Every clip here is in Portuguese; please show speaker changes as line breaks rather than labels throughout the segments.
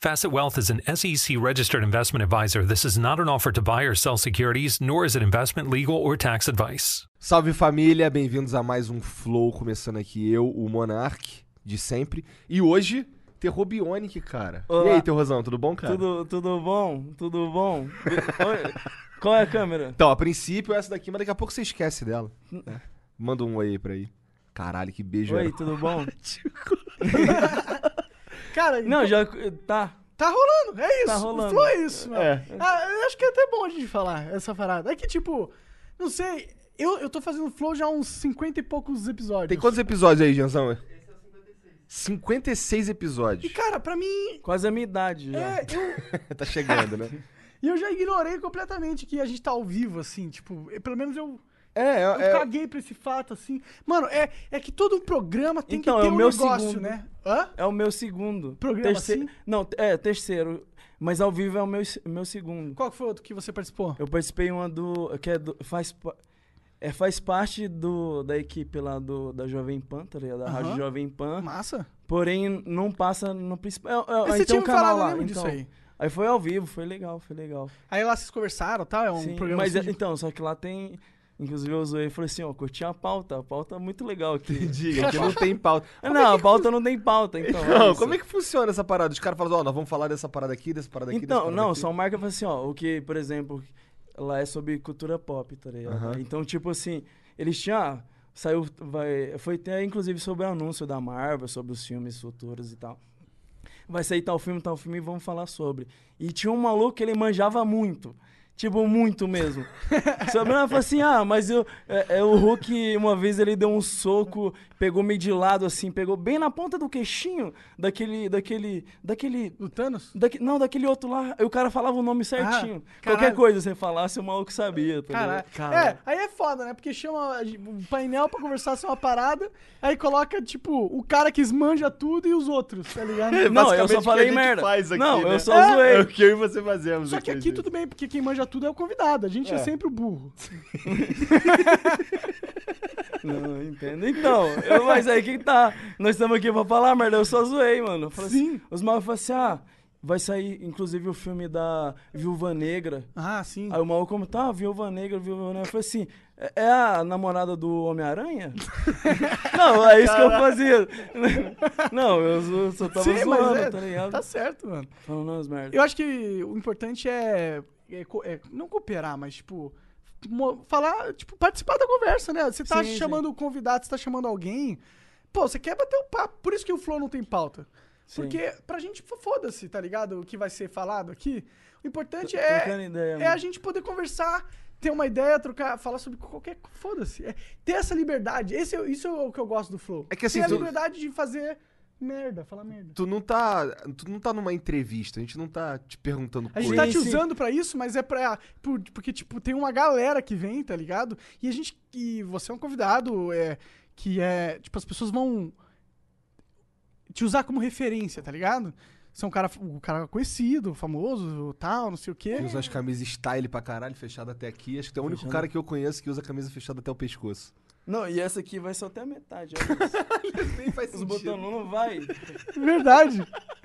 Facet Wealth is an SEC registered investment advisor. This is not an offer to buy or sell securities, nor is it investment, legal, or tax advice.
Salve família, bem-vindos a mais um Flow, começando aqui eu, o Monark, de sempre. E hoje, Terror Bionic, cara. E
Olá.
aí, Terrorzão, tudo bom, cara?
Tudo, tudo bom? Tudo bom? Oi, Qual é a câmera?
Então, a princípio essa daqui, mas daqui a pouco você esquece dela. né? Manda um oi aí pra aí. Caralho, que beijo.
Hum. Oi,
era.
tudo bom?
Cara,
Não,
então,
já. Tá.
tá rolando, é isso.
Tá rolando.
O flow é isso, mano.
É.
Ah, eu acho que é até bom a gente falar essa parada. É que, tipo, não sei, eu, eu tô fazendo flow já há uns 50 e poucos episódios.
Tem quantos episódios aí, Janzão? Esse é o 56. 56
E,
episódios.
Tá
cara, pra mim,
Quase a minha idade já.
é, eu,
tá chegando, né?
e eu já ignorei completamente que a gente tá ao vivo, assim, tipo, eu- pelo menos eu,
É,
eu
é, é,
caguei pra esse fato, assim. Mano, é, é que todo programa tem
Então,
que
é
ter
o
um
meu
negócio,
segundo.
né? Hã?
É o meu segundo.
Programa assim?
Não, é, terceiro. Mas ao vivo é o meu, meu segundo.
Qual que foi o outro que você participou?
Eu participei em uma do. Que é do faz, pa- é, faz parte do, da equipe lá do, da Jovem Pan, tá ligado? Da Rádio
Aham.
Jovem Pan.
Massa.
Porém, não passa no principal. É, é,
Você
aí tem
tinha
um
me
canal
falado, eu
lá.
lembro disso
então.
aí.
Aí foi ao vivo, foi legal, foi legal.
Aí lá vocês conversaram, tá? É um
Sim,
programa
mas
assim,
é-
de-
então, só que lá tem. Inclusive eu zoei e falei assim, ó, curti a pauta, a pauta é muito legal aqui.
Diga, que não tem pauta.
Ah, não, a pauta não tem pauta, então.
Não, como é que funciona essa parada? Os caras falam, ó, nós vamos falar dessa parada aqui, dessa parada aqui, dessa
Então,
parada
não,
aqui.
só marca e fala assim, ó, o que, por exemplo, lá é sobre cultura pop, tá ligado?
Aham.
Então, tipo assim, eles tinham. ah, Saiu. Vai, foi até, inclusive, sobre o anúncio da Marvel, sobre os filmes futuros e tal. Vai sair tal filme, tal filme, vamos falar sobre. E tinha um maluco que ele manjava muito. Tipo, muito mesmo. Sobre ela falou assim: ah, mas eu, é, é, o Hulk, uma vez ele deu um soco, pegou meio de lado, assim, pegou bem na ponta do queixinho daquele. daquele. daquele
do Thanos?
Daqui- não, daquele outro lá, aí o cara falava o nome certinho.
Ah,
Qualquer
caralho.
coisa você falasse, o maluco sabia. Tá
Caralho.
ligado?
É, aí é foda, né? Porque chama a gente- um painel pra conversar sobre uma parada, aí coloca, tipo, o cara que esmanja tudo e os outros, tá ligado?
É, Não,
basicamente
eu
o
só
que
falei
a gente
merda.
faz aqui,
não,
né?
eu só
É.
É
zoei.
o que eu e você fazemos
Só que aqui
gente.
tudo bem, porque quem manja tudo é o convidado. A gente é,
É.
sempre o burro.
Não, entendo. Então, eu- mas aí que tá. Nós estamos aqui pra falar merda, eu só zoei, mano. Eu falei assim,
Sim.
os malucos falaram assim: ah, vai sair inclusive o filme da Viúva Negra.
Ah, sim.
Aí o maluco como tá, Viúva Negra, Viúva Negra. Eu falei assim, é é a namorada do Homem-Aranha? não, é isso que eu fazia. Não, eu zo- só tava
sim,
zoando,
é,
tá ligado?
Tá certo, mano.
Falando umas merda.
Eu acho que o importante é, é co- é não cooperar, mas, tipo, mo- falar, tipo, participar da conversa, né? Você tá
Sim,
chamando o convidado, você tá chamando alguém. Pô, você quer bater o papo. Por isso que o Flow não tem pauta.
Sim.
Porque pra gente, fo- foda-se, tá ligado? O que vai ser falado aqui. O importante
Tô- trocando
é,
ideia,
é a
mano.
gente poder conversar, ter uma ideia, trocar, falar sobre qualquer. co- Foda-se. É ter essa liberdade. Esse, é- isso é o que eu gosto do Flow.
É que assim,
ter a
tu-
liberdade de fazer merda, falar merda.
Tu não tá. Tu não tá numa entrevista, a gente não tá te perguntando
A gente
coisa.
tá
Sim,
te
sim.
usando pra isso, mas é pra. por- porque, tipo, tem uma galera que vem, tá ligado? E a gente. E você é um convidado, é. Que é. Tipo, as pessoas vão. Te usar como referência, tá ligado? Você é um cara, um cara conhecido, famoso, tal, não sei o quê.
Ele usa as camisas style pra caralho, é. fechada até aqui. Acho que tu é o único
Fechada.
cara que eu conheço que usa camisa fechada até o pescoço.
Não, e essa aqui vai só até a metade. olha isso.
Nem faz
Os botões não vai.
É Verdade.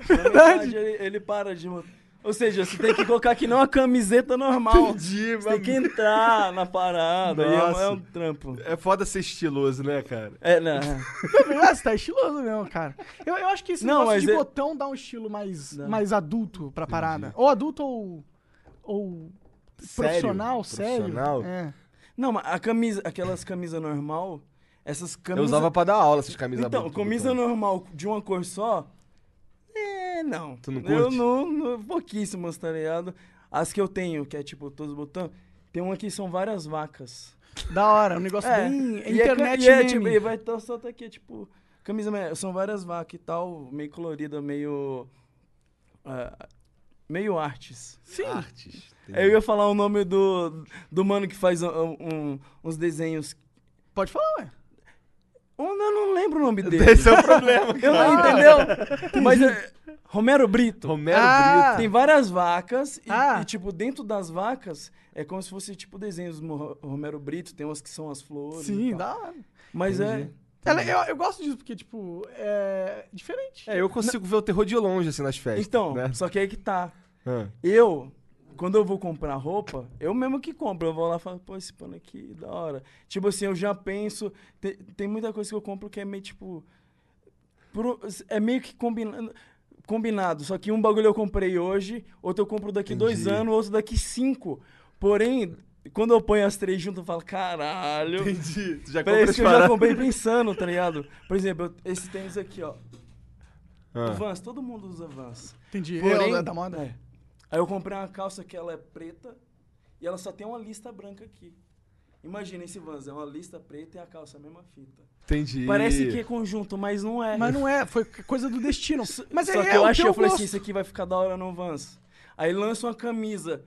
Na metade ele, ele para de... mo- Ou seja, você tem que colocar aqui não a camiseta normal.
Entendi,
Você tem que entrar na parada. e é um-
Nossa.
É um trampo.
É foda ser estiloso, né, cara?
É, né?
Na verdade, você tá estiloso mesmo, cara. Eu, eu acho que esse
Não,
negócio
mas
de
é-
botão dá um estilo mais,
Dá.
mais adulto pra parada. Ou adulto ou. ou
Sério?
profissional, sério.
Profissional?
É.
Não, mas a camisa, aquelas camisas normal, essas camisas.
Eu usava pra dar aula essas camisas
Então,
abertas,
camisa
então.
normal de uma cor só. É, não.
Tu não
Eu
curte?
não, não- pouquíssimas, tá ligado? As que eu tenho, que é tipo todos botão, tem uma que são várias vacas.
Da hora, um negócio bem.
e é ca-
internet
e é,
meme.
tipo, e vai estar só tá aqui, tipo, camisa, me- são várias vacas e tal, meio colorida, meio ah, meio artes.
Sim.
Artes.
Eu ia falar o nome do, do mano que faz um- um- uns desenhos. Um,
Pode falar, ué.
Eu não lembro o nome dele.
Esse é o problema,
Eu
cara.
Ah.
não entendeu? Mas é, Romero Brito.
Romero
Ah,
Brito.
Tem várias vacas e,
Ah.
e, tipo, dentro das vacas é como se fosse, tipo, desenhos do Ro- Romero Brito. Tem umas que são as flores. e
Sim,
tal.
da hora.
Mas é,
Entendi.
Tá
Ela- eu, eu gosto disso, porque, tipo, é diferente.
É, eu consigo ver o terror de longe, assim, nas
é...
festas.
Então,
né?
só que aí que tá.
Ah.
Eu, quando eu vou comprar roupa, eu mesmo que compro. Eu vou lá e falo, pô, esse pano aqui, da hora. Tipo assim, eu já penso. Tem, tem muita coisa que eu compro que é meio tipo. pro- é meio que combinando. Combinado, só que um bagulho eu comprei hoje, outro eu compro daqui dois
Entendi.
anos, outro daqui cinco. Porém, quando eu ponho as três juntas, eu falo, caralho,
Entendi. Tu já compra
parece
as
que eu já
paradas.
comprei pensando, tá ligado? Por exemplo, eu- esse tênis aqui, ó, do
Ah.
Vans, todo mundo usa Vans.
Entendi.
Porém,
é da moda.
é. Aí eu comprei uma calça que ela é preta e ela só tem uma lista branca aqui. Imagina esse Vans, é uma lista preta e a calça, a mesma fita.
Ah, Entendi.
Parece que é conjunto, mas não é.
Mas não é, foi coisa do destino. Mas
só
aí
que
é
eu
o
achei,
teu
eu falei
gosto.
assim, isso aqui vai ficar da hora no Vans. Aí lança uma camisa,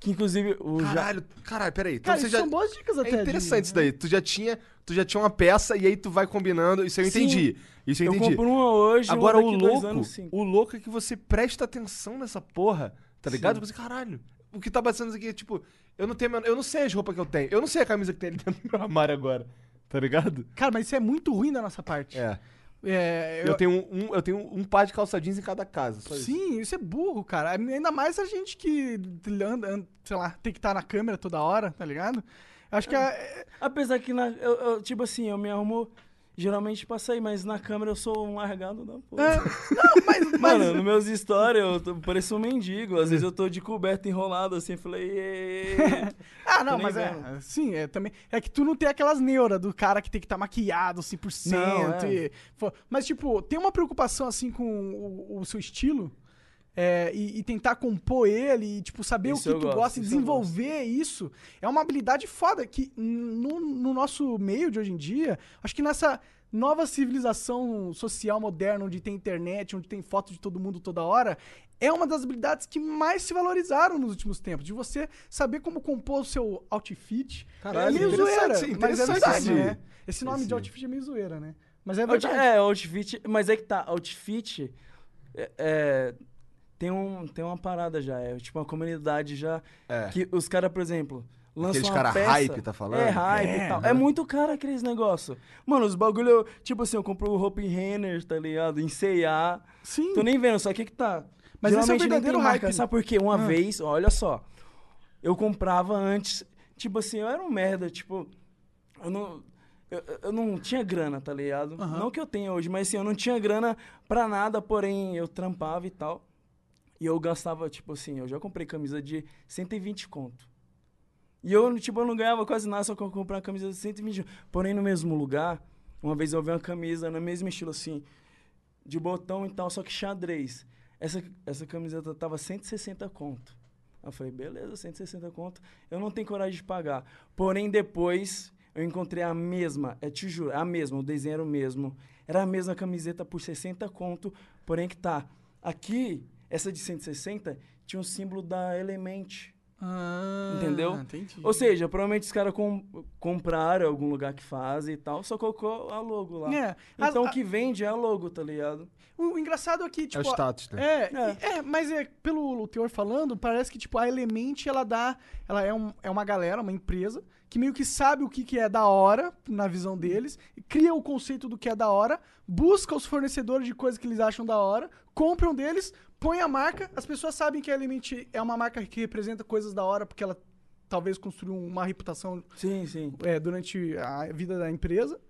que inclusive o ja-
Caralho, caralho, peraí. Então
Cara,
você
isso
já...
são boas dicas até.
É interessante
de-
isso
né?
daí. Tu já tinha, tu já tinha uma peça e aí tu vai combinando. Isso eu
Sim.
entendi. Isso eu,
eu
entendi.
compro uma hoje,
Agora
uma
o
daqui dois
louco,
anos, cinco.
o louco é que você presta atenção nessa porra, tá
Sim.
ligado? Você, caralho. O que tá passando aqui é tipo, eu não tenho, a menor- eu não sei as roupas que eu tenho. Eu não sei a camisa que tem ali dentro do meu armário agora. Tá ligado?
Cara, mas isso é muito ruim da nossa parte.
É.
É,
Eu,
eu-
tenho um, um- eu tenho um par de calça jeans em cada casa, só isso.
Sim, isso é burro, cara. Ainda mais a gente que anda, anda- sei lá, tem que estar na câmera toda hora, tá ligado? Eu Acho que é,
Apesar que, na, eu- eu, tipo assim, eu me arrumo geralmente pra sair, mas na câmera eu sou um largado da porra.
É.
Mano, nos meus stories eu tô- pareço um mendigo. Às vezes eu tô de coberta enrolado assim, falei. "Ê".
Ah, não,
Tô nem
mas é.
vendo.
Sim, é também. É que tu não tem aquelas neuras do cara que tem que estar maquiado 100%.
Não, é.
e- pô, mas, tipo, tem uma preocupação assim com o, o seu estilo. é, e, e tentar compor ele, e, tipo, saber
Isso
o
eu
que tu
gosto,
gosta e
isso eu
desenvolver isso é uma habilidade foda que no, no nosso meio de hoje em dia, acho que nessa nova civilização social moderna, onde tem internet, onde tem foto de todo mundo toda hora, é uma das habilidades que mais se valorizaram nos últimos tempos. De você saber como compor o seu outfit.
Caralho,
é meio
interessante,
zoeira.
sim,
mas é
interessante
verdade,
esse-
né? Esse nome
esse-
de outfit é meio zoeira, né? Mas é
Out-
verdade.
é, outfit. Mas é que tá, outfit. é- é, tem, um, tem uma parada já, é tipo uma comunidade já.
É.
Que os caras, por exemplo. Lançam
Aqueles
uma
cara
peça,
hype, tá falando?
É hype
É,
e tal.
né?
É muito cara aqueles negócios. Mano, os bagulho, eu- tipo assim, eu compro roupa em Renner, tá ligado? Em C&A.
Sim.
Tô é. nem vendo, só que que tá.
Mas esse é o
Geralmente nem
verdadeiro
tem marca.
hype. Ah.
Sabe por quê? Uma vez, olha só. Eu comprava antes. Tipo assim, eu era um merda, tipo. Eu não. Eu, eu não tinha grana, tá ligado?
Aham.
Não que eu tenha hoje, mas assim, eu não tinha grana pra nada, porém eu trampava e tal. E eu gastava, tipo assim, eu já comprei camisa de 120 conto. E eu, tipo, eu não ganhava quase nada, só que eu comprei uma camisa de 120 Porém, no mesmo lugar, uma vez eu vi uma camisa no mesmo estilo assim, de botão e tal, só que xadrez. Essa, essa camiseta tava 160 conto. Aí Eu falei, beleza, 160 conto. Eu não tenho coragem de pagar. Porém, depois eu encontrei a mesma, é te juro, a mesma, o desenho era o mesmo. Era a mesma camiseta por 60 conto, porém que tá. Aqui, essa de 160 tinha um símbolo da Element.
Ah,
Entendeu?
Entendi.
Ou seja, provavelmente os caras com- compraram em algum lugar que fazem e tal, só colocou a logo lá.
É, a-
Então
a-
o que vende é a logo, tá ligado?
o engraçado aqui,
É o
tipo. a-
status, né?
É,
É.
e- é, mas é, pelo teor falando, parece que tipo a Element ela dá, ela é, um- é uma galera, uma empresa que meio que sabe o que, que é da hora na visão deles, cria o conceito do que é da hora, busca os fornecedores de coisas que eles acham da hora, compram deles, põe a marca, as pessoas sabem que a Element é uma marca que representa coisas da hora porque ela talvez construiu uma reputação
Sim, sim.
é, durante a vida da empresa.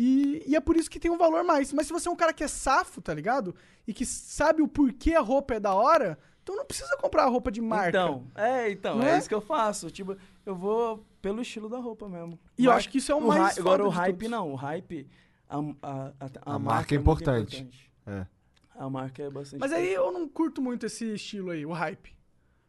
E, e é por isso que tem um valor mais. Mas se você é um cara que é safo, tá ligado? E que sabe o porquê a roupa é da hora, Então não precisa comprar roupa de marca.
Então, é, então,
Não
é?
é?
isso que eu faço. Tipo, eu vou pelo estilo da roupa mesmo.
E eu acho que isso é o mais
hy- Agora
foda
o
de
hype
todos.
não, o hype. A, a- a- a
A marca é
marca muito
importante. É.
A marca é bastante.
Mas aí eu não curto muito esse estilo aí, o hype.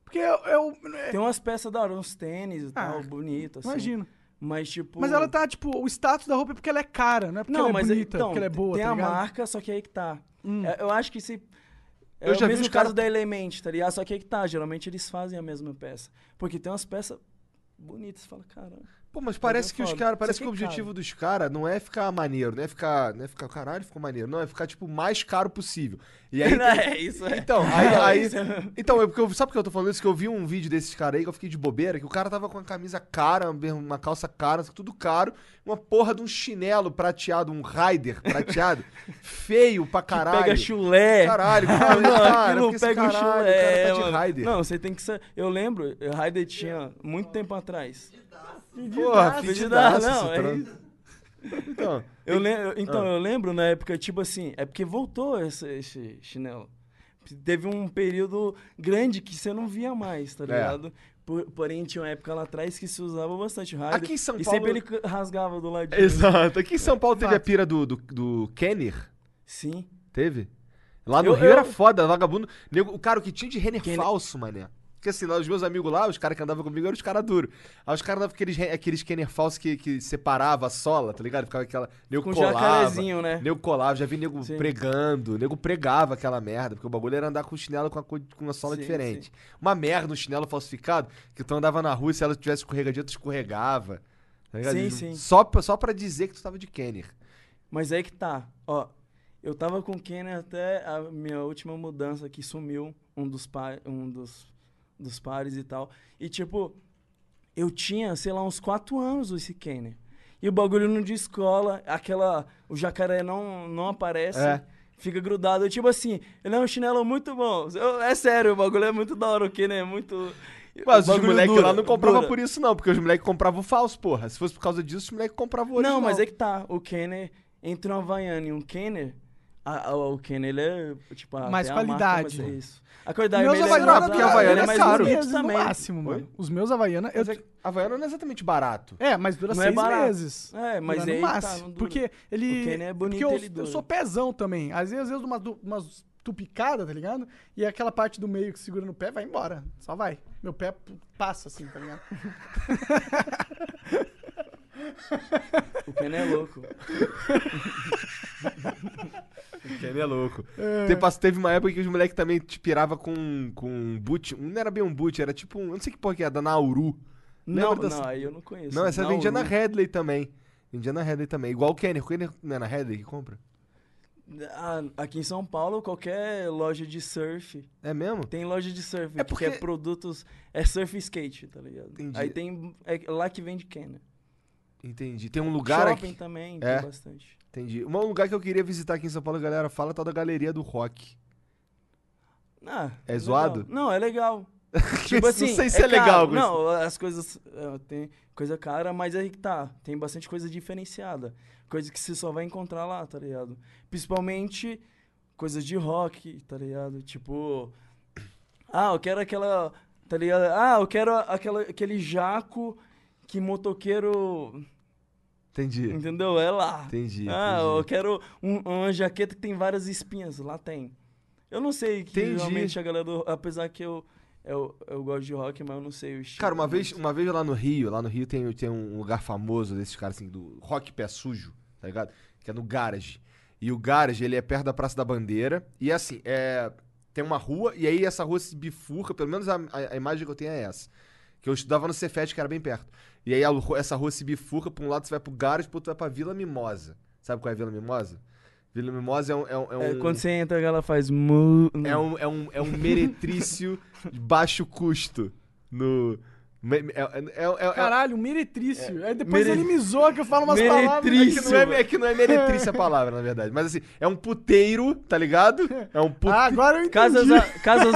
Porque eu. eu é,
Tem umas peças da hora, uns tênis e tal,
Ah,
bonito, assim.
imagino.
Mas, tipo.
Mas ela tá, tipo, o status da roupa é porque ela é cara, não é porque
Não,
ela é
mas
bonita,
então,
porque ela é boa,
Tem
tá
a
ligado?
marca, só que aí que tá.
Hum.
É, Eu acho que se. É
Eu
o
já vi
mesmo
os cara-
caso da Element, tá ligado? Só que aí que tá. Geralmente eles fazem a mesma peça. Porque tem umas peças bonitas. Você fala, caramba.
Pô, mas parece
é
que os
foda.
caras.
Isso
Parece que o
aqui é
objetivo dos caras não é ficar maneiro, não é ficar. Não é ficar. Caralho, ficou maneiro. Não, é ficar, tipo, mais caro possível. E aí.
Não, é isso, é.
Então, aí.
Não,
aí-
isso é-
então, é porque eu, sabe por que eu tô falando isso? Que eu vi um vídeo desses caras aí que eu fiquei de bobeira, que o cara tava com uma camisa cara, mesmo, uma calça cara, tudo caro, uma porra de um chinelo prateado, um rider prateado, feio pra caralho.
Pega chulé.
Caralho, cara,
Mano,
cara,
aquilo
porque esse
pega o
caralho, o
chulé.
cara tá de
mano.
rider.
Não, você tem que ser. Eu lembro, eu- Raider tinha muito tempo atrás.
Porra,
Fedidaço,
fedidaço,
não,
esse
é
trono.
isso.
Então,
Eu lembro, então,
Ah.
eu lembro na época, tipo assim, é porque voltou esse, esse chinelo. Teve um período grande que você não via mais, tá
É.
ligado? Por- porém, tinha uma época lá atrás que se usava bastante Raider.
Aqui em São
E
Paulo-
sempre ele c- rasgava do ladinho.
Exato. Aqui em São Paulo teve a
Fato.
pira do, do, do Kenner.
Sim.
Teve? Lá no
Eu-
Rio
eu-
era foda, vagabundo. Nego, o cara o que tinha de Renner
Kenner.
falso, mané. Porque assim, lá, os meus amigos lá, os caras que andavam comigo eram os caras duros. Aí os caras davam aqueles, Ren- aqueles Kenner falso que, que separava a sola, tá ligado? Ficava aquela. Nego
Com
colava.
jacarezinho, né?
Nego colava, já vi nego
Sim.
pregando. Nego pregava aquela merda, porque o bagulho era andar com chinelo com, a co- com uma sola
Sim,
diferente. Uma merda, um chinelo falsificado, que tu andava na rua e se ela tivesse escorregadia, tu escorregava. Tá ligado?
Sim, sim.
Só, pra- só pra dizer que tu tava de Kenner.
Mas aí que tá, ó. Eu tava com o Kenner até a minha última mudança que sumiu um dos pa- um dos, dos pares e tal. E tipo, eu tinha, sei lá, uns quatro anos esse Kenner. E o bagulho não descola, aquela o jacaré não não aparece.
É.
Fica grudado. Eu, tipo assim, ele é um chinelo muito bom. Eu- é sério, o bagulho é muito da hora, o Kenner é muito.
Mas
o
os
bagulho
moleques
dura,
lá não compravam
dura.
por isso, não, porque os moleques compravam falso, porra. Se fosse por causa disso, os moleques compravam original.
Não, mas é que tá. O Kenner, entre um Havaiana e um Kenner, a- a- o Kenner, ele é, tipo, a-
Mais
até a marca,
qualidade.
mas é isso. A qualidade
Meus
é melhor,
Havaiana,
mas
porque
a
Havaiana é
mais
caro.
bonito
meses no máximo,
Oi?
mano. Os meus Havaiana. eu-
Mas é-
A Havaiana não é exatamente barato.
É, mas dura
Não é
seis
barato.
meses.
É, mas
dura
aí
no
que tá,
máximo.
não dura.
Porque ele.
O Kenner é bonito,
porque eu,
ele dura.
eu sou pezão também. Às vezes, às vezes, umas, du- umas tupicadas, tá ligado? E aquela parte do meio que segura no pé vai embora. Só vai. Meu pé p- passa assim, tá ligado?
O Kenner é louco.
Kenner é louco. Teve, passo- teve uma época que os moleques também te pirava com, com um boot. um Não era bem um boot, era tipo um. Eu não sei que porra que era, da Nauru.
não,
Lembra dessa-
não, aí eu não conheço.
Não, essa é
Nauru.
vendia na Redley também. Vendia na Redley também. Igual o Kenner. O Kenner não é na Redley que compra?
Ah, Aqui em São Paulo, qualquer loja de surf,
É mesmo?
tem loja de surf,
É
porque... que é
porque-
produtos, é surf e skate, tá ligado?
Entendi.
Aí tem, é lá que vende Kenner.
Entendi. Tem um lugar
Shopping tá.
aqui.
também,
É.
tem bastante.
Entendi. Um lugar que eu queria visitar aqui em São Paulo, a galera fala, tal da Galeria do Rock.
Ah,
É
legal.
zoado?
Não, é legal.
Não
Tipo assim,
sei se é
caro.
legal, Gusto.
Não, as coisas. é, Tem coisa cara, mas aí que tá. Tem bastante coisa diferenciada. Coisa que você só vai encontrar lá, tá ligado? Principalmente coisas de rock, tá ligado? Tipo. Ah, eu quero aquela. Tá ligado? Ah, eu quero aquela, aquele jaco que motoqueiro.
Entendi.
Entendeu? É lá.
Entendi.
Ah,
entendi.
eu quero um- uma jaqueta que tem várias espinhas. Lá tem. Eu não sei que
Entendi.
realmente a galera do. Apesar que eu, eu, eu gosto de rock, mas eu não sei o estilo.
Cara, uma vez,
muito.
uma vez lá no Rio, lá no Rio tem, tem um lugar famoso desses caras assim, do rock pé sujo, tá ligado? Que é no Garage. E o Garage, ele é perto da Praça da Bandeira. E assim, é, tem uma rua, e aí essa rua se bifurca, pelo menos a, a- a imagem que eu tenho é essa. Que eu estudava no Cefet, que era bem perto. E aí a ru- essa rua se bifurca, pra um lado você vai pro Garage, pro outro vai pra Vila Mimosa. Sabe qual é a Vila Mimosa? Vila Mimosa é um... É um, é
É,
um-
quando você entra, ela faz. Mu... né?
é um, é um, é um meretrício de baixo custo no, Me- me- É, é- é- é-
Caralho,
um
meretrício. Aí depois
mere-
ele me zoa que eu falo umas palavras.
é que
É, meretrício.
não é, é que não é meretrícia a palavra, na verdade. Mas assim, é um puteiro, tá ligado? É um puteiro.
Ah, agora eu entendi.
Casas, a- casas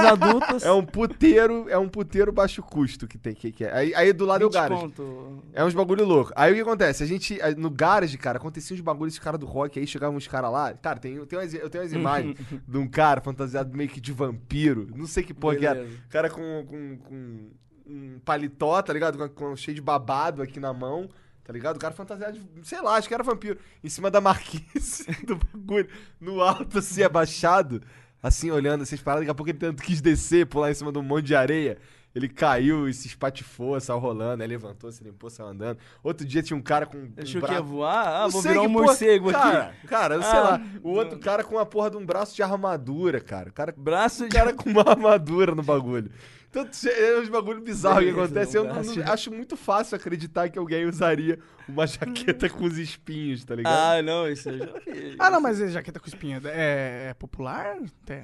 adultas.
É um puteiro, é um puteiro baixo custo que tem que, que é. Aí, aí do lado é o
20
garage.
conto.
É uns bagulho louco. Aí o que acontece? A gente, a- no garage, cara, acontecia uns bagulhos, os caras do rock, aí chegavam uns caras lá. Cara, tem, tem umas, eu tenho umas imagens de um cara fantasiado meio que de vampiro. Não sei que porra que é. era.
Beleza.
Cara com, com, com um paletó, tá ligado? Com, com- cheio de babado aqui na mão. Tá ligado? O cara fantasiado de, sei lá, acho que era vampiro. Em cima da marquise do bagulho, no alto, assim, abaixado. Assim, olhando essas paradas. Daqui a pouco ele tanto quis descer, pular em cima de um monte de areia. Ele caiu e se espatifou, saiu rolando, aí levantou, se limpou, saiu andando. Outro dia tinha um cara com. um
Achou que
braço-
ia voar? Ah,
Não
vou
sei
virar um
que porra-
morcego
cara,
aqui.
Cara, sei
Ah,
lá. O outro cara com uma porra de um braço de armadura, cara. O cara
Braço
o
de.
cara com uma armadura no bagulho. Então, che- é uns bagulho bizarro que
Beleza,
acontece. Eu
não
não-
dá,
não-
tira.
acho muito fácil acreditar que alguém usaria uma jaqueta com os espinhos, tá ligado?
Ah, não, isso eu já vi.
Ah, não, mas é jaqueta com espinha é, é popular? Até,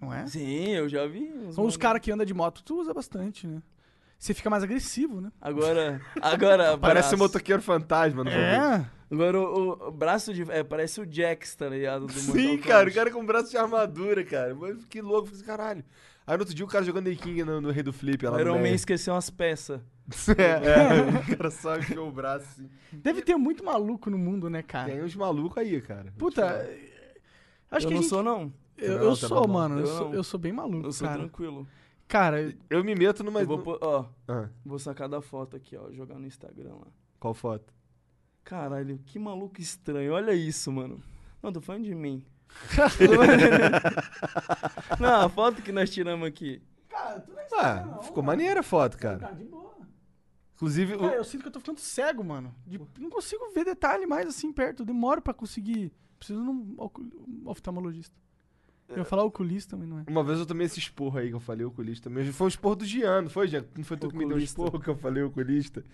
não é?
Sim, eu já vi. uns
São os
malucos.
caras que andam de moto, tu usa bastante, né? Você fica mais agressivo, né?
Agora, agora.
Parece um
braço.
motoqueiro fantasma no bagulho.
É.
Agora o, o braço de. É, parece o Jax, tá ligado? Do
Sim,
Mortal
cara, o
Kombat.
cara com um braço de armadura, cara. Mas que louco, falei, assim, caralho. Aí no outro dia o cara jogando The King no, no Rei do Flip. Ela
O Iron Man esqueceu umas peças.
é, é, o cara só enfiou o braço assim.
Deve ter muito maluco no mundo, né,
Ah.
cara?
Tem uns malucos aí, cara.
Puta, eh, acho
eu
que a
não
gente-
sou, não.
Eu,
Não,
eu
tá
sou,
bom.
mano. Eu,
Eu
sou,
não.
eu sou bem maluco,
Eu sou
cara.
tranquilo.
Cara,
Tipo, Eu me meto numa.
eu vou, pôr- ó,
Ah,
vou sacar da foto aqui, ó. Jogar no Instagram lá.
qual foto?
Caralho, que maluco estranho. Olha isso, mano. Não, tô falando de mim. não, a foto que nós tiramos aqui.
cara, tu não é
Ah,
não,
ficou maneira a foto, cara.
de boa.
Inclusive, o-
Cara, eu sinto que eu tô ficando cego, mano. De- não consigo ver detalhe mais assim perto. Eu demoro pra conseguir. Preciso de um ocul- um oftalmologista. Eu ia falar oculista, mas não é.
Uma vez eu tomei esse esporro aí que eu falei, oculista mesmo. Foi um esporro do Jean, não foi, Jean? Não foi tu que me deu um
Oculista.
esporro que eu falei, oculista?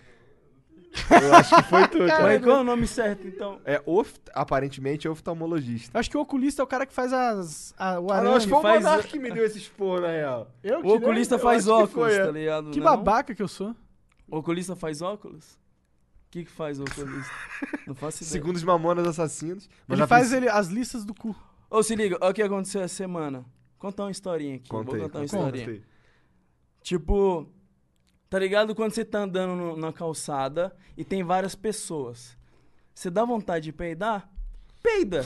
Eu acho que foi tu, cara.
Mas qual é o nome certo, então?
É, oft... aparentemente é oftalmologista.
Eu acho que o oculista é o cara que faz as. a- o
Ah,
arame.
não, acho que foi o
faz-
Monark que me deu esse esporro, na real.
Eu
O
tirei-
oculista
eu acho
faz
que
óculos,
foi, é.
tá ligado?
Que
Não?
babaca que eu sou.
O oculista faz óculos? O que, que faz o oculista? Não faço ideia.
Segundo os Mamonas Assassinos. Mas
ele
já
faz
fiz-
ele, as listas do cu.
Ô, se liga, olha o que aconteceu essa semana. Contar uma historinha aqui.
Conta
Vou
aí,
contar uma
conta aí,
historinha.
conta aí.
Tipo, tá ligado quando você tá andando no- na calçada e tem várias pessoas? Você dá vontade de peidar? Peida!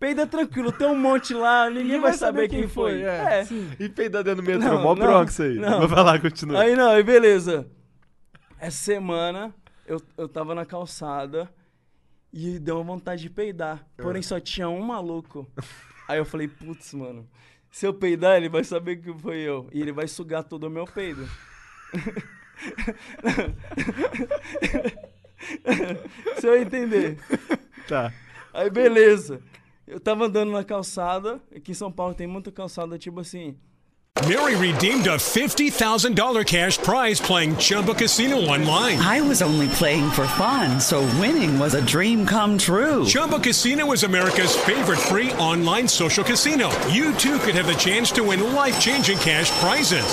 Peida tranquilo, tem um monte lá, ninguém, vai, saber, quem, foi.
é.
É.
E peidar dentro do metrô,
Não,
mó
não,
bronx aí.
não.
Mas vai lá, continua.
Aí não, aí beleza. Essa semana eu, eu tava na calçada e deu uma vontade de peidar. Porém só tinha um maluco. Aí eu falei, putz, mano, se eu peidar, ele vai saber que foi eu. E ele vai sugar todo o meu peido. se eu entender.
Tá.
Aí beleza. Eu tava andando na calçada, aqui em São Paulo tem muita calçada, tipo assim,
Mary redeemed a $50,000 cash prize playing Chumba Casino online.
I was only playing for fun, so winning was a dream come true.
Chumba Casino is America's favorite free online social casino. You too could have the chance to win life changing cash prizes.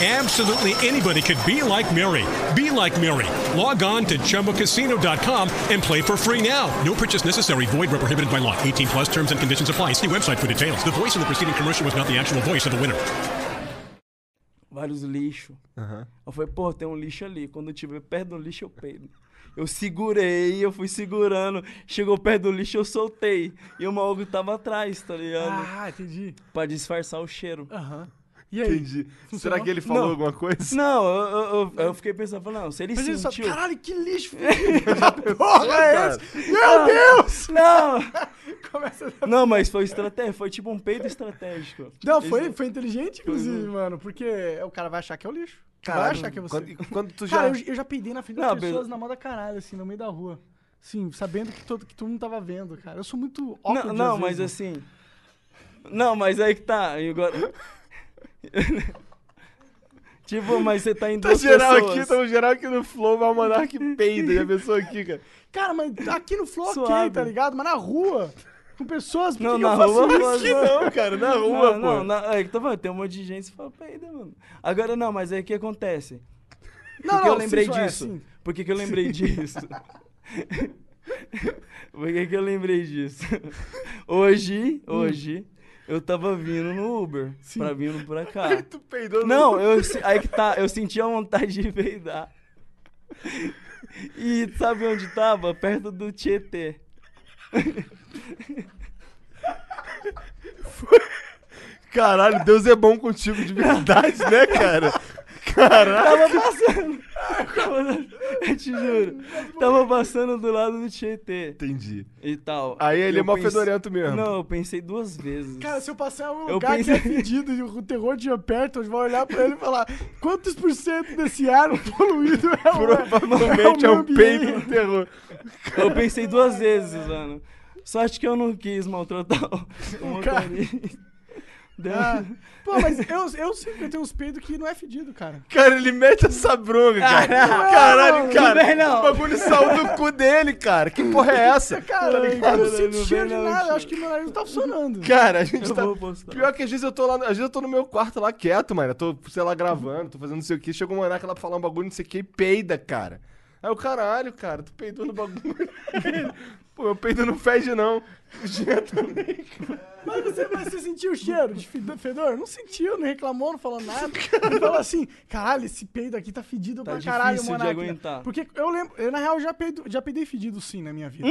Absolutely anybody could be like Mary. Be like Mary. Log on to ChumboCasino.com and play for free now. No purchase necessary. Void where prohibited by law. 18 plus terms and conditions apply. See website for details. The voice in the preceding commercial was not the actual voice of the winner.
vários lixos. Eu falei, pô, tem um lixo ali. Quando eu tiver perto do lixo, eu peido. Eu segurei, eu fui segurando. Chegou perto do lixo, eu soltei. E o maluco tava atrás, tá ligado?
Ah, entendi.
Pra disfarçar o cheiro.
Aham. E aí?
Entendi. Será que ele falou
Não.
alguma coisa?
Não, eu, eu- eu- eu fiquei pensando, falei, não, se ele
Mas ele só.
sentiu...
Caralho, que lixo!
Porra, é
Meu Deus! Não!
Começa a
Não, mas foi estratégia, foi tipo um peito estratégico.
Não,
Eles-
foi, foi inteligente, inclusive, mano. Porque o cara vai achar que é o lixo. vai achar que é você.
Quando, quando tu já...
Cara, eu, eu já peidei na frente das
Não,
pessoas
beleza.
na moda caralho, assim, no meio da rua. Sim, sabendo que todo, que todo mundo tava vendo, cara. Eu sou muito óculos.
Não, não mas assim... Não, mas aí que tá. e Agora... tipo, mas você tá em
Tá
duas
geral
pessoas.
aqui, tá geral aqui no Flow, vai o Monark peida. Já pensou aqui, cara?
Cara, mas aqui no Flow ok,
assim- Suave.
tá ligado? Mas na rua, com pessoas, por
Não,
que
na
eu faço
rua,
isso?
mas-
Que não, cara, na rua,
não, tá
pô.
não, na- é que eu tô falando, tem um monte de gente que fala, peida, mano. Agora não, mas aí o que acontece?
Não,
Por que eu
não,
lembrei
sim, só é
disso?
assim.
Por que, que eu lembrei disso? Por que, que eu lembrei disso? Hoje, hoje, eu tava vindo no Uber pra vindo pra cá.
Tu peidou
Não, eu, se- aí que tá, eu senti a vontade de peidar. E sabe onde tava? Perto do Tietê.
Caralho, Deus é bom contigo de verdade, né, cara? Caralho.
Tava passando. Tava- eu te juro. Tava passando do lado do Tietê
Entendi.
e tal.
Aí ele
Eu
é mó
pense-
fedorento mesmo.
Não, eu pensei duas vezes.
Cara, se eu passar um
Eu
lugar
pensei-
que é fedido e o terror de perto, eu vou olhar pra ele e falar quantos por cento desse ar poluído é o
Provavelmente é
o
um peito
ambiente.
do terror.
Eu pensei duas vezes, mano. Só acho que eu não quis maltratar o, o motorista. Deu-
Ah, Pô, mas eu, eu sei que eu tenho uns peidos que não é fedido, cara.
Cara, ele mete essa bronca, cara.
Caralho.
Caralho,
Não
cara.
vem, não.
O bagulho saiu do cu dele, cara. Que porra é essa?
Cara,
Ai,
eu não
cara,
sinto
não
cheiro
vem,
de
não,
nada,
tio.
eu acho que meu nariz não tá funcionando.
Cara, a gente
Eu
tá.
vou postar.
Pior que às vezes eu tô lá. Às vezes eu tô no meu quarto lá quieto, mano. Eu tô, sei lá, gravando, tô fazendo não sei o que. Chega uma hora que ela fala um bagulho, não sei o que, e peida, cara. Aí o caralho, cara, tu peidou no bagulho. Pô, meu peido não fede, não. Jean também.
Mas você, mas você sentiu o cheiro de fed- fedor? Não sentiu, não reclamou, não falou nada. Ele falou assim, caralho, esse peido aqui tá fedido
Tá
pra caralho,
difícil de
mano.
aguentar.
Porque eu lembro, eu na real já, peido, já peidei fedido sim na minha vida.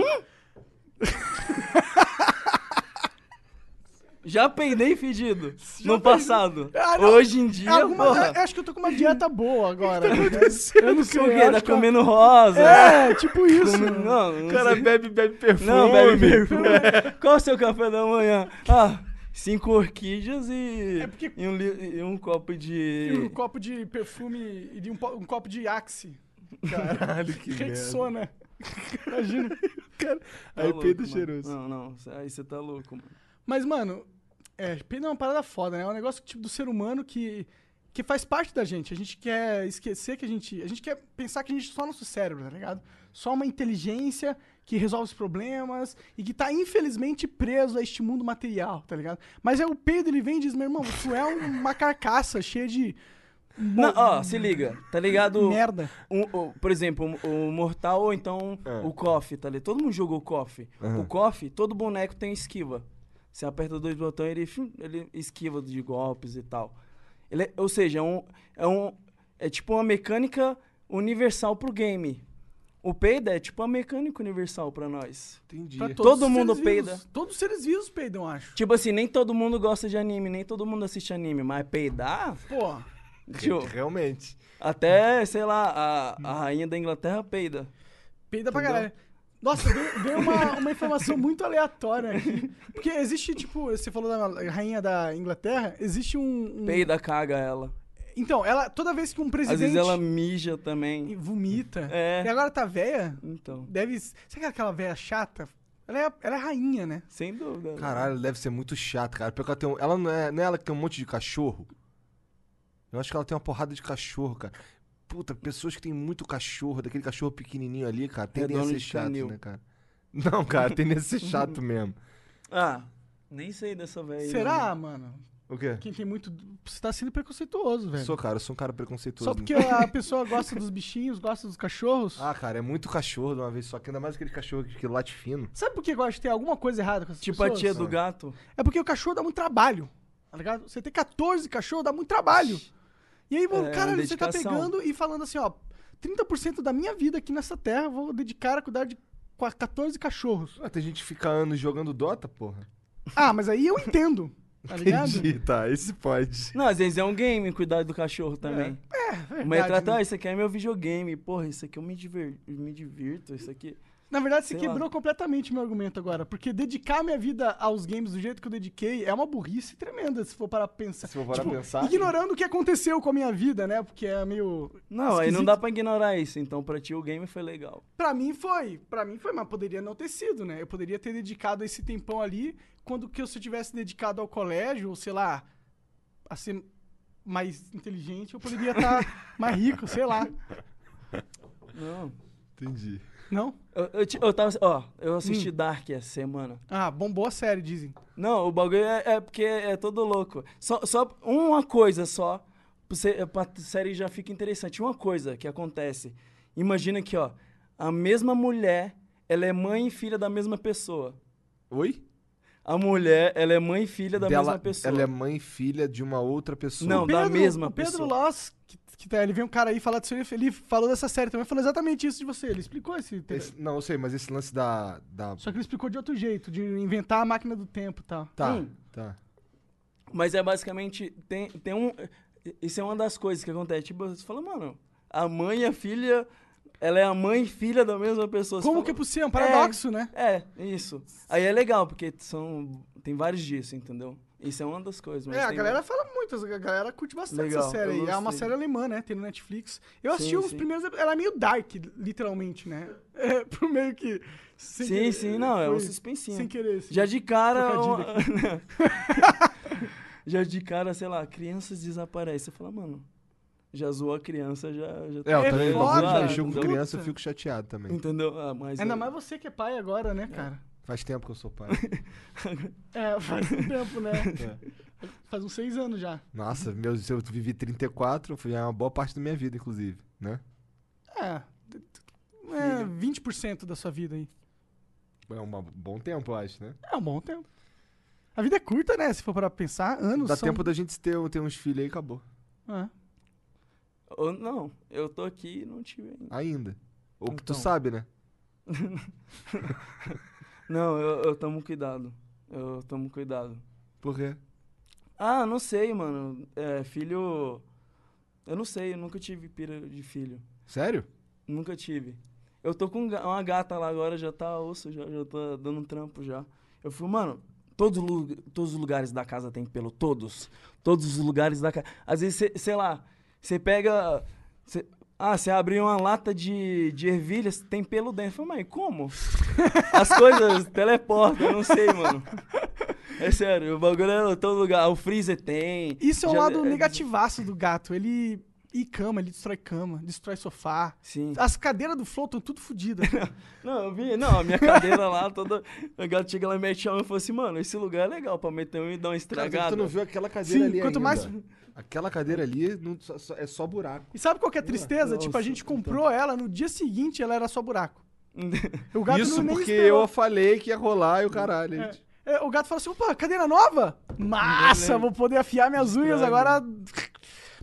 Já peidei fedido. no passado.
Ah, não.
Hoje em dia,
Alguma-
porra.
eu acho que eu tô com uma dieta boa agora. eu não sei
o
eu
quê? Tá
acho que eu-
comendo rosa.
É, tipo isso. é
Comendo- Não, não
O cara
sei.
bebe, bebe perfume.
Não, bebe perfume. Qual o seu café da manhã? Ah, cinco orquídeas e,
É porque-
e, um, li- e um copo
E um
de...
copo de perfume e de um, po- um copo de Axe.
Caralho, que merda.
Rexona. Imagina.
Cara,
Tá
aí
louco,
peido
mano.
cheiroso.
Não, não. Aí você tá louco, mano.
Mas, mano, é, peido é uma parada foda, né? É um negócio tipo do ser humano que, que faz parte da gente. A gente quer esquecer que a gente. A gente quer pensar que a gente é só nosso cérebro, tá ligado? Só uma inteligência que resolve os problemas e que tá infelizmente preso a este mundo material, tá ligado? Mas é o peido, ele vem e diz, meu irmão, tu é uma carcaça cheia de
Não, ó, se liga. Tá ligado?
merda.
Um- um- por exemplo, o, o Mortal ou então o KOF, tá ligado? Todo mundo jogou KOF. O KOF, todo boneco tem esquiva. Você aperta dois botões, ele, fum, ele esquiva de golpes e tal. Ele é- ou seja, é, um, é, um, é tipo uma mecânica universal pro game. O peida é tipo uma mecânica universal pra nós.
Entendi.
Pra todos
Todo
os
mundo
seres vivos.
peida.
Todos os seres vivos peidam, acho.
Tipo assim, nem todo mundo gosta de anime, nem todo mundo assiste anime, mas peidar?
Pô,
Tio,
Realmente.
até, sei lá, a, a rainha da Inglaterra peida.
peida pra caralho. Nossa, deu, deu uma, uma informação muito aleatória aqui. Porque existe, tipo, você falou da rainha da Inglaterra, existe um. um-
Peida, caga ela.
Então, ela, toda vez que um
Às
presidente
vezes ela mija também.
vomita,
É.
e agora tá véia,
Então,
deve. Sabe aquela véia chata? Ela é, ela é rainha, né?
sem dúvida.
Caralho, deve ser muito chato, cara. Porque ela tem um- Ela não é. Não é ela que tem um monte de cachorro? Eu acho que ela tem uma porrada de cachorro, cara. Puta, pessoas que têm muito cachorro, daquele cachorro pequenininho ali, cara, tendem a
É Dono
ser
de
chato,
canil.
né, cara? Não, cara, tendem a ser chato mesmo.
Ah, nem sei dessa velha. aí, né?
Será,
mano.
mano?
O quê?
Quem tem muito. Você tá sendo preconceituoso, velho.
Sou, cara, eu sou um cara preconceituoso.
Só porque a pessoa gosta dos bichinhos, gosta dos cachorros.
Ah, cara, é muito cachorro de uma vez só, que ainda mais aquele cachorro que, que late fino.
Sabe por que eu acho que tem alguma coisa errada com essas
Tipo
pessoas?
a tia do gato.
É porque o cachorro dá muito trabalho. Tá ligado? Você tem 14 cachorros, dá muito trabalho. E aí, mano,
É,
cara, você tá
dedicação.
pegando e falando assim, ó, 30% da minha vida aqui nessa terra eu vou dedicar a cuidar de qua- 14 cachorros.
Ah, tem gente que fica anos jogando Dota, porra.
Ah, mas aí eu entendo. Tá ligado?
Entendi, tá, esse pode.
Não, às vezes é um game cuidar do cachorro também.
Verdade,
Mas trata,
né?
ah, isso aqui é meu videogame. Porra, isso aqui eu me, diver... me divirto, isso aqui.
Na verdade, você
Sei lá.
quebrou completamente meu argumento agora. Porque dedicar minha vida aos games do jeito que eu dediquei é uma burrice tremenda, se for para pensar. Tipo,
Se for parar pra pensar.
Ignorando o que aconteceu com a minha vida, né? Porque é meio.
Não, aí não
esquisito.
dá pra ignorar isso. Então, pra ti o game foi legal.
Pra mim foi, pra mim foi, mas poderia não ter sido, né? Eu poderia ter dedicado esse tempão ali, quando que eu se eu tivesse dedicado ao colégio, ou sei lá, a ser mais inteligente, eu poderia estar mais rico, sei lá.
Não.
Entendi.
Não?
Eu, eu, ti- eu tava. Ó, eu
Hum.
assisti Dark essa semana.
Ah, bombou a série, dizem.
é Não, o bagulho é, é porque é todo louco. Só, só uma coisa só pra você- pra série já fica interessante. Uma coisa que acontece, imagina que, ó, a mesma mulher, ela é mãe e filha da mesma pessoa.
Oi?
A mulher, ela é mãe e filha da
Dela-
mesma pessoa.
Ela é mãe e filha de uma outra pessoa.
Não, da mesma
o Pedro
pessoa.
Loss, que, que tá- ele veio um cara aí falar disso, ele, ele falou dessa série também, falou exatamente isso de você. Ele explicou esse, tema.
Esse- não, eu sei, mas esse lance da. da...
Só que ele explicou de outro jeito, de inventar a máquina do tempo e tal.
Tá,
Hum.
tá.
Mas é basicamente. Tem, tem um. Isso é uma das coisas que acontece. Tipo, você fala, mano, a mãe e a filha. Ela é a mãe e filha da mesma pessoa. Você
Como
fala,
que é possível? É um paradoxo, né?
É, isso. Aí é legal, porque são. Tem vários disso, entendeu? Isso é uma das coisas. Mas
É, a
tem-
galera fala muito, a galera curte bastante essa
Legal,
série
eu
aí. É uma
gostei.
série alemã, né? Tem no Netflix. Eu assisti
Sim,
os
sim.
primeiros. ep- Ela é meio dark, literalmente, né? É, pro meio que. sem
Sim,
querer,
sim, não, é
foi
um suspensinho.
Sem querer. assim.
Já de cara. uma-
Trocadilho
já de cara, sei lá, crianças desaparecem. Você fala, mano, já zoou a criança, já. tá já
É, eu
É
também
foda,
quando eu mexo com
puta.
criança, eu fico chateado também.
Entendeu? Ah, mas
Ainda
é-
mais você que é pai agora, né, cara?
Faz tempo que eu sou pai.
É, faz um tempo, né? Faz uns seis anos já.
Nossa, meus, eu vivi 34, foi uma boa parte da minha vida, inclusive, né?
É. d- d- É, 20% da sua vida aí.
É um bom tempo, eu acho, né?
É um bom tempo. A vida é curta, né? Se for para pensar, anos
Dá
são...
tempo da gente ter, um, ter uns filhos aí e acabou.
É.
Ou não, eu tô aqui e não tive ainda.
Ainda. Ou que tu
Então.
sabe, né?
Não, eu, eu tomo cuidado. Eu tomo cuidado.
Por quê?
Ah, não sei, mano. É, filho. Eu não sei, eu nunca tive pira de filho.
Sério?
Nunca tive. Eu tô com ga- uma gata lá agora, já tá osso, já, já tá dando um trampo já. Eu fui, mano, todos, os lu- todos os lugares da casa tem pelo, todos. Todos os lugares da casa. Às vezes, cê- sei lá, você pega. cê- ah, você abriu uma lata de, de ervilhas, tem pelo dentro. Eu falei, mas como? As coisas teleportam, eu não sei, mano. É sério, o bagulho é todo lugar. O freezer tem.
Isso é um
já-
lado negativaço do gato. Ele... E cama, ele destrói cama, destrói sofá.
Sim.
As cadeiras do Flow estão tudo fodidas.
Não, eu vi, não, a minha cadeira lá toda. A gata chega lá e mete a mão e falou assim, mano, esse lugar é legal pra meter um e dar
Cara,
uma
tu
estragada.
não viu aquela cadeira
Tá Sim,
ali ainda.
quanto mais-
Aquela cadeira ali não- só- só- é só buraco.
E sabe qual que é a tristeza? tipo,
então.
a gente comprou ela, no dia seguinte ela era só buraco. O gato
Isso
não, nem
porque
esperou.
eu falei que ia rolar e o caralho. gente.
É, o gato falou assim, opa, cadeira nova?
Né,
Massa, vou poder afiar minhas unhas agora.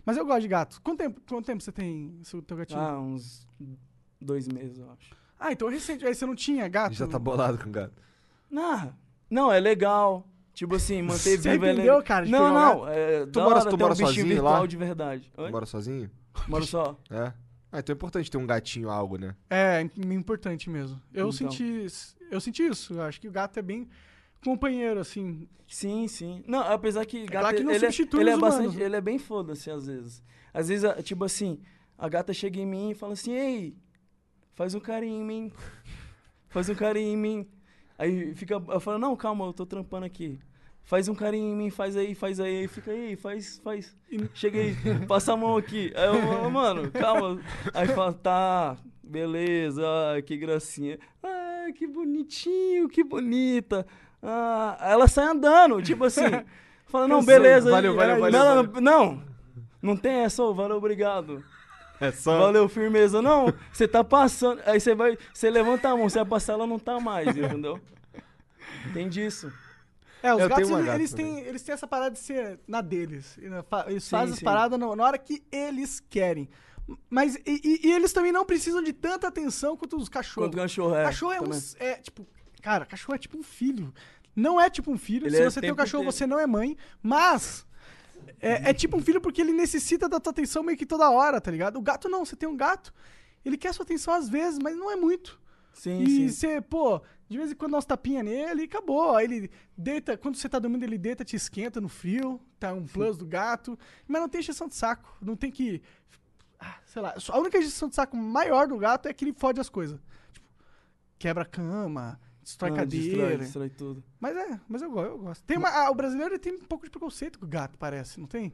Mas eu gosto de gato. Quanto tempo, quanto tempo você tem o teu gatinho? Ah,
Ah, uns dois meses, eu acho.
então é recente. Aí você não tinha gato?
Já tá bolado com o gato.
Ah, não, é legal. Tipo assim, manter
Você
vivo é
entendeu,
legal.
cara, de
Não,
pegar um
não.
Tu
É, da
mora-
hora
tu
ter
mora
um bichinho
sozinho
virtual
lá?
de verdade.
Tu
Oi?
mora sozinho?
Moro só.
É. Ah, então é importante ter um gatinho, algo, né?
É, im- importante mesmo. Eu
Então.
senti eu senti isso. Eu acho que o gato é bem companheiro, assim.
Sim, sim. Não, apesar que gato,
claro que não
ele, é-
substitui
ele
os
é
humanos,
bastante,
né?
ele é bem foda-se às vezes. Às vezes, a- tipo assim, a gata chega em mim e fala assim: "Ei, faz um carinho em mim. Faz um carinho em mim". Aí fica eu falo: "Não, calma, eu tô trampando aqui". Faz um carinho em mim, faz aí, faz aí, aí fica aí, faz, faz. Chega aí, passa a mão aqui. Aí eu, "Ah, mano, calma. Aí fala, tá, beleza, ah, que gracinha. Ah, que bonitinho, que bonita. Ah, aí ela sai andando, tipo assim. Fala, não, beleza.
Valeu,
aí-
valeu,
aí-
valeu,
não,
valeu.
Não, não, não tem essa, ô, valeu, obrigado.
É só.
Valeu, firmeza. Não, você tá passando. Aí você vai, você levanta a mão, você vai passar, ela não tá mais, entendeu? Tem disso.
É, os
Eu
gatos,
tenho uma
eles,
gata
eles têm,
também.
eles têm essa parada de ser na deles. E na- fa- Eles
Sim,
fazem as
sim.
paradas na na hora que eles querem. Mas, e, e- e eles também não precisam de tanta atenção quanto os cachorros.
Quanto cachorro é.
Cachorro é um.
também.
É, tipo. Cara, cachorro é tipo um filho. Não é tipo um filho.
Ele
Se
é
você tem um
tempo
cachorro,
inteiro.
você não é mãe. Mas. É, é tipo um filho porque ele necessita da tua atenção meio que toda hora, tá ligado? O gato não. Você tem um gato. Ele quer sua atenção às vezes, mas não é muito.
Sim,
E
sim.
você, pô, de vez em quando dá umas tapinhas nele e acabou. Aí ele deita, quando você tá dormindo, ele deita, te esquenta no frio, tá um plus do gato. Mas não tem exceção de saco. Não tem que. ah, Sei lá, a única exceção de saco maior do gato é que ele fode as coisas. Tipo, quebra a cama, destrói
Ah,
cadeira.
Destrói, destrói tudo.
Mas é, mas eu, go- eu gosto. Tem uma- ah, o brasileiro ele tem um pouco de preconceito com o gato, parece, não tem?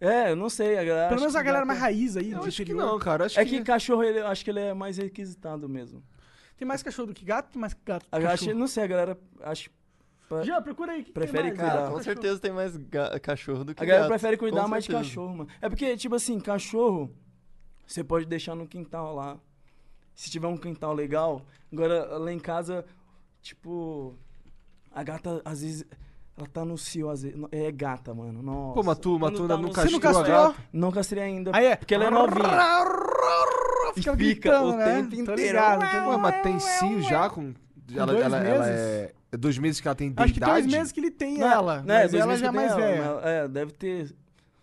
É, eu não sei, a galera.
Pelo
acho
menos
que
a galera
gato-
mais raiz aí,
Eu
de
acho que
interior.
não, cara. Acho
É que cachorro, ele, eu acho que ele é mais requisitado mesmo.
Tem mais cachorro do que gato, tem mais gato. do que
A, acho,
cachorro.
não sei, a galera acho, Pa-
Já, procura aí. o que que tem
Prefere
mais?
cuidar.
Ah, com certeza tem mais ga- cachorro do que
A galera
gato.
prefere cuidar
Tá Com
mais de
certeza.
cachorro, mano. É porque, tipo assim, cachorro, você pode deixar no quintal lá. Se tiver um quintal legal. Agora, lá em casa, tipo. A gata, às vezes. Ela tá no cio, às vezes. É gata, mano. Nossa.
Pô, mas tu, mas
Quando
tu
tá
não
no
Você não
castrou
cio,
a
castrou?
gata?
Não castrei ainda.
Aí é.
Porque ela é novinha.
Fica
E
gritando,
o
né?
tempo
Tô
inteiro.
ligado, tô ligado.
Ué, mas tem cio já com. ela,
dois
ela, ela
meses?
é. é Dois meses que ela tem de
Acho que
idade,
dois meses que ele tem
Não,
ela.
né,
Mas
dois
ela
meses
já é
que eu
mais
tenho ela,
velha.
mas, É, deve ter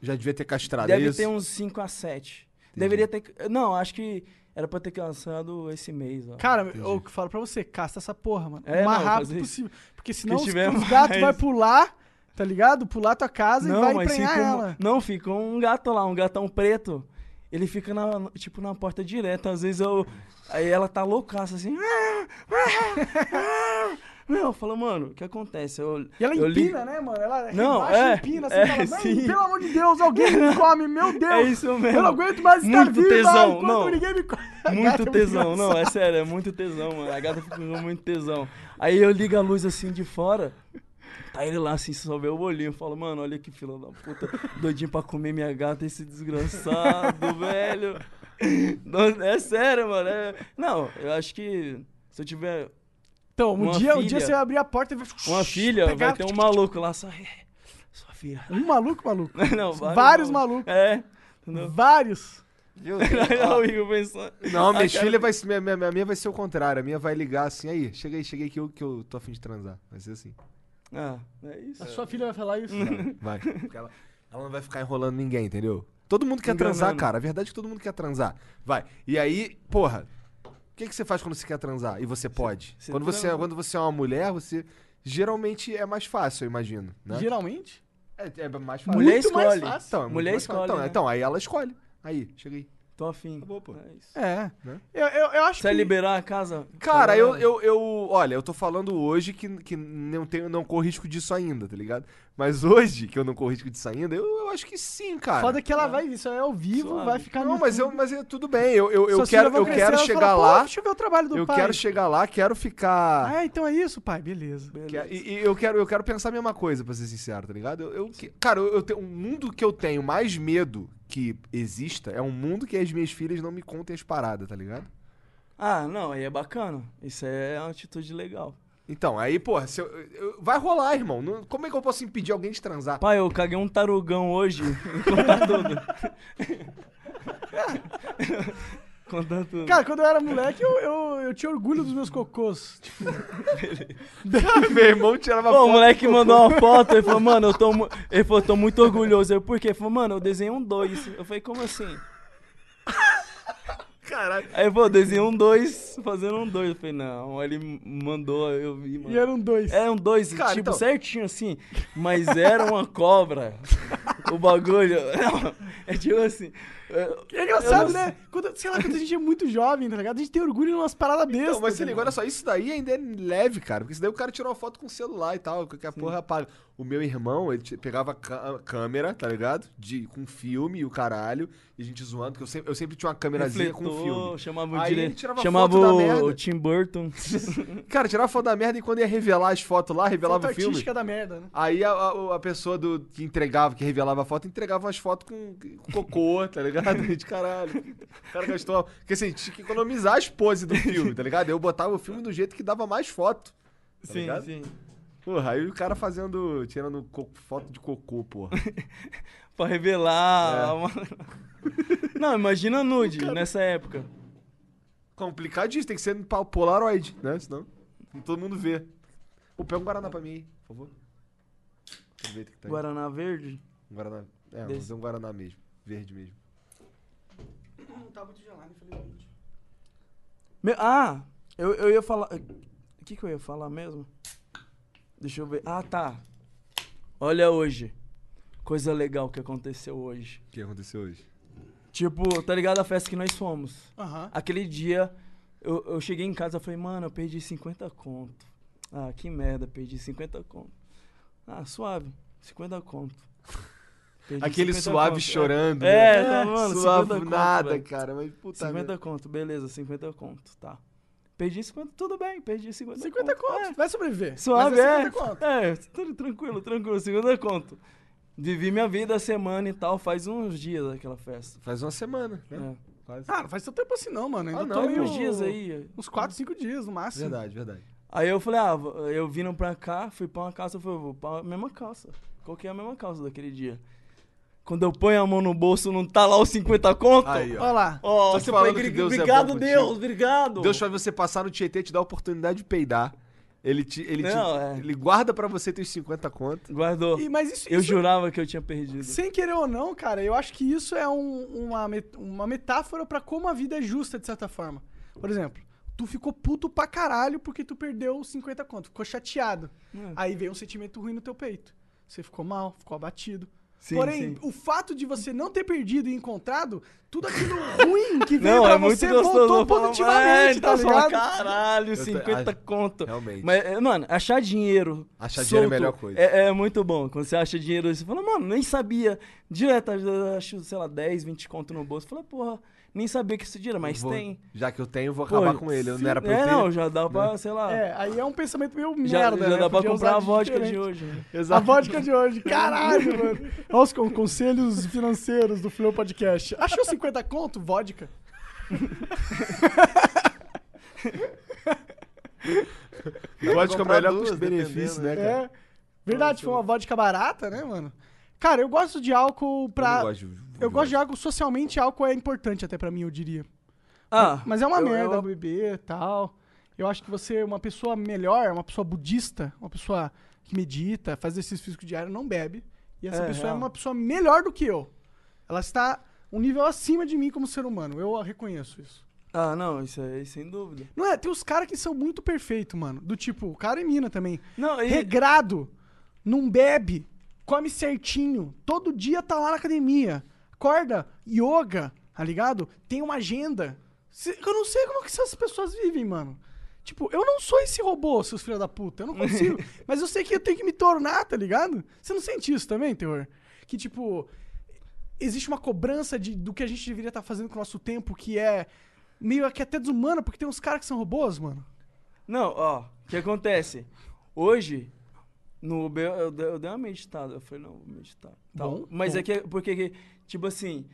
Já devia ter castrado é
Deve
isso.
ter um- uns 5 a 7. Deveria ter. Não, acho que era pra ter cansado esse mês. Ó.
Cara, eu que falo pra você, casta essa porra, mano.
É,
o mais
não, fazer
rápido
isso.
possível. Porque senão os,
tiver
os gatos
mais-
vão pular, tá ligado? Pular tua casa e vai emprenhar
fica um-
ela.
Não, fica um gato lá, um gatão preto. Ele fica na, tipo, na porta direta. Às vezes eu. Aí ela tá loucaça assim. Meu, ah." eu falo, mano, o que acontece? Eu,
E ela
eu
empina,
li-
né, mano? Ela
Não,
rebaixa e
é,
empina, assim,
é,
fala, "Não,
sim.
pelo amor de Deus, alguém me come, meu Deus!
É isso mesmo.
Eu não aguento mais estar
Muito
viva
tesão,
enquanto
não.
ninguém me come. Gato é
Muito
muito
tesão, não, é
engraçado.
sério, é muito tesão, mano. A gata fica com muito tesão. Aí eu ligo a luz assim de fora, tá ele lá assim, só vê o olhinho. Eu falo, mano, olha que fila da puta, doidinho pra comer minha gata, esse desgraçado, velho. Não, É sério, mano. é- Não, eu acho que se eu tiver
Então, um
Uma
dia, um dia
filha.
você vai abrir a porta e vai.
uma filha,
pegar-
vai ter um
tipo?
maluco lá, só. "É, Sua filha.
Um maluco, maluco.
Não,
Vários malucos.
É. Entendeu?
Vários.
Viu?
Aí o Igor pensando.
Não, minha
Ah, cara,
filha vai. se- Minha, minha, minha- minha vai ser o contrário. A minha vai ligar assim, aí, chega aí, chega aí que eu, que eu tô afim de transar. Vai ser assim.
Ah, é isso.
A sua filha vai falar isso.
Vai. Porque ela, ela não vai ficar enrolando ninguém, entendeu? Todo mundo quer
Enganando.
transar, cara. A verdade é que todo mundo quer transar. Vai. E aí, porra, o que, que você faz quando você quer transar? E você pode?
você
quando, você,
transa.
quando você é uma mulher, você. Geralmente é mais fácil, eu imagino. Né?
Geralmente.
É, é mais fácil.
Mulher
Muito mais
escolhe.
Ah, então, é muito
Mulher
mais fácil.
escolhe.
Então,
né?
então, aí ela escolhe. Aí, chega aí.
Tô afim.
Acabou, pô.
É isso.
É.
Né?
Eu, eu, eu acho
Você vai
que.
é liberar a casa?
Cara, eu,
Fala,
eu, eu. Olha, eu tô falando hoje que, que não, tenho, não corro risco disso ainda, tá ligado? Mas hoje que eu não corro risco disso ainda, eu, eu acho que sim, cara.
Foda que ela vai vir, isso é ao vivo,
Suave.
vai ficar
não,
no.
mas, eu, mas é tudo bem. Eu, eu, eu
Suas
quero,
filhas vão
eu
crescer,
quero
elas
chegar
falam, "Pô,
lá.
Deixa eu ver o trabalho do
Eu
pai.
quero chegar lá, quero ficar.
Ah, então é isso, pai, beleza.
beleza.
que- é, E, e eu, quero, eu quero pensar a mesma coisa, pra ser sincero, tá ligado? Eu, eu que- cara, eu, eu tenho, o mundo que eu tenho mais medo que exista é um mundo que as minhas filhas não me contem as paradas, tá ligado?
Ah, não, aí é bacana. Isso é uma atitude legal.
Então, aí, porra, se eu- eu- vai rolar, irmão. Não- como é que eu posso impedir alguém de transar?
Pai, eu caguei um tarugão hoje. Conta tudo. Conta tudo.
Cara, quando eu era moleque, eu, eu, eu tinha orgulho dos meus cocôs. Tipo,
Meu irmão tirava
Pô, o
foto.
moleque mandou uma foto e falou, mano, eu tô, mu- ele falou, tô muito orgulhoso. Eu, por quê? Ele falou, mano, eu desenhei um dois. Eu falei, como assim?
Caralho.
Aí ele falou, desenhei um dois, fazendo um dois. Eu falei, não. Aí ele mandou, eu vi, mano.
e eram dois.
Eram dois,
Cara,
tipo,
então-
certinho assim, mas era uma cobra. o bagulho. Não, é tipo assim.
E é engraçado, né? Quando, sei lá, quando a gente é muito jovem, tá ligado? A gente tem orgulho de umas paradas bestas.
Não, Então, mas se
tá
liga, olha só, isso daí ainda é leve, cara. Porque isso daí o cara tirou uma foto com o celular e tal, que a porra apaga. O meu irmão, ele ti- pegava a cã- a câmera, tá ligado? De, com filme e o caralho. E a gente zoando, que eu sempre, eu sempre tinha uma câmerazinha com
Refletor,
filme.
chamava o
Aí ele
direito.
tirava
Chamava
foto da
o,
merda.
Tim Burton.
Cara, tirava foto da merda e quando ia revelar as fotos lá,
Foto
revelava o filme.
artística da merda, né?
Aí a, a- a pessoa do, que entregava, que revelava a foto, entregava umas fotos com, com cocô, tá ligado? De caralho. O cara gastou. Porque assim, tinha que economizar as poses do filme, tá ligado? Eu botava o filme do jeito que dava mais foto. Tá
sim,
ligado?
sim.
Porra, aí o cara fazendo. tirando co- foto de cocô, porra.
Pra revelar. uma- Não, imagina nude nessa época.
Complicadíssimo, tem que ser pa- Polaroid, né? Senão. Todo mundo vê. Pô, pega um Guaraná pra mim aí, por favor. Aproveita que tá aí.
Guaraná Verde.
Um Guaraná. É, vou
Desse.
fazer um Guaraná mesmo. Verde mesmo.
Não tá muito gelado, infelizmente.
Me- Ah, eu, eu ia falar. O que, que eu ia falar mesmo? Deixa eu ver. Ah, tá. Olha hoje. Coisa legal que aconteceu hoje.
O que aconteceu hoje?
Tipo, tá ligado a festa que nós fomos?
Aham.
Aquele dia, eu, eu cheguei em casa e falei, mano, eu perdi 50 conto. Ah, que merda, perdi 50 conto. Ah, suave, 50 conto. Perdi
Aquele
50
suave
conto.
chorando.
É,
né?
tá, mano,
suave
50 conto,
nada,
velho.
tá cara. Mas puta
50
merda.
conto, beleza, 50 conto, tá. Perdi 50, tudo bem, perdi 50
50
conto.
contos, vai sobreviver.
É, suave,
mas é
é.
50 conto.
É, tudo tranquilo, tranquilo, 50 conto. Vivi minha vida a semana e tal, faz uns dias aquela festa.
Faz uma semana, né?
É.
Faz.
Ah, não faz tanto tempo assim não, mano. Ainda
Ah, não,
tô meio...
Uns dias aí.
Uns 4, 5 dias no máximo.
Verdade, verdade.
Aí eu falei, ah, vo- eu vindo pra cá, fui pra uma calça, eu falei, eu vou pra mesma calça. Qual que é a mesma calça daquele dia? Quando eu ponho a mão no bolso, não tá lá os 50 conto?
Aí, ó.
Olha lá.
Ó,
Tô te
você foi
falando
gri-
que Deus é
obrigado,
bom contigo.
Deus, obrigado.
Deus faz você passar no Tietê e te dá a oportunidade de peidar. Ele, te, ele, te-
Não, é.
ele guarda pra você teus 50 conto.
Guardou.
E, mas isso,
Eu
isso-
jurava que eu tinha perdido.
Sem querer ou não, cara, eu acho que isso é um- uma, met- uma metáfora pra como a vida é justa, de certa forma. Por exemplo, tu ficou puto pra caralho porque tu perdeu os 50 conto, ficou chateado. Aí veio um sentimento ruim no teu peito. Você ficou mal, ficou abatido.
Sim,
Porém,
sim.
o fato de você não ter perdido e encontrado, tudo aquilo ruim que veio
Não,
pra
é muito
você
gostoso.
voltou
falar, "Ah, é, então
positivamente,
"Ai,
tá
você fala,
ligado?
Caralho,
tô-
50
ah,
conto.
realmente.
Mas, é, mano, achar dinheiro.
Achar dinheiro é a
solto
melhor coisa.
É, é muito bom. Quando você acha dinheiro, você fala, mano, nem sabia. Direto, eu acho, sei lá, 10, 20 conto no bolso. Fala, porra, nem sabia que isso dinheiro, mas
Vou-
tem.
Já que eu tenho, eu vou
Pô,
acabar com ele. Eu
sim.
não era pra né? eu
É,
ter.
não, já dá pra, sei lá.
É, aí é um pensamento meio
já
merda,
já
né?
dá pra
Podia
comprar
usar
a vodka de
diferente.
hoje. né?
A vodka de hoje. Caralho, mano. Olha os con- conselhos financeiros do Flow Podcast. Achou 50 conto? Vodka.
Vodka é o
comprar
melhor
duas,
custo-benefício, né,
dependendo,
cara?
É. Verdade, foi uma vodka barata, né, mano? Cara, eu gosto de álcool pra.
Eu não gosto de-
eu gosto de álcool socialmente, álcool é importante até pra mim, eu diria.
Ah,
Mas é uma
eu-
merda
eu-
beber e tal. Eu acho que você é uma pessoa melhor, uma pessoa budista, uma pessoa que medita, faz exercício físico diário, não bebe. E essa
É,
pessoa é
real.
uma pessoa melhor do que eu. Ela está um nível acima de mim como ser humano. Eu a reconheço isso.
Ah, não, isso aí, sem dúvida.
Não é? Tem os caras que são muito perfeitos, mano. Do tipo, o cara é mina também.
Não, e-
Regrado, não bebe, come certinho, todo dia tá lá na academia. Acorda, yoga, tá ligado? Tem uma agenda. Se- Eu não sei como que essas pessoas vivem, mano. Tipo, eu não sou esse robô, seus filhos da puta. Eu não consigo. mas eu sei que eu tenho que me tornar, tá ligado? Você não sente isso também, Teor? Que tipo, existe uma cobrança de, do que a gente deveria estar fazendo com o nosso tempo que é meio que até desumana, porque tem uns caras que são robôs, mano.
Não, ó, o que acontece? Hoje, no Uber, eu, de- eu dei uma meditada. Eu falei, não, vou meditar. tal.
Bom,
Mas
bom.
é que, porque, que, tipo assim,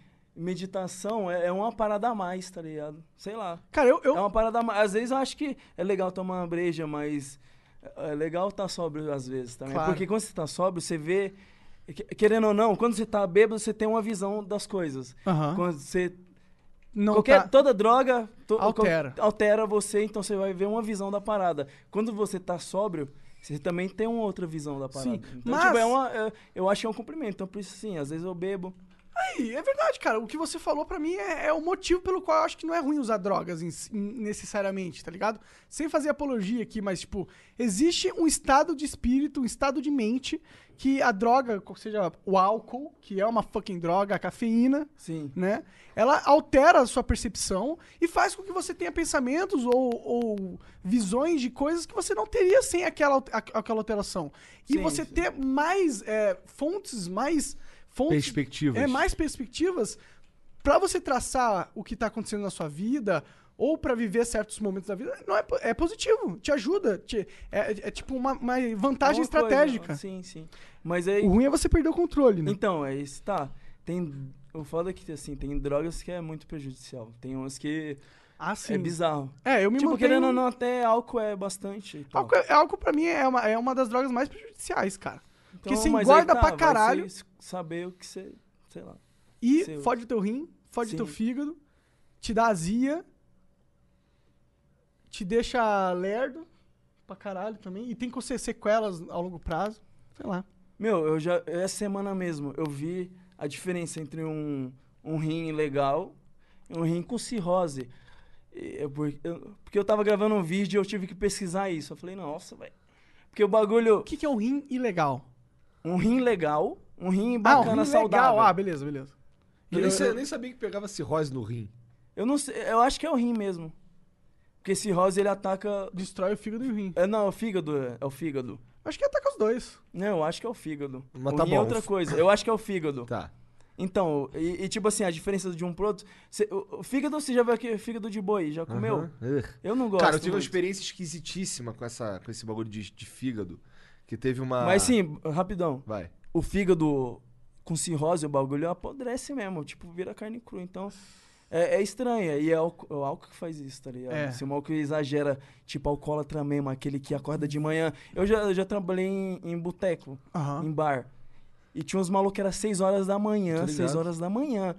meditação é, é uma parada a mais, tá ligado? Sei lá.
Cara, eu. eu
É uma parada a mais. Às vezes eu acho que é legal tomar uma breja, mas é legal estar tá sóbrio às vezes também.
Claro.
Porque quando você tá sóbrio, você vê. que- Querendo ou não, quando você tá bêbado, você tem uma visão das coisas.
Aham.
Quando você
não
Qualquer,
tá-
Toda droga to-
Altera.
qual- altera você, então você vai ver uma visão da parada. Quando você tá sóbrio, você também tem uma outra visão da parada.
Sim,
Então,
mas-
tipo, é uma, é- eu acho que é um cumprimento. Então, por isso, sim, às vezes eu bebo.
Aí, é verdade, cara. O que você falou pra mim é, é o motivo pelo qual eu acho que não é ruim usar drogas em- em- necessariamente, tá ligado? Sem fazer apologia aqui, mas, tipo, existe um estado de espírito, um estado de mente que a droga, ou seja, o álcool, que é uma fucking droga, a cafeína,
Sim.
né? Ela altera a sua percepção e faz com que você tenha pensamentos ou, ou visões de coisas que você não teria sem aquela, al- a- aquela alteração. E
Sim,
você
sim.
ter mais é, fontes, mais fontes,
Perspectivas.
É, mais perspectivas pra você traçar o que tá acontecendo na sua vida ou pra viver certos momentos da vida, não é, po- é positivo, te ajuda, te- é, é- é tipo uma, uma vantagem
Uma coisa, né?
estratégica.
sim, sim. Mas aí.
o ruim é você perder o controle, né?
Então, é isso, tá. Tem. O foda é que, assim, tem drogas que é muito prejudicial. Tem umas que
Ah, sim.
é bizarro.
É, eu me
tipo,
mantenho...
querendo ou não, até álcool é bastante. e tal.
Álcool, é- álcool pra mim é uma, é uma das drogas mais prejudiciais, cara.
Então,
que se
mas aí
engorda
tá,
pra
vai
caralho.
se- Saber o que você. Sei lá.
E
Seu-
fode teu rim, fode
Sim.
teu fígado, te dá azia, te deixa lerdo pra caralho também. E tem que ser sequelas a longo prazo. Sei lá.
Meu, eu já. Essa semana mesmo, eu vi a diferença entre um, um rim legal e um rim com cirrose. E eu- por- eu- porque eu tava gravando um vídeo e eu tive que pesquisar isso. Eu falei, nossa, velho. Porque o bagulho.
O que, que é um rim ilegal?
Um rim legal, um rim
Ah, um
bacana,
rim
saudável.
legal. Ah, beleza, beleza.
Eu nem,
Eu-
sei- nem sabia que pegava cirrose no rim.
Eu não sei, eu acho que é o rim mesmo. Porque cirrose ele ataca.
Destrói o fígado e o rim.
É, não, é o fígado, é, é o fígado.
Acho que ataca os dois.
Não, eu acho que é o fígado.
Mas
o
tá
rim
bom.
é outra coisa. Eu acho que é o fígado.
Tá.
Então, e, e tipo assim, a diferença de um pro outro. cê- o, o fígado você já viu aqui, fígado de boi, já comeu?
Aham. Ugh.
Eu não gosto.
Cara, eu tive uma
muito.
experiência esquisitíssima com, essa, com esse bagulho de, de fígado. Que teve uma.
Mas sim, rapidão.
Vai.
O fígado com cirrose, o bagulho apodrece mesmo, tipo, vira carne crua. Então, é, é estranho. E é o, é o álcool que faz isso, tá ligado?
É.
Se o álcool exagera, tipo, alcoólatra mesmo, aquele que acorda de manhã. Eu já, eu já trabalhei em, em boteco.
Aham.
em bar. E tinha uns malucos que era 6 horas da manhã, 6 horas da manhã.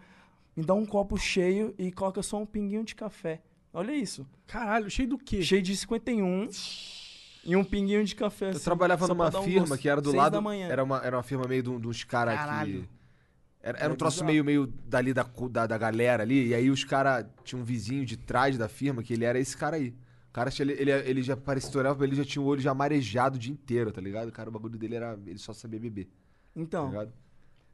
Me dá um copo cheio e coloca só um pinguinho de café. Olha isso.
Caralho, cheio do quê?
Cheio de 51 e um pinguinho de café.
Eu
assim,
trabalhava
só
numa
pra dar um
firma
gosto.
que era do
Seis
lado.
da manhã.
Era, uma, era uma firma meio de, um- de uns caras que.
Caralho.
Era, era um
É
troço
bizarro.
meio, meio dali da, cu- da, da galera ali. E aí os caras. Tinha um vizinho de trás da firma que ele era esse cara aí. O cara, ele, ele, ele já parecia, tu olhava pra ele já tinha o olho já amarejado o dia inteiro, tá ligado? Cara, o bagulho dele era. Ele só sabia beber, tá
Então.
ligado?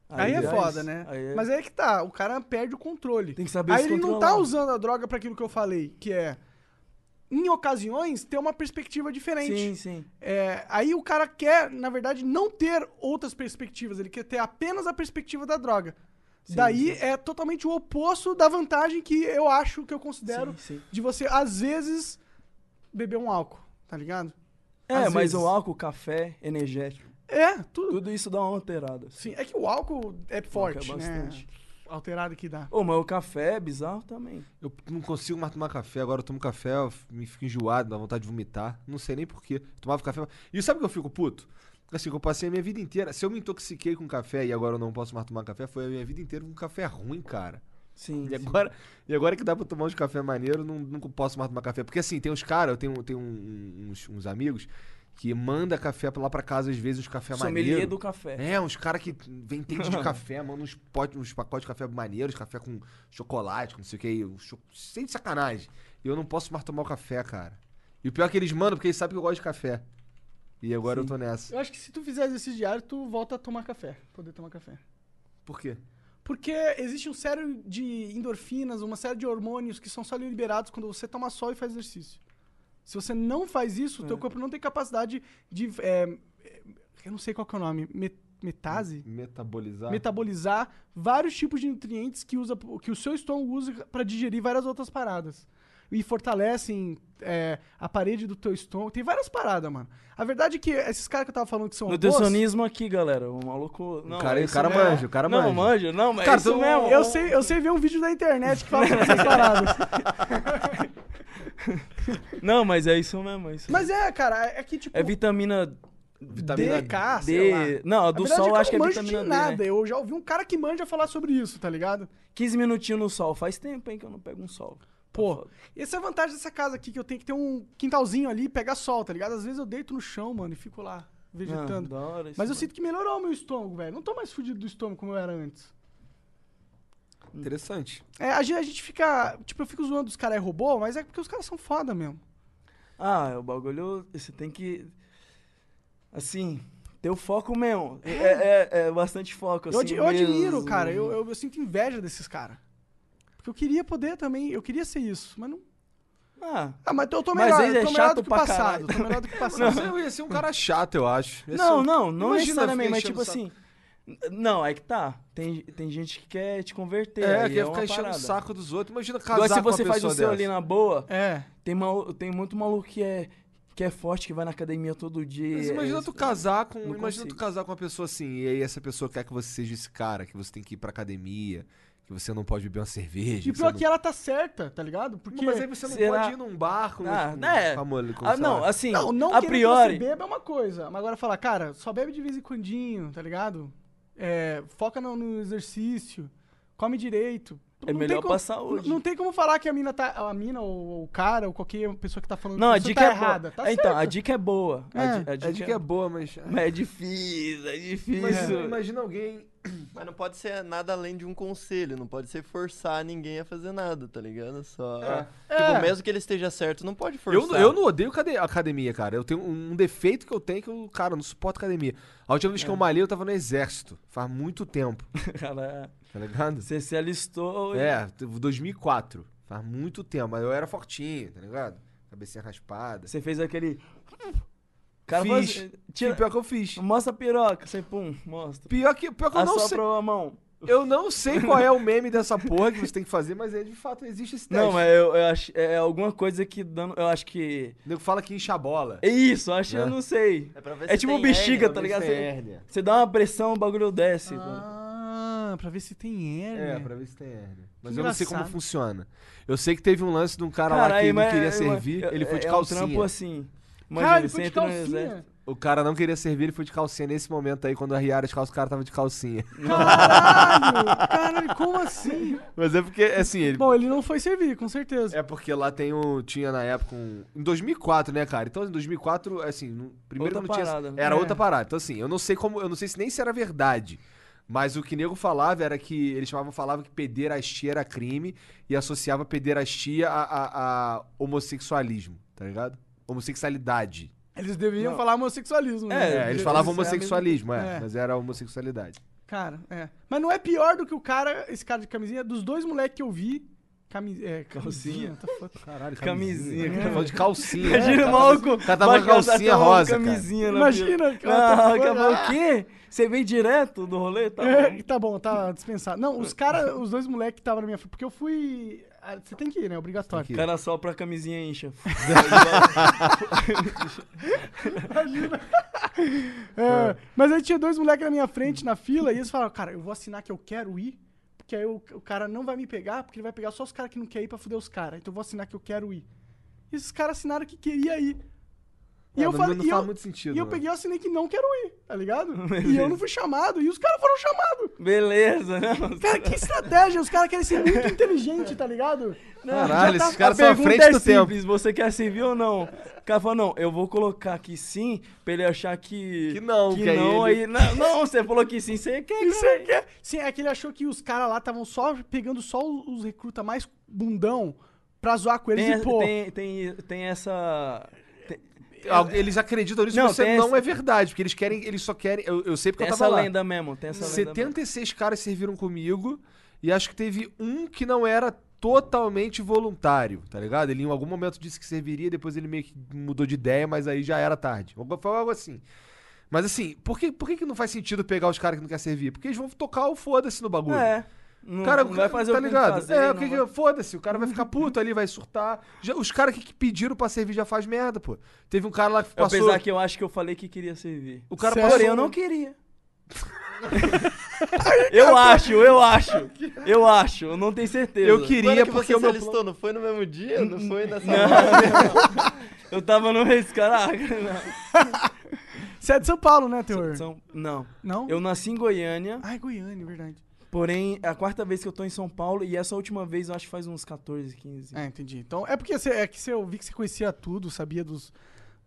Aí, é
já
foda,
isso.
né?
Aí é-
Mas é que tá, o cara perde o controle.
Tem que saber
Aí
se
ele não tá
controlar.
usando a droga pra aquilo que eu falei, que é, em ocasiões, ter uma perspectiva diferente.
Sim, sim.
É, aí o cara quer, na verdade, não ter outras perspectivas, ele quer ter apenas a perspectiva da droga.
Sim,
Daí
sim.
é totalmente o oposto da vantagem que eu acho que eu considero
Sim, sim.
de você, às vezes, beber um álcool, tá ligado?
É,
Às
mas
vezes.
o álcool, café, energético,
É, tudo.
tudo isso dá uma alterada. assim.
Sim, é que o álcool é forte, né?
bastante.
Alterado que dá.
Ô, mas o café é bizarro também.
Eu não consigo mais tomar café, agora eu tomo café, eu f- me fico enjoado, dá vontade de vomitar. Não sei nem porquê. Tomava café. mas- E sabe que eu fico puto? Assim, que eu passei a minha vida inteira. Se eu me intoxiquei com café e agora eu não posso mais tomar café, foi a minha vida inteira com café ruim, cara.
Sim.
E
sim.
agora, e agora que dá pra tomar uns café maneiro, não, nunca posso mais tomar café. Porque assim, tem uns caras, eu tenho, tenho um- uns, uns amigos que manda café pra lá pra casa, às vezes, uns café
Sommelier
é maneiro.
do café.
É, uns caras que vem tente de café, manda uns, pote, uns pacotes de café maneiros, café com chocolate, com não sei o que, um cho- sem sacanagem. E eu não posso mais tomar o café, cara. E o pior é que eles mandam, porque eles sabem que eu gosto de café. E agora eu tô nessa.
Eu acho que se tu fizer exercício diário, tu volta a tomar café. Poder tomar café.
Por quê?
Porque existe um série de endorfinas, uma série de hormônios que são só liberados quando você toma sol e faz exercício. Se você não faz isso, o teu corpo não tem capacidade de. é, é, eu não sei qual que é o nome. me- Metase?
Tá.
Metabolizar.
metabolizar vários tipos de nutrientes que, usa, que o seu estômago usa para digerir várias outras paradas. E fortalecem é, a parede do teu estômago. Tem várias paradas, mano. A verdade é que esses caras que eu tava falando que são robôs...
Nutricionismo aqui, galera. O maluco. Não,
O cara-
é
o
isso
cara
mesmo.
manja, o cara
Não,
manja.
manja, não, mas
Cara,
é isso
tu-
mesmo.
Eu sei, eu sei ver um vídeo da internet que fala sobre essas paradas.
Não, mas é isso mesmo, é isso
Mas
mesmo.
é, cara, é que tipo...
é vitamina
Vitamina
D, K, Ah, sei lá.
D. Não, a do
verdade
sol eu
eu
acho que é
não manjo
vitamina
de
D.
nada.
né?
Eu já ouvi um cara que manja falar sobre isso, tá ligado?
15 minutinhos no sol. Faz tempo, hein, que eu não pego um sol.
Pô, essa é a vantagem dessa casa aqui, que eu tenho que ter um quintalzinho ali e pegar sol, tá ligado? Às vezes eu deito no chão, mano, e fico lá,
não,
vegetando.
da hora Ah, isso,
Mas eu
mano.
sinto que melhorou o meu estômago, velho. Não tô mais fudido do estômago como eu era antes.
Interessante.
É, a gente, a gente fica. Tipo, eu fico zoando os caras é robô, mas é porque os caras são foda mesmo.
Ah, o bagulho. Você tem que. Assim. Ter o foco mesmo. É, é, é bastante foco.
Eu,
assim,
ad- eu admiro,
mesmo.
cara. Eu, eu, eu sinto inveja desses caras. Porque eu queria poder também, eu queria ser isso, mas não.
Ah,
Ah, mas eu tô
Mas
melhor,
aí
eu
é
tô melhor
chato
do que o
pra
passado.
caralho.
Eu tô melhor do que o
Não,
passado.
mas eu ia ser um cara chato, eu acho. Ia ser
Não,
um-
não, não
Imagina,
necessariamente,
fica
mas
enchendo
tipo
o saco.
assim. n- Não, é que tá. Tem, tem gente que quer te converter.
É,
aí
quer
uma
ficar enchendo
parada.
o saco dos outros. Imagina casar
Agora, se
com uma
você faz o
pessoa
seu
dessa.
ali na boa,
É.
tem, mal, tem muito maluco que é, que é forte, que vai na academia todo dia.
Mas
é-
imagina
é-
tu casar com.
não
Imagina tu
consigo.
casar com uma pessoa assim, e aí essa pessoa quer que você seja esse cara, que você tem que ir pra academia, que você não pode beber uma cerveja.
E pior
você
que ela tá certa, tá ligado? Porque.
não... Mas
é
aí você não
será-
pode ir num bar com
Ah,
com-
né?
com a mulher, com,
Ah,
sei
não,
lá.
assim,
Não, não
a
querer
priori.
que você beba é uma coisa. Mas agora falar, cara, só bebe de vez em quando, tá ligado? É, foca no, no exercício, come direito.
É
Não
melhor
tem
pra saúde.
Não tem como falar que a mina tá. A mina, ou, o cara, ou qualquer pessoa que tá falando
Não, a
isso
dica
tá
é
errada.
boa.
Tá
É, então, a
certa.
dica é boa. A
É,
di-
A dica é boa, mas.
Mas é difícil, é
Mas
difícil.
imagina alguém.
Mas não pode ser nada além de um conselho, não pode ser forçar ninguém a fazer nada, tá ligado? Só. Tipo,
É.
mesmo que ele esteja certo, não pode forçar.
Eu, eu não odeio cade- academia, cara. Eu tenho um um defeito que eu tenho que eu, cara, eu não suporto academia. A última vez que eu malhei, eu tava no exército. Faz muito tempo,
Cara,
tá ligado?
você se alistou. e-
É, t- 2004. Faz muito tempo, mas eu era fortinho, tá ligado? Cabecinha raspada.
Você fez aquele. Cara,
Fiz.
faz-
Sim,
tira-
pior que eu fiz.
Mostra a piroca. Você, pum, mostra.
Pior que, pior que eu não sei.
Assopra a mão.
Eu não sei qual é o meme dessa porra que você tem que fazer, mas é, de fato existe esse teste.
Não, mas eu, eu acho. É alguma coisa que dando. Eu acho que.
O nego fala que incha a bola.
É isso, eu acho que eu não sei.
É pra ver
É
se
tipo
tem
bexiga,
hérnia,
tá
pra ver
ligado?
se
tem
Você-
hérnia.
Você dá uma pressão, o bagulho desce. mano.
Ah, pra ver se tem
É,
hérnia.
pra ver se tem hérnia. Mas
Que
eu não sei como
engraçado.
funciona. Eu sei que teve um lance de um cara lá que
Caralho,
ele não
mas-
queria
mas-
servir, ele foi de
é
calcinha.
um trampo assim. Imagina,
Cara, ele
você
foi de
entra no
calcinha.
exército.
O cara não queria servir, ele foi de calcinha nesse momento aí, quando arriaram as calças, o cara tava de calcinha.
Caralho, caralho, como assim?
Mas é porque, assim, ele.
Bom, ele não foi servir, com certeza.
É porque lá tem um. Tinha na época um. Em 2004, né, cara? Então, em 2004, assim, no- primeiro
Outra
não tinha.
parada. né?
Era
É.
outra parada. Então, assim, eu não sei como. Eu não sei se nem se era verdade. Mas o que nego falava era que. Eles chamavam, falavam que pederastia era crime e associava pederastia a, a- a homossexualismo, tá ligado? Homossexualidade.
Eles deveriam
Não.
falar homossexualismo.
É,
É,
né?
eles
Isso
falavam
é a mesma-
homossexualismo, é,
É.
mas era homossexualidade.
Cara, é. Mas não é pior do que o cara, esse cara de camisinha, dos dois moleques que eu vi. Cami... É,
Calcinha.
camisinha. tá foda.
Caralho,
Camisinha,
Tá
cara.
falando de calcinha. É,
Imagina
cara.
o maluco.
cara tava com
vai calçar
calcinha
até uma
rosa, cara.
Camisinha na
Imagina,
pia.
cara.
Ah,
tá foda.
acabou o quê? Você vem direto do rolê? Tá bom.
É, tá bom, tá dispensado. Não, os caras, os dois moleques que estavam na minha frente, porque eu fui. ah, Você tem que ir, né? Obrigatório.
O cara só pra camisinha incha.
É, Mas aí tinha dois moleques na minha frente, na fila, e eles falaram, cara, eu vou assinar que eu quero ir, porque aí o, o cara não vai me pegar, porque ele vai pegar só os caras que não querem ir pra fuder os caras. Então eu vou assinar que eu quero ir. E esses caras assinaram que queria ir. E
É,
eu
mas
falei,
não
e
faz
eu,
muito sentido,
e eu
né?
peguei e assinei que não quero ir, tá ligado? e eu não fui chamado, e os caras foram chamados.
Beleza, né? Os
Cara, que estratégia! Os caras querem ser muito inteligentes, tá ligado? tá-
Caralho, esses caras
a
são à
pergunta
frente
é
do tempo.
simples, Você quer servir ou não? O cara falou, não, eu vou colocar que sim, pra ele achar que.
Que não,
que
que aí
não.
ele-
Aí, não, não, você falou que sim, você quer.
Isso
cara.
é que é- Sim, é que ele achou que os caras lá estavam só pegando só os recruta mais bundão pra zoar com eles
Tem,
e pô.
tem, tem, tem essa. Tem,
Ah, Eles acreditam nisso,
Não,
mas isso
tem
não
essa-
é verdade, porque eles querem, eles só querem. Eu, eu sei porque
tem
eu
essa
tava lá.
lenda é mesmo, tem essa lenda. mesmo.
76 caras serviram comigo e acho que teve um que não era totalmente voluntário, tá ligado? Ele em algum momento disse que serviria, depois ele meio que mudou de ideia, mas aí já era tarde. Algo- Foi algo assim. Mas assim, por que, por que, que não faz sentido pegar os caras que não querem servir? Porque eles vão tocar o foda-se no bagulho.
É. Não,
Cara,
não
o cara-
vai fazer
tá
o que tem que
ligado?
fazer,
é,
não
o que que-
vai-
foda-se, o cara vai ficar puto ali, vai surtar. Já- os caras que, que pediram pra servir já faz merda, pô. Teve um cara lá que passou.
Apesar que eu acho que eu falei que queria servir.
O cara
Sério?
Porém,
passou.
eu não queria. eu acho, eu acho. Eu acho, eu não tenho certeza.
Eu
Quando é
queria
que
porque
você
o
se
meu
alistou? Não foi no mesmo dia? Não foi nessa
Eu tava no res, caraca. Não.
Você é de São Paulo, né, Teor?
São- não.
Não?
Eu nasci em Goiânia,
Ai, Goiânia, verdade.
porém é a quarta vez que eu tô em São Paulo e essa última vez eu acho que faz uns 14, 15.
Ah, entendi. Então, é porque você, é que você, eu vi que você conhecia tudo, sabia dos.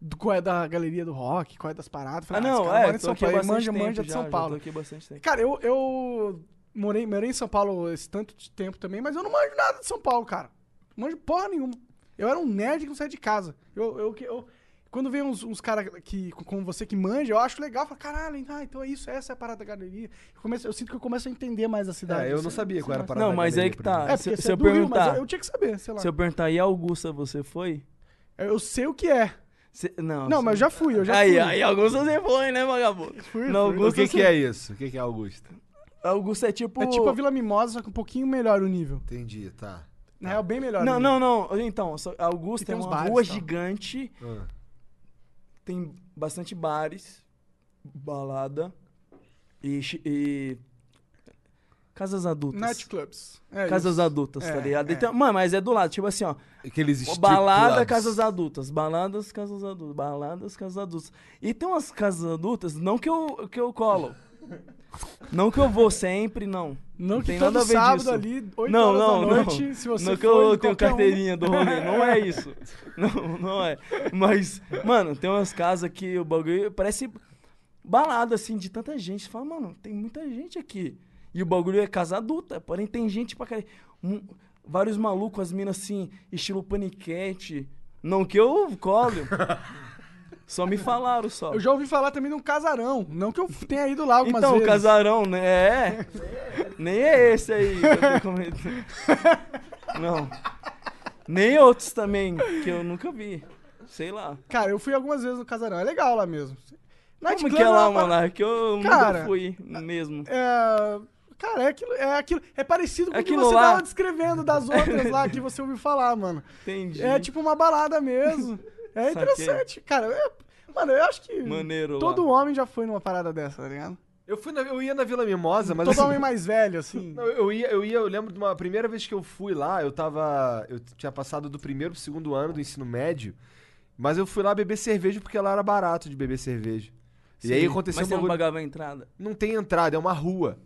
Do, qual é da galeria do rock, qual é das paradas.
Ah,
Falei, esse
não,
cara mora
é,
em
eu tô
São
aqui
Paulo.
há
Ele
bastante
manja,
tempo
manja
já,
de
já
São
tô
Paulo.
aqui há bastante tempo.
Cara, eu, eu morei, morei em São Paulo esse tanto de tempo também, mas eu não manjo nada de São Paulo, cara. Não manjo porra nenhuma. Eu era um nerd que não saía de casa. Eu, eu, que- eu- quando vem uns, uns caras que, como você que manja, eu acho legal. Eu falo, caralho, ah, então é isso, essa é a parada da galeria. Eu, começo, eu sinto que eu começo a entender mais a cidade.
É, eu não
sei-
sabia qual
sei
era a
mais.
parada.
Não,
da
mas
galeria
aí que
pra mim.
tá.
É,
se,
porque
se
você é
eu
do Rio,
perguntar,
mas eu, eu tinha que saber, sei lá.
se eu perguntar, e Augusta você foi?
Eu sei o que é.
Cê- não.
Não,
cê-
mas eu já fui, eu já
Aí,
fui.
aí, Augusta você foi, né, vagabundo?
Fui,
Não,
fui.
O
Augusta
que, que é isso? O que, que é Augusta?
Augusta é tipo.
É tipo a Vila Mimosa, só que um pouquinho melhor o nível.
Entendi, tá.
Na real, bem melhor. o
Não,
nível.
não, não. Então, só-
E
Augusta
tem
é
uns
uma
bares então. Ah.
rua
e tal.
gigante, tem bastante bares, balada e. chi- e casas adultas.
Nightclubs. É
casas
isso.
adultas, tá
É,
ligado?
é.
Então, mano, mas é do lado, tipo assim, ó.
Aqueles strip
balada,
clubs.
casas adultas. Baladas, casas adultas. Baladas, casas adultas. E tem umas casas adultas, não que eu, que eu colo. não que eu vou sempre, não.
Não, que
tem
todo
nada a ver
sábado
disso.
ali, 8
não,
horas
não,
da noite,
não.
se você
não que
for
eu tenho
em qualquer um.
carteirinha do rolê, não é isso. Não, não é. Mas, mano, tem umas casas que o bagulho parece balada, assim, de tanta gente. Você fala, mano, tem muita gente aqui. E o bagulho é casa adulta, porém tem gente pra caralho. Mu- Vários malucos, as minas assim, estilo paniquete. Não que eu colho. só me falaram só.
Eu já ouvi falar também de um casarão. Não que eu tenha ido lá algumas
Então, o
vezes.
casarão, né? É. Nem é esse aí que eu tô comentando. Não. Nem outros também, que eu nunca vi. Sei lá.
Cara, eu fui algumas vezes no casarão. É legal lá mesmo.
Como
Nightclub
que é
uma
lá,
parada-
mano? Que eu
Cara,
nunca fui mesmo.
É, Cara, é aquilo, é aquilo. É parecido com o que
Aquilo
você
lá.
tava descrevendo das outras lá que você ouviu falar, mano.
Entendi.
É tipo uma balada mesmo. É
Saquei.
interessante. Cara, é- mano, eu acho que
Maneiro lá.
todo homem já foi numa parada dessa, tá ligado?
Eu, fui na- eu ia na Vila Mimosa, mas.
todo
assim,
homem mais velho, assim.
Não, eu ia, eu ia, eu lembro de uma a primeira vez que eu fui lá, eu tava. Eu tinha passado do primeiro pro segundo ano do ensino médio, mas eu fui lá beber cerveja porque lá era barato de beber cerveja. E aí aconteceu um
Mas você não
bagulho.
pagava a entrada.
Não tem entrada, é uma rua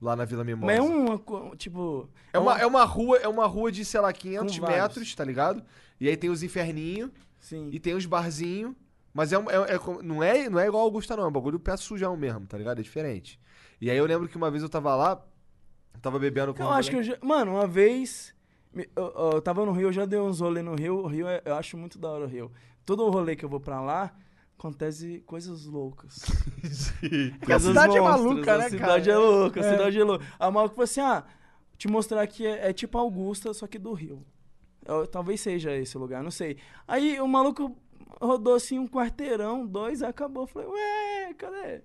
lá na Vila Mimosa.
Mas é uma, co- tipo...
É uma, é uma rua, é uma rua de, sei lá, 500
Com vários.
metros, tá ligado? E aí tem os inferninhos
Sim.
e tem os barzinhos. Mas é, um- é- é com- não, é, não é igual Augusta, não. É um bagulho pé sujão mesmo, tá ligado? É diferente. E aí eu lembro que uma vez eu tava lá, eu tava bebendo com um
Eu
uma
acho que
mulher-
eu já... Mano, uma vez... me- Eu, eu- eu tava no Rio, eu já dei uns rolê no Rio. O Rio, é- eu acho muito da hora o Rio. Todo rolê que eu vou pra lá, acontece coisas loucas.
Porque a
Coisas
cidade é
monstras,
maluca, né,
A cidade
cara?
é louca, a cidade é louca. A maluca falou assim, ah, te mostrar que é, é tipo Augusta, só que do Rio. Eu- talvez seja esse lugar, não sei. Aí o maluco rodou assim um quarteirão, dois, aí acabou. Eu Falei, ué, cadê?
É,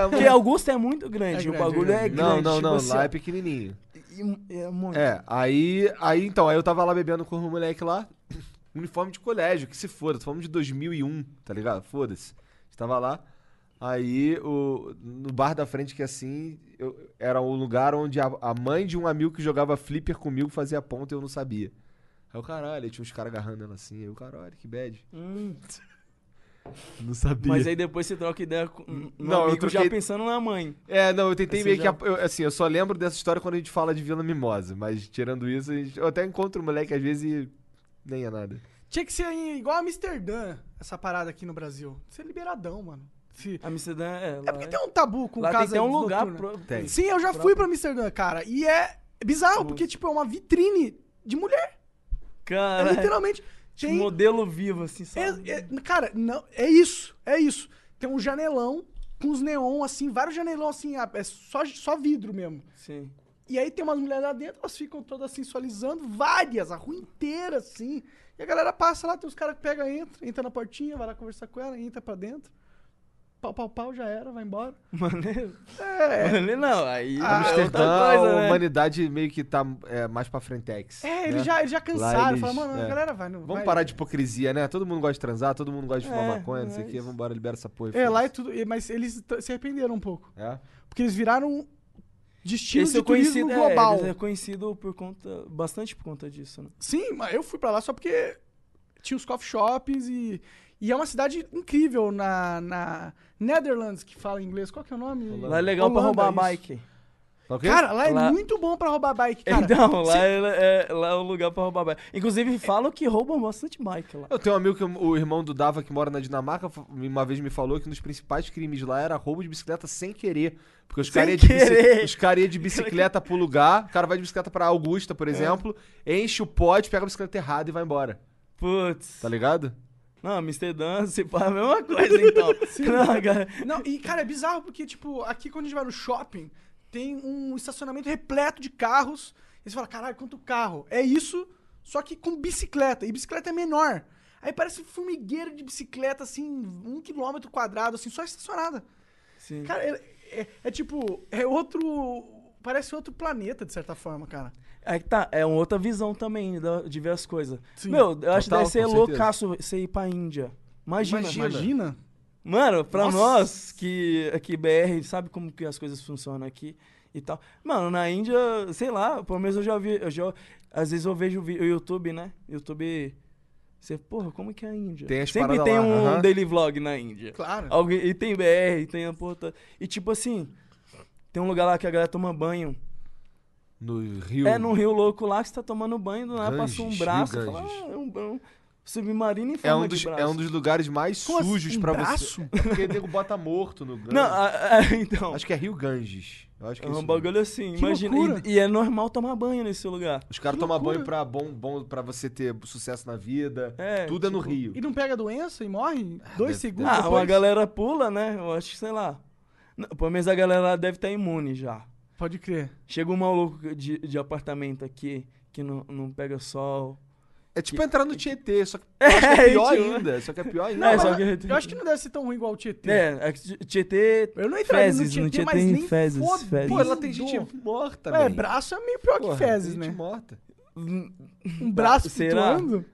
é,
Porque Augusta é muito grande,
É
o
grande,
bagulho é grande.
Não, não,
tipo
não,
assim,
lá
ó,
é pequenininho.
e- é muito.
É, aí, aí então, aí eu tava lá bebendo com um moleque lá, uniforme de colégio, que se foda, tô falando de 2001, tá ligado? Foda-se. A gente Tava lá, aí o, no bar da frente, que assim, eu- era o lugar onde a, a mãe de um amigo que jogava flipper comigo fazia ponta e eu não sabia. Aí o caralho, aí tinha uns caras agarrando ela assim, aí o caralho, que bad.
Hum,
Não sabia.
mas aí depois você troca ideia com um
Não, eu
amigo já
troquei-
pensando na mãe.
É, não, eu tentei
Você
meio
já-
que. eu- assim, eu só lembro dessa história quando a gente fala de Vila Mimosa, mas tirando isso, a gente- eu até encontro o moleque às vezes e. Nem é nada.
Tinha que ser em- igual a Amsterdã, essa parada aqui no Brasil. Ser liberadão, mano. Se-
Amsterdã é lá.
É porque tem um tabu com
lá tem
casa
até um lugar
noturna.
pro-
Tem.
Sim, eu já fui pra Amsterdã, cara. E é bizarro, porque, tipo, é uma vitrine de mulher. É
Cara,
literalmente. um
tipo,
Tem,
modelo vivo, assim, sabe?
é- é- cara, não, é isso. É isso. Tem um janelão com os neon, assim, vários janelão, assim, ah, é só, só vidro mesmo.
Sim.
E aí tem umas mulheres lá dentro, elas ficam todas sensualizando, várias, a rua inteira, assim. E a galera passa lá, tem os caras que pega, entra, entra na portinha, vai lá conversar com ela, entra pra dentro. Pau, pau, pau, já era, vai embora.
Maneiro. Maneiro não, aí é outra
Amsterdã,
coisa,
a
né?
humanidade meio que tá é, mais pra frentex.
É,
né?
eles já, eles já cansaram.
eles-
Falaram, mano, a
é.
galera vai, não
Vamos
vai.
parar de hipocrisia, né? Todo mundo gosta de transar, todo mundo gosta de fumar
É,
maconha, não sei o
é
quê. Vambora, libera essa porra. e
É, lá é
foda-se.
tudo. e- Mas eles t- se arrependeram um pouco.
É?
Porque eles viraram um destino
Esse
de
é conhecido
turismo
é,
global.
eles é conhecido por conta, bastante por conta disso, né?
Sim, mas eu fui pra lá só porque tinha os coffee shops e. E é uma cidade incrível na, na Netherlands, que fala inglês. Qual que é o nome?
Lá é legal pra
Holanda,
roubar a
isso.
bike.
Tá ok?
Cara, lá,
Lá-
é muito bom pra roubar bike, cara.
então, lá é, é- lá é o lugar pra roubar bike. Inclusive, falam que roubam bastante bike lá.
Eu tenho um amigo que o irmão do Dava que mora na Dinamarca fa- uma vez me falou que um dos principais crimes lá era roubo de bicicleta sem querer. Porque os
Sem
caras iam de,
querer.
bici- os cara ia de bicicleta pro lugar, o cara vai de bicicleta pra Augusta, por exemplo, enche o pote, pega a bicicleta errada e vai embora.
Putz.
Tá ligado?
Não, Amsterdã, se pá, é a mesma coisa, então. Não, cara.
Não, e cara, é bizarro porque, tipo, aqui quando a gente vai no shopping, tem um estacionamento repleto de carros. E você fala, caralho, quanto carro. É isso, só que com bicicleta. E bicicleta é menor. Aí parece um formigueiro de bicicleta, assim, um quilômetro quadrado, assim, só estacionada.
Sim.
Cara, é, é- é tipo, é outro. Parece outro planeta, de certa forma, cara.
Aí que tá, é uma outra visão também da- de ver as coisas.
Sim.
Meu, eu acho que
Total,
deve ser
com
loucaço você ir pra Índia. Imagina.
Imagina.
Mano, pra
Nossa.
nós que aqui BR sabe como que as coisas funcionam aqui e tal. Mano, na Índia, sei lá, pelo menos eu já vi, eu já às vezes eu vejo vi- o YouTube, né? YouTube você, porra, como que é a Índia?
Tem as
Sempre
paradas
tem
lá,
um
aham.
daily vlog na Índia.
Claro.
Alguém, e tem BR, e tem a porra. toda. E tipo assim, tem um lugar lá que a galera toma banho.
No Rio.
É num rio louco lá que você tá tomando banho, do nada
Ganges,
passa um
rio
braço, fala,
Ganges.
ah, é um, um submarino em
É
forma
um,
de
dos,
braço.
é um dos lugares mais
Como assim,
sujos
um
pra
braço? ah,
você. É porque nego bota morto no Ganges.
Não, a- a- então.
Acho que é Rio Ganges. Eu acho que
É
é isso mesmo.
um bagulho assim,
Que
imagina.
loucura.
E, e é normal tomar banho nesse lugar.
Os caras tomam banho pra, bom, bom, pra você ter sucesso na vida.
É,
Tudo é no
tipo,
Rio.
E não pega doença e morre? Dois
deve-
segundos.
Ah,
depois?
uma galera pula, né? Eu acho que, sei lá. Não, Pelo menos a galera lá deve estar imune já.
Pode crer.
Chega um maluco de, de apartamento aqui, que não, não pega sol.
É tipo entrar no Tietê, só que, eu acho que é
É,
pior
tipo-
ainda. Só que é pior ainda.
Não, é
Mas-
só
Eu acho que não deve ser tão ruim igual o Tietê.
É, é que Tietê.
Eu não entraria
Fezes,
no
no
Tietê,
Tietê
mas nem
tem fezes.
foda-
fezes.
Pô, ela tem
Dor.
gente morta,
É,
velho.
braço é meio pior
Porra,
que fezes,
gente
né?
morta.
Um braço
Será?
flutuando?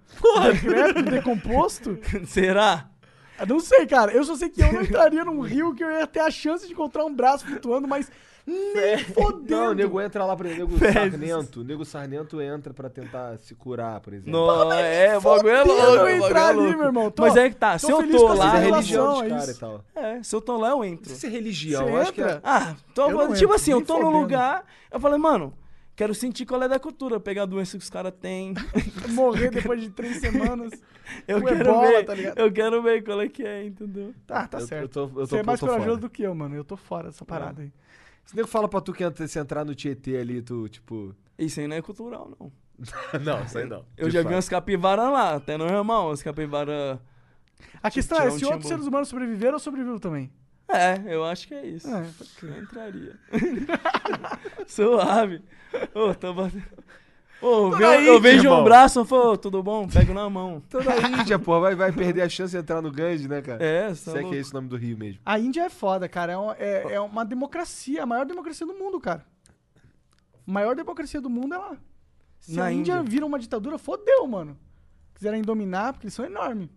Porra, credo, decomposto?
Será?
Eu não sei, cara. Eu só sei que eu não entraria num rio que eu ia ter a chance de encontrar um braço flutuando, mas nem É, fodendo.
É. Não, o nego entra lá, por exemplo, o nego
Fezes.
sarnento. O nego sarnento entra pra tentar se curar, por exemplo.
Não, é, o bagulho é
fodendo
louco.
eu
o bagulho
entrar
é
ali,
louco.
meu irmão. Tô-
Mas é que tá, se
tô
eu
feliz com
tô
essa
lá.
Mas é
relação,
religião
é
dos caras
isso.
e tal.
É, se eu tô lá, eu entro.
Isso é religião,
Você
eu acho que é...
entra?
Ah, tô
Eu não
falando, tipo
entro,
assim, eu
nem
tô num
fodendo.
lugar, eu falei, mano, quero sentir qual é da cultura, pegar a doença que os caras têm.
Morrer depois de três semanas.
Eu
Com
quero
ebola,
ver,
tá ligado?
eu quero ver qual é que é, entendeu?
Tá, tá
Eu- eu
certo.
tô- eu tô-
Você é
eu
mais
tô
corajoso
fora. É.
do que eu, mano. Eu tô fora dessa parada aí.
Se o nego fala pra tu que entra- se entrar no Tietê ali, tu, tipo...
Isso aí não é cultural, não.
não, isso aí não.
Eu já vi umas capivaras lá, até no irmão, umas capivaras...
A questão é
tirar um
se outros
timbu.
seres humanos sobreviveram ou sobreviveu também.
É, eu acho que é isso.
É.
Eu entraria. Suave. Ô, tô batendo. Ô, ve-
aí,
eu vejo
irmão.
um braço e falo, ô, tudo bom? Pego na mão.
Toda a Índia, pô, vai, vai perder a chance de entrar no Ganges, né, cara?
É,
Se
só.
é que é esse o nome do rio mesmo.
A Índia é foda, cara. É, um- é- é uma democracia, a maior democracia do mundo, cara. A maior democracia do mundo é lá. Se
Na
a Índia,
Índia.
vira uma ditadura, fodeu, mano. Quiserem dominar, porque eles são enormes.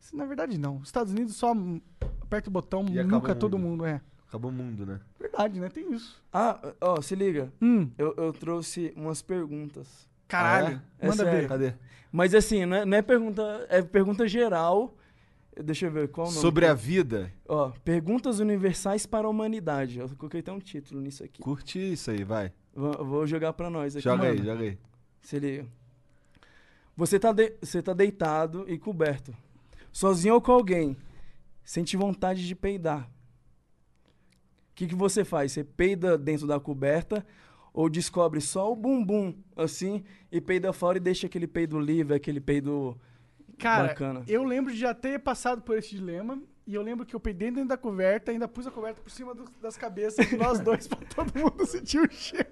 Isso, na verdade, não. Os Estados Unidos só hum, aperta o botão,
E acaba
nunca
o
todo
mundo.
mundo. É
Acabou o mundo, né?
verdade, né? Tem isso.
Ah, ó, se liga.
Hum,
Eu, eu trouxe umas perguntas.
Ah,
caralho.
É
Manda
sério.
ver.
Cadê?
Mas assim, não é, não é pergunta. É pergunta geral. Deixa eu ver qual o nome.
Sobre a vida.
Ó, perguntas universais para a humanidade. Eu coloquei até um título nisso aqui.
Curte isso aí, vai.
Vou vou jogar pra nós aqui.
Joga aí,
Mano,
joga aí.
Se liga. Você tá, de- você tá deitado e coberto. Sozinho ou com alguém. Sente vontade de peidar. O que, que você faz? Você peida dentro da coberta ou descobre só o bumbum, assim, e peida fora e deixa aquele peido livre, aquele peido.
Cara,
Bacana.
eu lembro de já ter passado por esse dilema. E eu lembro que eu peidei dentro da coberta, ainda pus a coberta por cima do- das cabeças de nós dois pra todo mundo sentir o cheiro.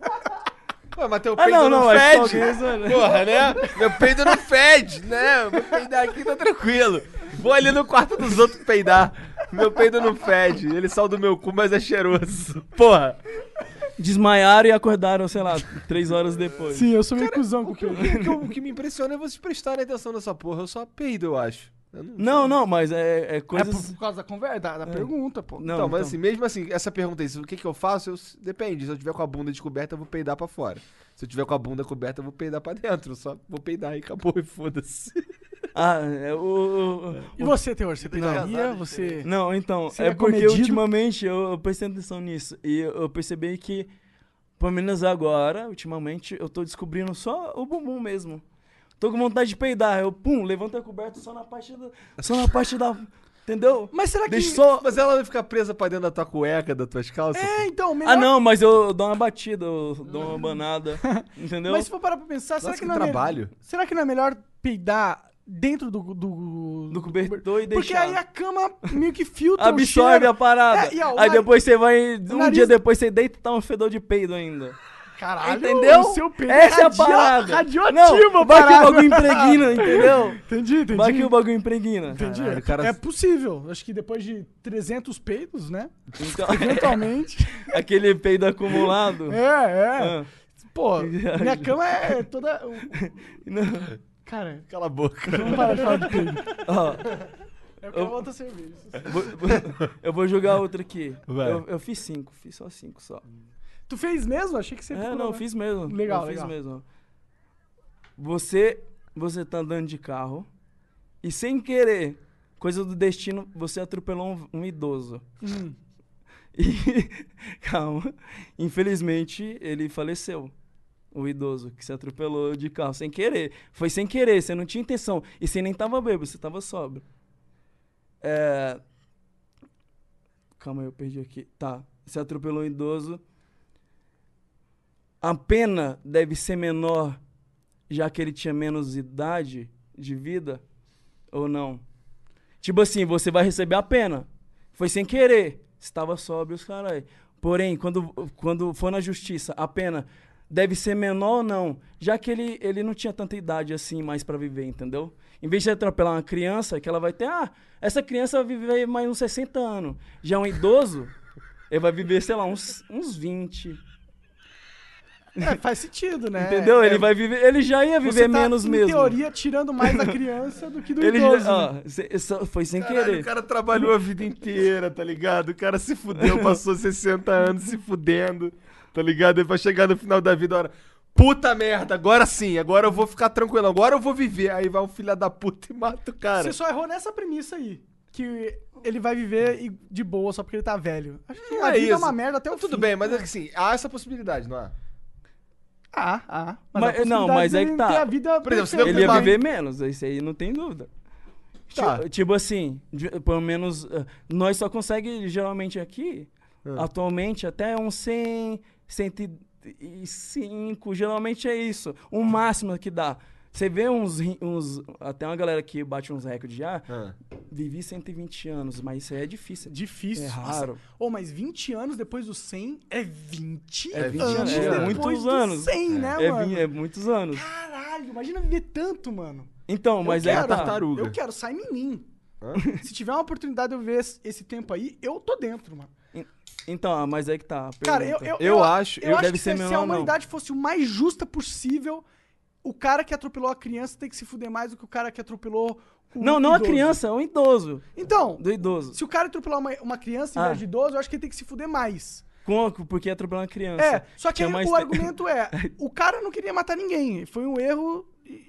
Ué, mas teu
Ah, não, não, acho que talvez, olha.
Porra, né? Meu peido não fede, né? Eu Vou peidar aqui, tá tranquilo. Vou ali no quarto dos outros peidar. Meu peido não fede. Ele sai do meu cu, mas é cheiroso. Porra.
Desmaiaram e acordaram, sei lá, três horas depois.
Sim, eu sou meio cuzão com
O
o
que, o que- o que- o que me impressiona é vocês prestarem atenção nessa porra. Eu só peido, eu acho. Eu não...
Não, não, mas é, é
É
coisas.
por, por causa da conversa, da, da
É.
pergunta, pô.
Não,
Então, mas
então.
assim, mesmo assim, essa pergunta aí, se- o que, que eu faço? Eu, depende, se eu tiver com a bunda descoberta, eu vou peidar pra fora. Se eu tiver com a bunda coberta, eu vou peidar pra dentro. Eu Só vou peidar e acabou e foda-se.
Ah, é o- o- o,
E você, Teor, você
casado,
pegaria?
gente.
Você.
Não, então,
Você
é
é
porque
comedido?
ultimamente eu, eu prestei atenção nisso e eu, eu percebi que, pelo menos agora, ultimamente, eu tô descobrindo só o bumbum mesmo. Tô com vontade de peidar, eu, pum, levanto a coberta só na parte da. Só na parte da. Entendeu?
Mas será que.
Deixa só.
Mas ela vai ficar presa pra dentro da tua cueca, das tuas calças?
É, então, melhor.
Ah, não, mas eu dou uma batida, eu dou uma banada. entendeu?
Mas se for parar pra pensar, será
Nossa,
que
que
não é. me-
trabalho.
Será que não é melhor peidar dentro do. Do,
Do cobertor e
Porque
deixar.
aí a cama meio que filtra o
Absorve
cheiro.
a parada.
É, e, ó, o
aí
nariz-
depois você vai. Um
nariz-
dia depois você deita e tá um fedor de peido ainda.
Caralho,
Entendeu?
Ah, o seu peido
Essa é a
radio-
parada.
Radioativa,
não, vai que
a
o
parada.
bagulho impregna, entendeu?
Entendi, entendi.
Vai que o bagulho impregna.
Entendi.
Caralho, cara-
É possível. Acho que depois de 300 peidos, né?
Então,
Eventualmente.
aquele peido acumulado.
é, é.
Ah,
Pô, minha cama é toda.
não.
Cara,
Cala a boca.
vamos parar de falar de peido. É
Ó,
Eu quero outra cerveja.
vou- vou- eu vou jogar outra aqui.
Vai.
Eu, eu fiz cinco, fiz só cinco só.
Tu fez mesmo? Achei que você
É,
procurou,
não, eu
né?
fiz mesmo.
Legal,
eu fiz
legal.
mesmo. Você, você tá andando de carro e sem querer, coisa do destino, você atropelou um, um idoso.
Hum.
E, calma, infelizmente ele faleceu. O idoso que se atropelou de carro sem querer. Foi sem querer, você não tinha intenção. E você nem tava bêbado, você tava sóbrio. É... Calma aí, eu perdi aqui. Tá, você atropelou um idoso. A pena deve ser menor, já que ele tinha menos idade de vida, ou não? Tipo assim, você vai receber a pena. Foi sem querer. Estava sóbrio os caras aí. Porém, quando, quando for na justiça, a pena deve ser menor ou não, já que ele, ele não tinha tanta idade assim mais pra viver, entendeu? Em vez de atropelar uma criança, que ela vai ter, ah, essa criança vai viver mais uns 60 anos. Já um idoso, ele vai viver, sei lá, uns, uns 20.
É, faz sentido, né?
Entendeu?
É,
ele vai viver, ele já ia
você
viver
tá,
menos
em
mesmo.
teoria, tirando mais da criança do que do
ele
idoso.
já,
né?
ó, cê- só- foi sem
Caralho,
querer.
o cara trabalhou a vida inteira, tá ligado? O cara se fudeu, passou 60 anos se fudendo, tá ligado? Ele vai chegar no final da vida, hora. Puta merda, agora sim, agora eu vou ficar tranquilo, agora eu vou viver. Aí vai um filho da puta e mata o cara.
Você só errou nessa premissa aí. Que ele vai viver e- de boa só porque ele tá velho. Acho que a vida é uma merda até o
Então, Tudo
fim.
bem, mas é que, assim, há essa possibilidade, não há?
Ah, ah.
Mas-
a
não, mas é
possibilidade
que tá.
dele ter a vida
Por exemplo, você
perfeita.
Ele ia
Vai.
viver menos, isso aí não tem dúvida. Ti-
Tá.
Tipo assim, de- pelo menos eh, nós só consegue geralmente aqui,
Ah.
atualmente, até um uns 100, 105, geralmente é isso. O máximo que dá. Você vê uns, ri- uns. Até uma galera que bate uns recordes já,
Ah.
vivi 120 anos, mas isso aí é difícil.
Difícil.
É
Nossa.
raro.
Ô, mas 20 anos depois do 100 é 20
É
20
anos.
anos, é
depois
muitos
do
anos.
100, né,
É,
mano?
vi- é muitos anos.
Caralho, imagina viver tanto, mano.
Então, mas
eu
aí
quero,
tá.
tartaruga.
Eu quero, sai em mim. Se tiver uma oportunidade de eu ver esse- esse tempo aí, eu tô dentro, mano.
Então, mas aí que tá. a
Cara, eu,
pergunta.
eu,
Eu acho-
Eu,
eu-
acho
deve
que
ser
se, se
menor,
a
não.
humanidade fosse o mais justa possível, o cara que atropelou a criança tem que se fuder mais do que o cara que atropelou o
Não, não a
idoso.
criança, é um idoso.
Então,
Do idoso.
se o cara atropelar uma, uma criança em
Ah.
vez de idoso, eu acho que ele tem que se fuder mais.
Com, porque atropelou uma criança.
É, só que
Tinha
aí
mais
o
te-
argumento é: o cara não queria matar ninguém. Foi um erro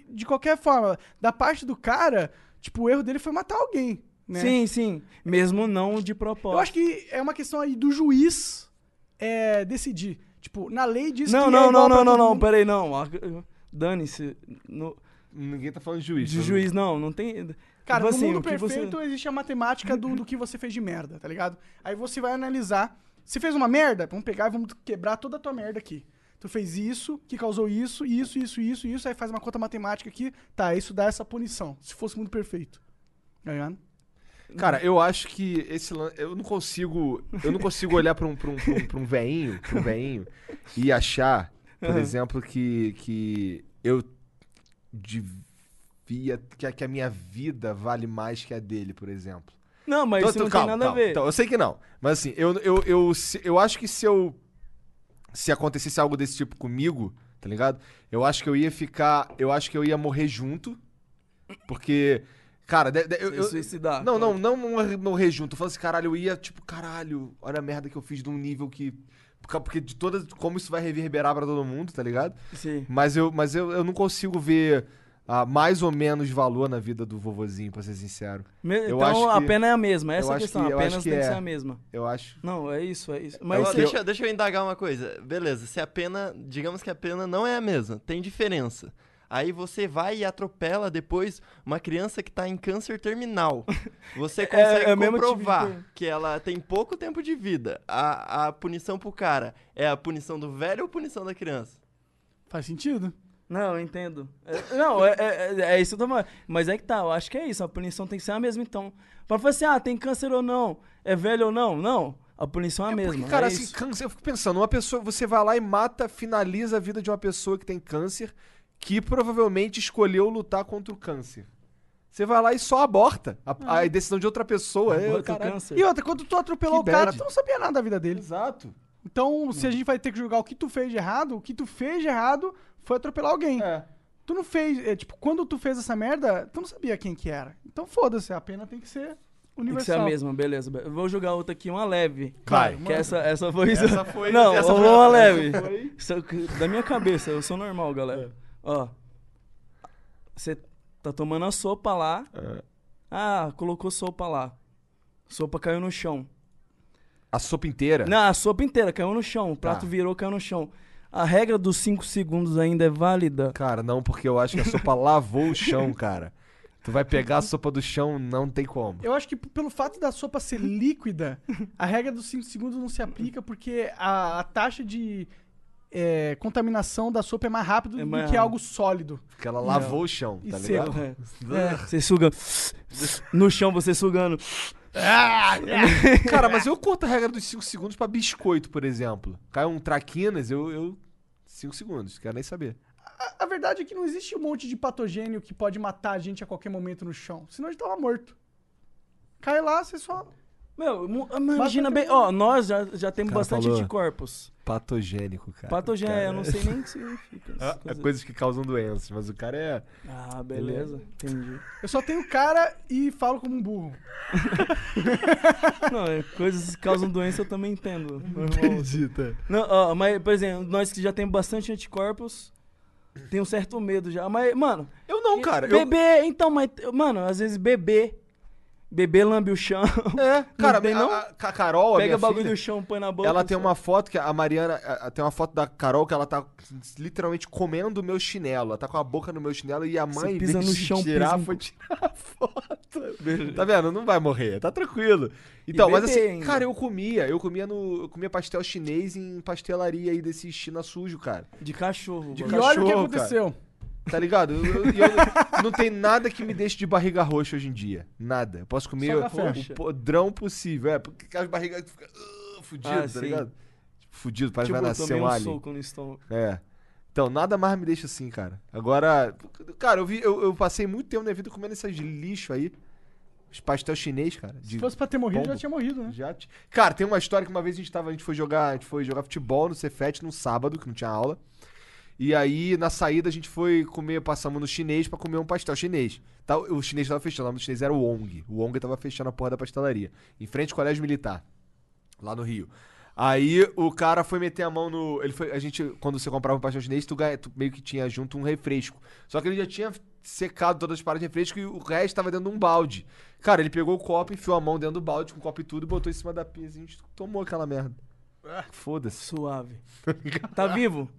de qualquer forma. Da parte do cara, tipo, o erro dele foi matar alguém. Né?
Sim, sim. Mesmo não de propósito.
Eu acho que é uma questão aí do juiz é, decidir. Tipo, na lei diz
Não,
que. é
não,
igual
não,
pra
não, não,
todo
não,
mundo.
peraí, não. Ah, Dane-se. No-
Ninguém tá falando de juiz.
De
tá
juiz, não, não tem.
Cara,
Tipo assim,
no mundo
o que você- Uhum.
perfeito é existe a matemática do, do que você fez de merda, tá ligado? Aí você vai analisar. Se fez uma merda, vamos pegar e vamos quebrar toda a tua merda aqui. Tu fez isso, que causou isso, isso, isso, isso, isso, aí faz uma conta matemática aqui, tá, isso dá essa punição. Se fosse o mundo perfeito. Tá ligado?
Cara, eu acho que esse lance. Eu não consigo. Eu não consigo olhar pra um, pra um, pra um, pra um veinho, pra um veinho e achar, por exemplo, que, que eu devia. Que a, que a minha vida vale mais que a dele, por exemplo.
Não, mas
Então,
isso
então,
não
calma,
tem nada
calma.
a ver.
Então, eu sei que não. Mas assim, eu, eu, eu, se- eu acho que se eu. Se acontecesse algo desse tipo comigo, tá ligado? Eu acho que eu ia ficar. Eu acho que eu ia morrer junto. Porque. Cara, de- de- eu,
Se
eu-
suicidar.
não, não, não morrer- morrer junto. Eu falo assim, caralho, eu ia, tipo, caralho, olha a merda que eu fiz de um nível que. porque- Porque de todas. Como isso vai reverberar pra todo mundo, tá ligado?
Sim.
Mas eu, mas eu, eu não consigo ver ah, mais ou menos valor na vida do vovozinho, pra ser sincero.
Me-
Eu
então
acho
a
que-
pena é a mesma.
eu
Essa é a
acho
questão,
que- eu
a pena
acho
tem
que
que ser
é.
a mesma.
Eu acho.
Não, é isso, é isso.
Mas
Mas
deixa, deixa eu indagar uma coisa. Beleza, se a pena, digamos que a pena não é a mesma, tem diferença. Aí você vai e atropela depois uma criança que tá em câncer terminal. Você consegue
é o mesmo tipo de
comprovar
coisa.
que ela tem pouco tempo de vida. A, a punição pro cara é a punição do velho ou punição da criança?
Faz sentido?
Não, eu entendo. É- não, é, é- é- é isso que eu tô falando. Mas é que tá, eu acho que é isso. A punição tem que ser a mesma, então. Pra falar assim, ah, tem câncer ou não? É velho ou não? Não. A punição é a mesma.
Porque, cara,
é
assim,
isso.
câncer, eu fico pensando, uma pessoa, você vai lá e mata, finaliza a vida de uma pessoa que tem câncer, que provavelmente escolheu lutar contra o câncer. Você vai lá e só aborta a, a decisão de outra pessoa. É,
Bota Uhum. o
caralho.
câncer.
E outra, quando tu atropelou
Que
o cara,
bad.
tu não sabia nada da vida dele.
Exato.
Então, se a gente vai ter que julgar o que tu fez de errado, o que tu fez de errado foi atropelar alguém.
É.
Tu não fez. é, tipo, quando tu fez essa merda, tu não sabia quem que era. Então foda-se, a pena tem que
Tem
ser
que ser
universal.
a mesma, beleza. Eu Vou jogar outra aqui, uma leve.
Vai.
Que essa, essa foi...
Essa foi-
Não,
essa foi- É.
uma
essa
leve. Isso que- Da minha cabeça, eu sou normal, galera. Ó, você tá tomando a sopa lá.
É.
Ah, colocou sopa lá. Sopa caiu no chão.
A sopa inteira?
Não, a sopa inteira caiu no chão. O prato
Tá.
virou, caiu no chão. A regra dos 5 segundos ainda é válida?
Cara, não, porque eu acho que a sopa lavou o chão, cara. Tu vai pegar a sopa do chão, não tem como.
Eu acho que p- pelo fato da sopa ser líquida, a regra dos 5 segundos não se aplica porque a, a taxa de é, contaminação da sopa é mais rápida
É
do
mais
que
rápido.
algo sólido.
Porque ela lavou o chão,
E
tá
seco.
ligado?
É. Você suga. No chão você sugando.
Cara, mas eu corto a regra dos 5 segundos pra biscoito, por exemplo. Cai um traquinas, eu, eu Cinco segundos, quero nem saber.
A, a verdade é que não existe um monte de patogênio que pode matar a gente a qualquer momento no chão. Senão a gente tava morto. Cai lá, você só.
Meu, mu- ah, imagina bem. Ó, nós já, já temos
Cara,
bastante
falou.
anticorpos.
Patogênico, cara.
Patogênio,
Cara,
é, eu não sei nem o que significa. essas
É, é
coisas.
coisas que causam doenças, mas o cara é.
Ah, beleza. Entendi.
Eu só tenho cara e falo como um burro.
Não, é, coisas que causam doença eu também entendo. Normal.
Acredita.
Não, ó, mas, por exemplo, nós que já temos bastante anticorpos, tem um certo medo já. Mas, mano,
Eu não, cara. eu-
bebê, então, mas, mano, às vezes bebê. Bebê lambe o chão.
É, cara,
tem,
a-
não?
A, a Carol, a
Pega
minha
o bagulho
filha,
do chão, põe na boca. assim,
Ela tem
só.
uma foto que a Mariana. a- a- tem uma foto da Carol que ela tá literalmente comendo o meu chinelo. Ela tá com a boca no meu chinelo e a mãe
pisa
em vez
no
de
chão,
tirar,
pisa no-
foi tirar a foto. tá vendo? Não vai morrer, tá tranquilo. Então, mas assim,
bebê ainda.
cara, eu comia. Eu comia no. Eu comia pastel chinês em pastelaria aí desse China sujo, cara.
De cachorro.
De
mano.
E olha o que
Cachorro,
aconteceu.
Tá ligado? Eu, eu- eu- não tem nada que me deixe de barriga roxa hoje em dia. Nada. Eu posso comer
Só
o,
café.
o podrão possível. É, porque aquelas barrigas que fica ah, fudido,
Ah,
tá
sim.
ligado? Tipo, Fudido, parece
Tipo,
que vai
eu
nascer
tomei
um
um
alien.
soco no estômago.
É. Então, nada mais me deixa assim, cara. Agora, cara, eu, vi, eu, eu passei muito tempo na minha vida comendo esses lixo aí. Os pastel chinês, cara. de-
Se fosse pra ter morrido,
pombo.
já tinha morrido, né?
já te- Cara, tem uma história que uma vez a gente, tava, a gente foi jogar, a gente foi jogar futebol no Cefet num sábado, que não tinha aula. E aí, na saída, a gente foi comer, passamos no chinês pra comer um pastel chinês. Tá, o chinês tava fechando, o nome do chinês era o Wong. O Wong tava fechando a porra da pastelaria. Em frente ao colégio militar, lá no Rio. Aí o cara foi meter a mão no. Ele foi. A gente, quando você comprava um pastel chinês, tu, ganha- tu meio que tinha junto um refresco. Só que ele já tinha secado todas as paradas de refresco e o resto tava dentro de um balde. Cara, ele pegou o copo, enfiou a mão dentro do balde com o copo e tudo, botou em cima da pia e a gente tomou aquela merda.
Ah.
Foda-se.
Suave. tá vivo?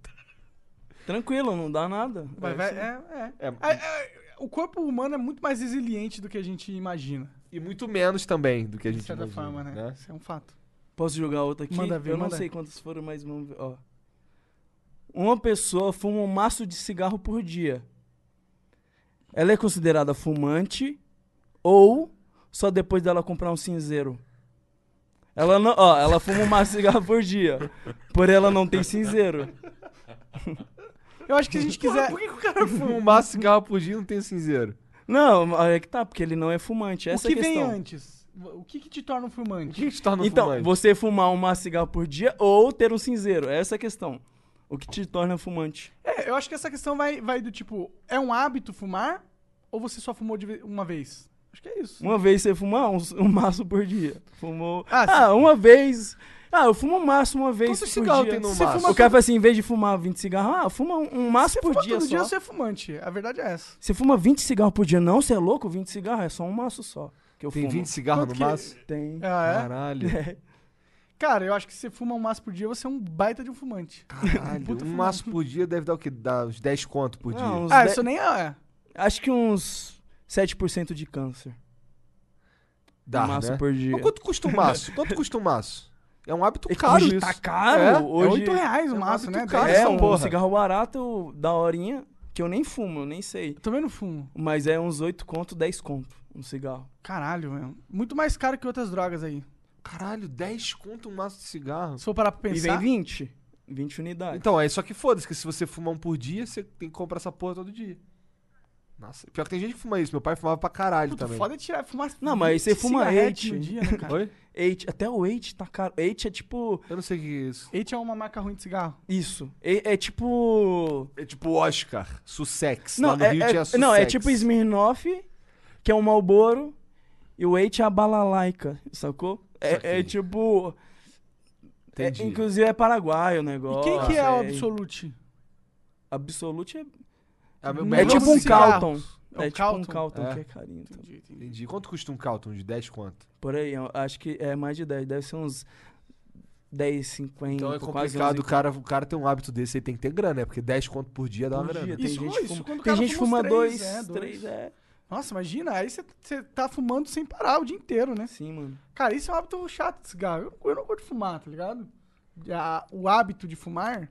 Tranquilo, não dá nada.
Vai,
É
vai-
isso.
é, é.
É,
É, é, O corpo humano é muito mais resiliente do que a gente imagina.
e muito menos também do que a
De
gente
certa
imagina,
forma, né? Isso é um fato.
Posso jogar outra aqui?
Manda ver,
Eu
manda.
não sei quantas foram, mas vamos ver. Ó. Uma pessoa fuma um maço de cigarro por dia. Ela é considerada fumante ou só depois dela comprar um cinzeiro? Ela não, ó, ela fuma um maço de cigarro por dia. Por ela não tem cinzeiro.
Eu acho que se a gente quiser.
Por que, que o cara fumar cigarro por dia e não tem cinzeiro?
Não, é que tá, porque ele não é fumante. Essa
o que
é a questão.
vem antes? O que, que te torna um
O
fumante?
que está no
Então,
fumante?
você fumar um maço de cigarro por dia ou ter um cinzeiro. Essa é a questão. O que te torna fumante?
É, eu acho que essa questão vai, vai do tipo: é um hábito fumar ou você só fumou de ve- uma vez? Acho que é isso.
Uma vez você fumar um, um maço por dia. Fumou.
Ah, se-
Ah, uma vez. Ah, eu fumo um maço uma vez
Quantos
por
cigarros
dia.
tem no
Você
maço?
fuma- O cara fala assim, em vez de fumar 20 cigarros, ah, fuma um um maço
Você
por
fuma
dia
todo
só.
dia você é fumante. A verdade é essa.
Você fuma 20 cigarros por dia. Não, você é louco? 20 cigarros é só um maço só que eu
Tem
fumo.
20 cigarros no
Quanto que-
maço?
Tem.
Ah, é?
Caralho.
Cara, eu acho que se você fuma um maço por dia, você é um baita de um fumante.
Caralho. Um maço por dia deve dar o quê? Dá uns 10 conto por dia.
Não, uns
Ah,
de-
isso nem é.
Acho que uns 7% de câncer.
Dá,
um maço
né?
por dia.
Mas quanto custa um maço? Quanto custa um maço? É um hábito
É que
caro
hoje
isso.
tá caro,
É,
hoje-
é
R$ 8 reais
É
o
um
maço, né?
hábito caro.
Dez-
É,
essa
um
porra.
cigarro barato, da horinha, que eu nem fumo, eu nem sei.
Eu também não fumo.
Mas é uns 8 conto, 10 conto um cigarro.
Caralho, meu. Muito mais caro que outras drogas aí.
Caralho, 10 conto um maço de cigarro.
Se for parar pra
E vem
pensar.
20. 20 unidades.
Então, é só que foda-se, que se você fumar um por dia, você tem que comprar essa porra todo dia. Nossa, pior que tem gente que fuma isso. Meu pai fumava pra caralho
Puta,
também.
foda é tirar, fumar.
Não, mas aí você
20
fuma
cigarretes
eight.
no dia, né, cara?
Oi?
Eight, até o 8 tá caro. 8 é tipo.
Eu não sei o que é isso.
Eight é uma marca ruim de cigarro.
Isso. É, é tipo.
É tipo Oscar, Sussex.
Não,
Lá no
é,
Rio
é-
tinha Sussex.
não, é tipo Smirnoff, que é um Malboro, e o 8 é a balalaica, sacou? É,
Saquei.
é tipo. é-
Entendi.
inclusive é paraguaio o negócio.
e quem que é o
é-
Absolute?
Absolute é
É, meu-
É
É
melhor
tipo um
cigarro.
Calton.
É
É,
um
tipo um
Calton?
Calton,
É.
que é carinho. também.
Entendi. Quanto custa um Calton? De 10 quanto?
Por aí, eu acho que é mais de 10. Deve ser uns 10, 50,
Então é
quase
complicado.
11.
O cara, o cara tem um hábito desse, ele tem que ter grana, né? Porque 10 conto por dia dá uma
Por
grana.
dia,
Isso,
tem gente
isso,
que fuma,
quando o
tem
cara
gente que
fuma
fuma
uns
dois,
três, é, dois.
três, é.
Nossa, imagina, aí você- você tá fumando sem parar o dia inteiro, né?
Sim, mano.
Cara, isso é um hábito chato de cigarro. Eu, não- eu não gosto de fumar, tá ligado? Já- o hábito de fumar,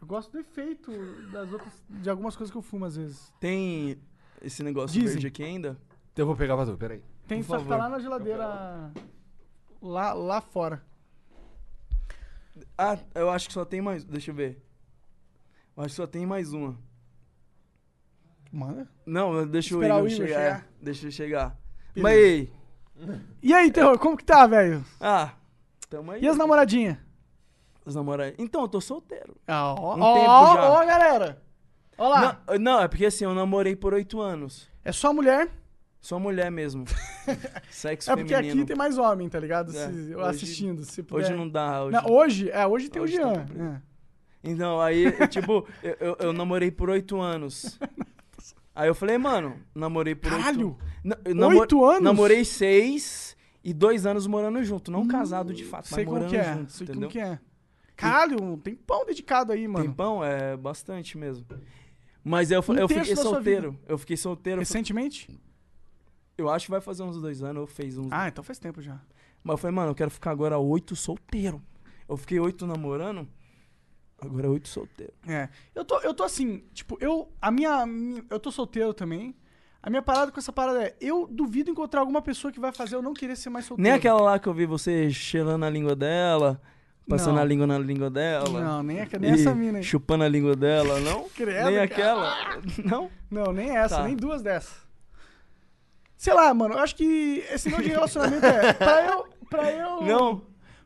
eu gosto do efeito das outras, de algumas coisas que eu fumo às vezes.
Tem esse negócio
Dizem.
verde aqui ainda.
Então Eu vou pegar pra tu, peraí.
Tem,
Por
só que tá
favor. Então,
lá na geladeira, lá, lá fora.
Ah, eu acho que só tem mais. Deixa eu ver. Acho que só tem mais uma.
Manda.
Não, deixa o
Esperar
Igor
o Igor
chegar. É,
chegar.
Deixa ele chegar.
Beleza.
Mas e aí?
E aí, Terror, como que tá, velho?
Ah, tamo aí.
E as namoradinhas?
As namoradas? Então, eu tô solteiro.
Ah, ó,
Um
ó,
tempo
ó,
já.
ó, galera. Ó lá.
Não, não, é porque assim, eu namorei por oito anos.
É só mulher.
Só mulher mesmo. Sexo
É porque
feminino.
aqui tem mais homem, tá ligado?
É,
Se-
hoje-
assistindo, se puder.
Hoje não dá. Hoje...
Não, hoje, é, hoje tem
Hoje
o
tá
Jean.
complicado.
é.
Então, aí, eu, tipo, eu, eu- eu namorei por oito anos. Aí eu falei, mano, namorei por
Caralho!
oito... Na- eu namor-
Oito anos?
Namorei seis e dois anos morando junto. Não casado, de fato,
Hum,
mas
Sei como
morando
que é.
junto,
sei
entendeu?
como que é. Caralho, um tempão dedicado aí, mano.
Tempão é bastante mesmo. Mas eu, fa-
Um
eu
terço
fiquei
da sua
solteiro. Eu fiquei solteiro.
Recentemente?
Eu acho que vai fazer uns dois anos, ou fez uns.
Ah, então faz tempo já.
Mas eu falei, mano, eu quero ficar agora oito solteiro. Eu fiquei oito namorando, agora oito solteiro.
É. Eu tô, eu tô assim, tipo, eu. A minha. mi- Eu tô solteiro também. A minha parada com essa parada é, eu duvido encontrar alguma pessoa que vai fazer eu não querer ser mais solteiro.
Nem aquela lá que eu vi você cheirando a língua dela, passando
Não.
a língua na língua dela.
Não, nem, aqua- nem
e
essa mina aí.
Chupando a língua dela, não?
Credo,
Nem
cara. Ah!
aquela. Não?
Não, nem essa,
Tá.
nem duas dessas. Sei lá, mano, eu acho que esse nível de relacionamento é. Pra eu. Pra eu.
Não.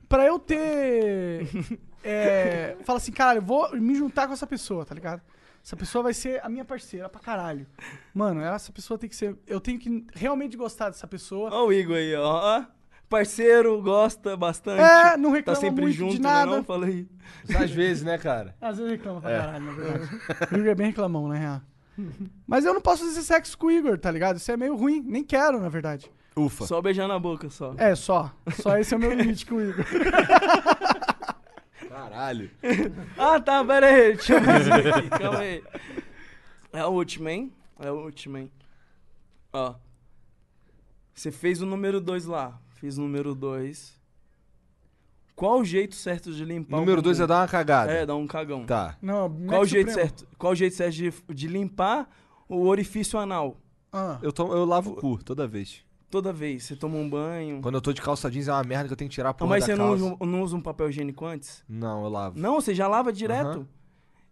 Pra eu ter. É, fala assim, cara, eu vou me juntar com essa pessoa, tá ligado? Essa pessoa vai ser a minha parceira pra caralho. Mano, essa pessoa tem que ser. Eu tenho que realmente gostar dessa pessoa.
Olha o Igor aí, ó. Parceiro, gosta bastante.
É, não reclama
Tá sempre
muito
junto,
de
né,
nada.
não? É. Fala aí.
Às vezes, né, cara?
Às vezes reclama pra caralho, na verdade. O Igor é bem reclamão, na real. Mas eu não posso fazer sexo com o Igor, tá ligado? Isso é meio ruim. Nem quero, na verdade.
Ufa.
Só beijar na boca, só.
É, só. Só esse é o meu limite com o Igor.
Caralho.
Ah, tá, pera aí. Deixa eu ver aqui, calma aí. É a última, hein? É a última, hein? Ó. Você fez o número 2 lá. Fiz o número 2. Qual o jeito certo de limpar
Número
o bumbum?
2 é dar uma cagada.
É, dá um cagão.
Tá.
Não, mete
Qual o jeito
Supremo.
certo? Qual o jeito certo de, de limpar o orifício anal?
Ah,
Eu, tomo, eu lavo o cu toda vez.
Toda vez. Você toma um banho.
Quando eu tô de calça jeans é uma merda que eu tenho que tirar a porra
Mas
da
você
calça.
não usa, um- não usa um papel higiênico antes?
Não, eu lavo.
Não, você já lava direto.
Aham.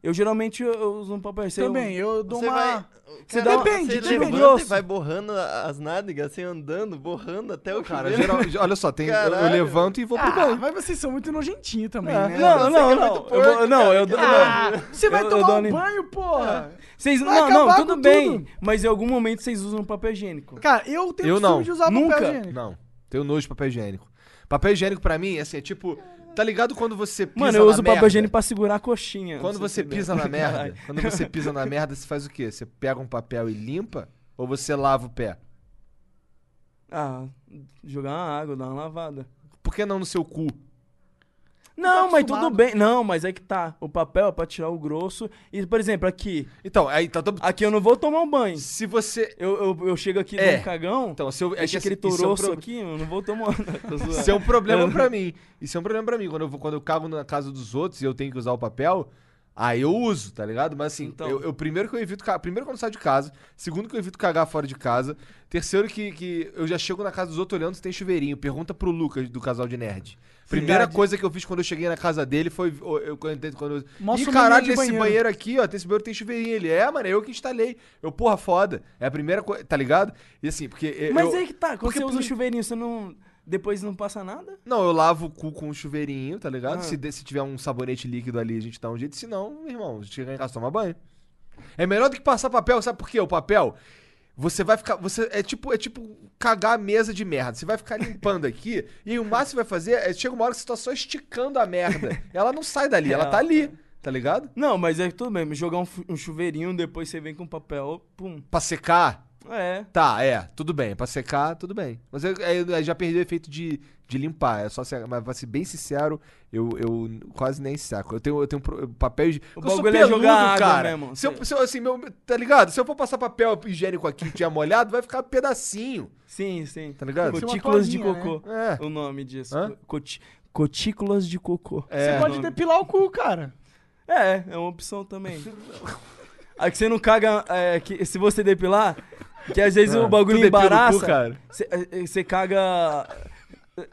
Eu geralmente eu- eu uso um papel higiênico.
também, eu dou
Você
uma.
vai.
Você
Você
dá
dá
uma-
Depende,
você
depende.
levanta e
Grosso.
vai borrando a- as nádegas, assim, andando, borrando até o
Cara,
cabelo.
geral- olha só, tem, eu, eu
Caralho.
levanto e vou pro
Ah,
banho.
mas vocês são muito nojentinho também, né?
Não, não,
é
não.
muito
eu vou-
porco,
não,
cara.
eu dou.
Ah,
não.
você vai
Eu- eu dou
tomar um
anim-
banho, porra!
Vocês,
vai
não, não,
acabar
tudo
com
bem.
tudo.
Mas em algum momento vocês usam um papel higiênico.
É. Cara, eu tenho
Eu
costume
não.
de usar
Nunca.
papel higiênico.
Não. Tenho nojo de papel higiênico. Papel higiênico pra mim, assim, é tipo. Tá ligado quando você pisa
Mano, eu
na
uso
merda?
papel higiênico pra segurar a coxinha.
Quando
não
você
sei se
pisa na
entendeu.
merda,
Caralho.
quando você pisa na merda, você faz o quê? Você pega um papel e limpa? Ou você lava o pé?
Ah, jogar uma água, dar uma lavada.
Por que não no seu cu?
Não, mas tudo
tá acostumado.
bem. Não, mas é que tá. O papel é pra tirar o grosso. E, por exemplo, aqui.
Então, aí tá todo.
Aqui eu não vou tomar um banho.
Se você.
Eu, eu, eu chego aqui
É.
num cagão.
Então, se eu.
Deixa
que
aquele
assim, isso é um
toroço
pro-
aqui, eu não vou tomar. Tô zoando.
Isso é um problema pra mim. Isso é um problema pra mim. Quando eu, vou- quando eu cago na casa dos outros e eu tenho que usar o papel, aí eu uso, tá ligado? Mas assim,
Então.
eu, eu- primeiro que eu evito. ca- Primeiro quando eu saio de casa. Segundo que eu evito cagar fora de casa. Terceiro que, que eu já chego na casa dos outros olhando se tem chuveirinho. Pergunta pro Lucas do casal de nerd. Primeira
Verdade.
coisa que eu fiz quando eu cheguei na casa dele foi. Eu, eu, quando eu- quando eu-
Mostra
Ih,
o manual
caralho,
de
nesse banheiro.
banheiro.
aqui, ó, tem esse banheiro tem chuveirinho. Ele é, mano, eu que instalei. Eu, porra, foda. É a primeira coisa, tá ligado? E assim, porque. eh,
Mas
eu-
aí que tá. Quando
porque
você usa o
pri-
chuveirinho, você não. Depois não passa nada?
Não, eu lavo o cu com um chuveirinho, tá ligado?
Ah.
Se, de- se tiver um sabonete líquido ali, a gente dá um jeito. Se não, meu irmão, chega em casa toma banho. É melhor do que passar papel, sabe por quê? O papel, você vai ficar. Você, é tipo é tipo cagar a mesa de merda. Você vai ficar limpando aqui, e aí o máximo que você vai fazer é. Chega uma hora que você tá só esticando a merda. Ela não sai dali, ela tá ali, tá ligado?
Não, mas é tudo bem. Jogar um, fu- um chuveirinho, depois você vem com papel, pum.
Pra secar,
É.
tá, é, tudo bem. Pra secar, tudo bem. Mas eu, eu- eu já perdi o efeito de, de limpar. É só ser, mas pra ser bem sincero, eu, eu quase nem saco. Eu tenho, eu tenho pro- papel de.
O
eu sou
bagulho é jogar água
cara.
mesmo,
Se eu,
você-
se eu, assim, meu, tá ligado? Se eu for passar papel higiênico aqui e tiver molhado, vai ficar pedacinho,
Sim, sim.
tá ligado?
Você-
Cotículas de
colinha,
cocô.
né? É.
O nome disso.
Hã?
Coti- Cotículas de cocô.
É.
Você pode depilar o cu, cara.
É, é uma opção também. Aí que você não caga. é, que se você depilar, que às vezes o bagulho
É. Tu depila o cu,
embaraça.
cara.
Você é, é, você caga.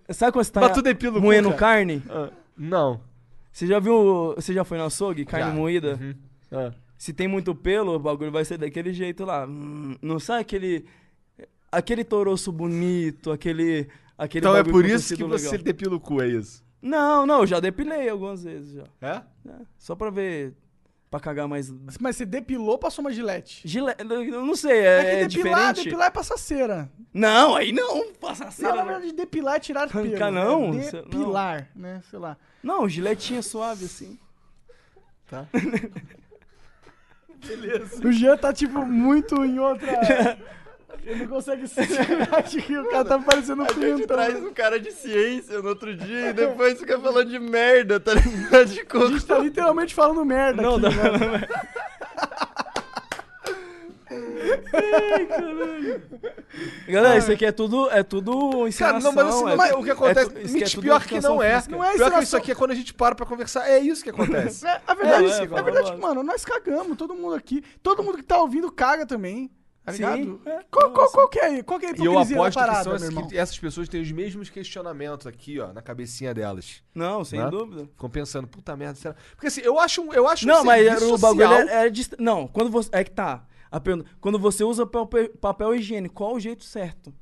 Sabe quando você tá
Mas tu depila o cu,
moendo
cara?
carne?
Ah, Não.
Você já viu. Você já foi no açougue? Carne
Já.
moída?
Ah.
Se tem muito pelo, o bagulho vai ser daquele jeito lá. Hum, Não sai aquele. Aquele toroço bonito, aquele. aquele
Então é
bagulho
por
com
isso que
tecido
você
legal.
depila o cu, é isso?
Não, não, eu já depilei algumas vezes já.
É?
É, só pra ver. Pra cagar mais.
Mas você depilou, passou uma gilete.
Gile... Eu não sei, é, é
É que depilar,
diferente.
depilar é passar cera.
Não, aí não, passa
Não, não,
cera.
não,
velho.
de depilar é tirar
Arrancar,
pelo.
não?
É
Cê- não.
depilar, né? Sei lá.
Não, giletinha suave assim.
O Jean tá, tipo, muito em outra... Ele não consegue se tirar de que o cara tá parecendo um
A gente
pinto.
traz um cara de ciência no outro dia e depois fica falando de merda, tá ligado? De
A
coco.
gente tá literalmente falando merda
Não,
aqui,
dá-
né?
Galera, isso aqui é tudo, é tudo
Cara,
encenação.
não, mas isso
é
não é
tu-
o que
é tu-
acontece.
isso aqui é
Mitch,
tudo
pior que não
educação
é.
física. tá
Não é
pior que
encenação.
isso aqui é quando a gente para pra conversar. É isso que acontece.
É, a verdade,
É, é,
a
fala
verdade,
bosta.
mano, nós cagamos, todo mundo aqui. Todo mundo que tá ouvindo caga também. Tá
Sim,
ligado?
é,
qual, qual,
nossa.
qual que é, qual que é a
E eu
hipocrisia
aposto
da parada,
que, são
meu
essas,
irmão?
que essas pessoas têm os mesmos questionamentos aqui, ó, na cabecinha delas.
Não, sem
Né?
dúvida.
Ficam pensando, puta merda, será? Porque assim, eu acho, um- eu acho
Não,
um
mas
serviço
era o bagulho
social-
é-
era, era dist- Não, quando você. É que tá. A pergunta- quando você usa papel, papel higiênico, qual o jeito certo?
De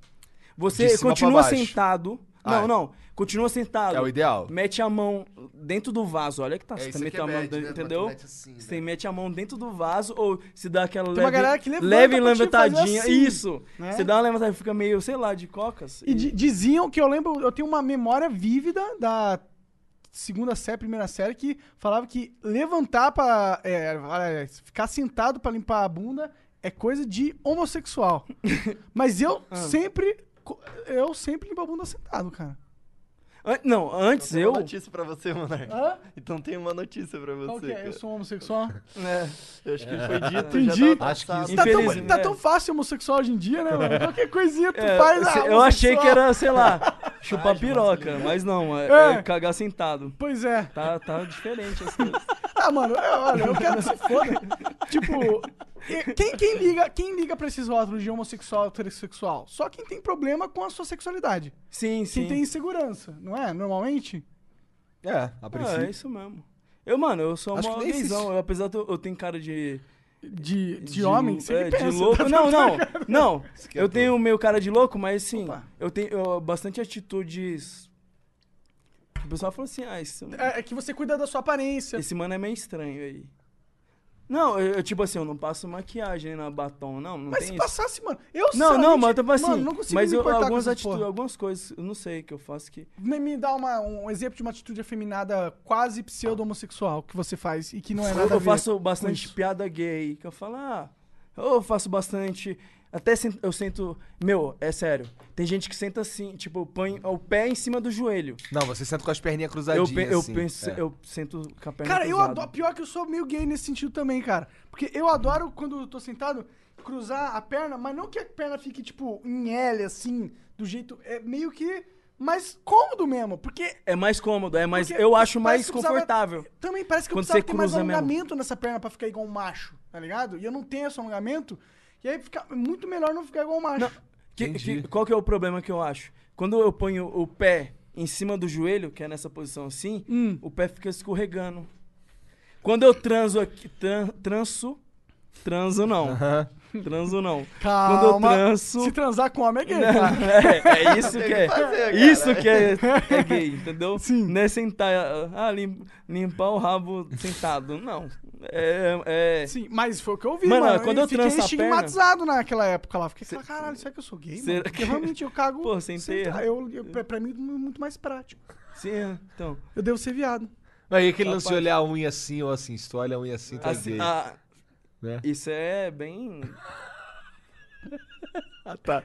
Você
cima pra
continua
baixo.
sentado.
Ah,
não,
é.
não. Continua sentado.
É o ideal.
Mete a mão dentro do vaso. Olha que tá. você
isso
também
aqui
tá a
é
mão
bad,
dentro,
né? Quando tu
entendeu?
mete assim, né?
Você mete a mão dentro do vaso ou se dá aquela
uma
leve,
galera que levanta
leve
pra te
levantadinha.
fazer assim,
Isso.
né?
Você dá uma levantadinha, fica meio, sei lá, de cocas.
E di- diziam que eu lembro, eu tenho uma memória vívida da segunda série, primeira série, que falava que levantar pra. é, olha, ficar sentado pra limpar a bunda é coisa de homossexual. Mas eu sempre. co- Eu sempre limpo a bunda sentado, cara.
An- Não, antes
Tem
eu.
uma notícia pra você, Monark.
Hã?
Então tem uma notícia pra você,
Qual que é?
cara.
Eu sou homossexual?
né?
Eu acho que foi dito, já
Entendi.
tava
Acho que
passado.
isso-
Tá tão,
Infelizmente.
tá tão fácil ser homossexual hoje em dia, né, mano? Qualquer coisinha tu
É,
faz.
se-
ah,
eu achei
homossexual.
que era, sei lá,
Ah,
chupar
né?
piroca, mas não, é,
É.
é cagar sentado.
Pois é.
Tá, tá diferente as coisas.
Ah, mano, eu- olha, eu quero que se foda. tipo, e- quem, quem, liga, quem liga pra esses rótulos de homossexual, heterossexual? Só quem tem problema com a sua sexualidade.
Sim,
Quem
sim.
tem insegurança, não é? Normalmente?
É, a
Ah,
princípio.
é isso mesmo. Eu, mano, eu sou
Acho
uma
que nem existe.
visão. Eu, apesar de eu, eu tenho cara de.
De, de, homem, você
é,
que pensa. Tá
de louco. Não, não, não. Eu
Esquentou.
tenho meio cara de louco, mas sim,
Opa.
eu tenho eu- bastante atitudes. O pessoal fala assim, ah, esse,
É, é que você cuida da sua aparência.
esse mano é meio estranho aí. Não, eu, eu, tipo assim, eu não passo maquiagem na batom, não, não
Mas
tem
se
isso.
passasse, mano, eu
Não, não,
sinceramente,
mas eu tô assim,
mano, não consigo
mas
me
eu-
importar com
algumas
essas
atitudes,
porra.
algumas coisas, eu não sei que eu faço que.
Me, me dá uma- um exemplo de uma atitude afeminada quase pseudo-homossexual que você faz e que não é nada
eu,
a
eu
ver
faço
com
bastante
isso.
piada gay, que eu falo, ah, eu faço bastante. Até sen- eu sento. Meu, é sério. Tem gente que senta assim, tipo, põe o pé em cima do joelho.
Não, você senta com as perninhas
Eu,
cruzadinhas.
pe- eu,
assim.
penso,
É.
eu sento com a perna.
Cara, eu
cruzada.
adoro. Pior que eu sou meio gay nesse sentido também, cara. Porque eu adoro quando eu tô sentado cruzar a perna, mas não que a perna fique, tipo, em L, assim, do jeito. É meio que. mais cômodo mesmo. Porque.
É mais cômodo, é mais.
porque
eu acho
parece
mais
que eu precisava-
confortável.
Também parece que eu
Quando
precisava
você
ter mais
cruza mesmo.
alongamento nessa perna pra ficar igual um macho, tá ligado? E eu não tenho esse alongamento. E aí fica muito melhor não ficar igual um macho.
Que-
Entendi.
que- qual que é o problema que eu acho? Quando eu ponho o pé em cima do joelho, que é nessa posição assim,
Hum.
o pé fica escorregando. Quando eu transo aqui, tran, transo, transo não, transo não. Quando eu transo,
Se transar com homem é gay. tá?
é, é isso que,
Tem que
é,
fazer, cara.
isso que é, é gay, entendeu? Sim. Não é sentar, ah, lim- limpar o rabo sentado, não. É, é-
Sim, mas foi o que eu vi, mano.
Mano,
mano.
quando
e
eu
fiquei
transo a
estigmatizado naquela época lá. Fiquei, falando, caralho, será que eu sou gay, mano?
Será
Porque
que-
realmente eu cago...
Pô, sem ter- né?
Ah, Eu, eu, pra, pra mim, é muito mais prático.
sim, é, então.
Eu devo ser viado.
Aí aquele lance de
Rapaz.
olhar a unha assim ou assim, se tu olha a unha assim, tu
Assim,
é gay.
ah,
Né?
Isso é bem.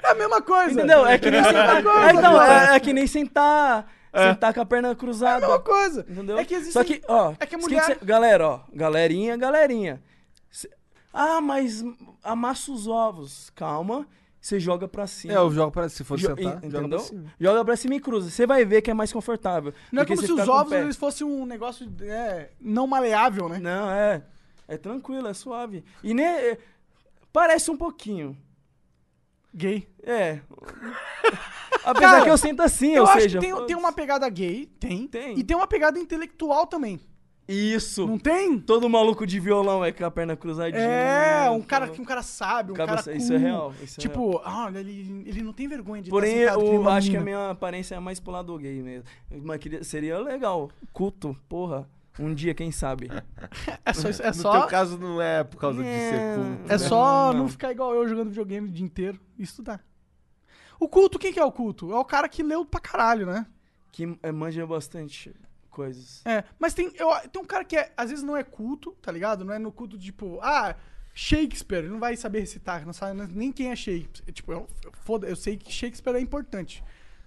É a mesma coisa.
Entendeu? É que nem sentar. é, não, é, é que nem sentar. Sentar com a perna
É a
cruzada.
mesma coisa.
entendeu?
É que existe...
Só que, ó.
é que a
se-
mulher-
se- galera, ó. Galerinha, galerinha. Se- Ah, mas amassa os ovos. Calma. Você joga pra cima.
É, eu jogo pra se for
Jo-
sentar,
en-
joga
entendeu?
pra cima.
Joga pra cima e cruza. Você vai ver que é mais confortável.
Não é
do que
como
você
se os
ficar com o
ovos
pé.
eles fossem um negócio é, não maleável, né?
Não, é. É tranquilo, é suave. E nem. é- Parece um pouquinho.
Gay.
É. Apesar
Cara,
que eu sinto assim,
Eu
ou
acho
seja.
que tem,
pô,
tem uma pegada gay, tem.
Tem.
E tem uma pegada intelectual também.
Isso.
Não tem?
Todo maluco de violão é com a perna cruzadinha.
É,
né?
um cara
Então,
que um cara sabe, um
acaba
cara
se-
cool.
Isso é real. Isso é real.
Tipo, ah, olha, ele, ele não tem vergonha de
Porém,
estar sentado nem
eu
uma
acho que a
menina.
minha aparência é mais pro lado gay mesmo. Mas queria- seria legal. Culto, porra. Um dia, quem sabe.
É só... isso- É
No
só,
teu caso não é por causa de ser
É.
culto.
é só
Não,
não
não.
ficar igual eu jogando videogame o dia inteiro e estudar. O culto, quem que é o culto? É o cara que leu pra caralho, né?
Que é, manja bastante coisas.
É, mas tem, eu, tem um cara que é, às vezes não é culto, tá ligado? Não é no culto tipo, ah, Shakespeare, ele não vai saber recitar, não sabe nem quem é Shakespeare. Tipo, eu, eu, foda, eu sei que Shakespeare é importante,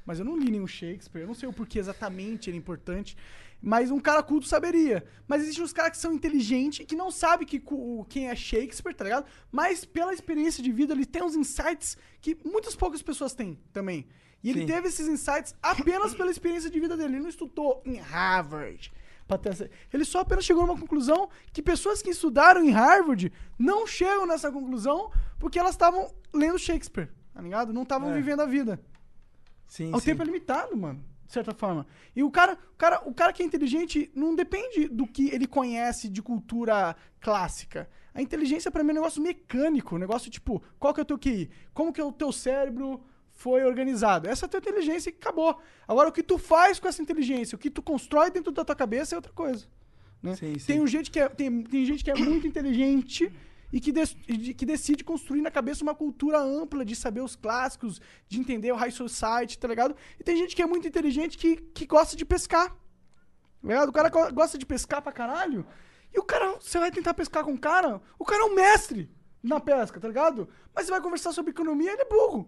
mas eu não li nenhum Shakespeare, eu não sei o porquê exatamente ele é importante, mas um cara culto saberia. Mas existem uns caras que são inteligentes, que não sabem que, cu- o- quem é Shakespeare, tá ligado? Mas pela experiência de vida, ele tem uns insights que muitas poucas pessoas têm também. E ele
Sim.
teve esses insights apenas pela experiência de vida dele. Ele não estudou em Harvard. pra ter essa- Ele só apenas chegou numa conclusão que pessoas que estudaram em Harvard não chegam nessa conclusão porque elas estavam lendo Shakespeare, tá ligado? Não estavam
É.
vivendo a vida.
Sim,
O
sim.
tempo é limitado, mano, de certa forma. E o cara, o cara, o cara que é inteligente não depende do que ele conhece de cultura clássica. A inteligência pra mim é um negócio mecânico, um negócio tipo, qual que é o teu QI? Como que é o teu cérebro foi organizado? Essa é a tua inteligência e acabou. Agora o que tu faz com essa inteligência, o que tu constrói dentro da tua cabeça é outra coisa. né?
Sim, sim.
Tem um gente que é, tem, tem gente que é muito inteligente e que, des- e de- que decide construir na cabeça uma cultura ampla de saber os clássicos, de entender o high society, tá ligado? E tem gente que é muito inteligente que, que gosta de pescar. tá Ligado? O cara go- gosta de pescar pra caralho. E o cara, você vai tentar pescar com o cara, o cara é um mestre na pesca, tá ligado? Mas você vai conversar sobre economia, ele é burro.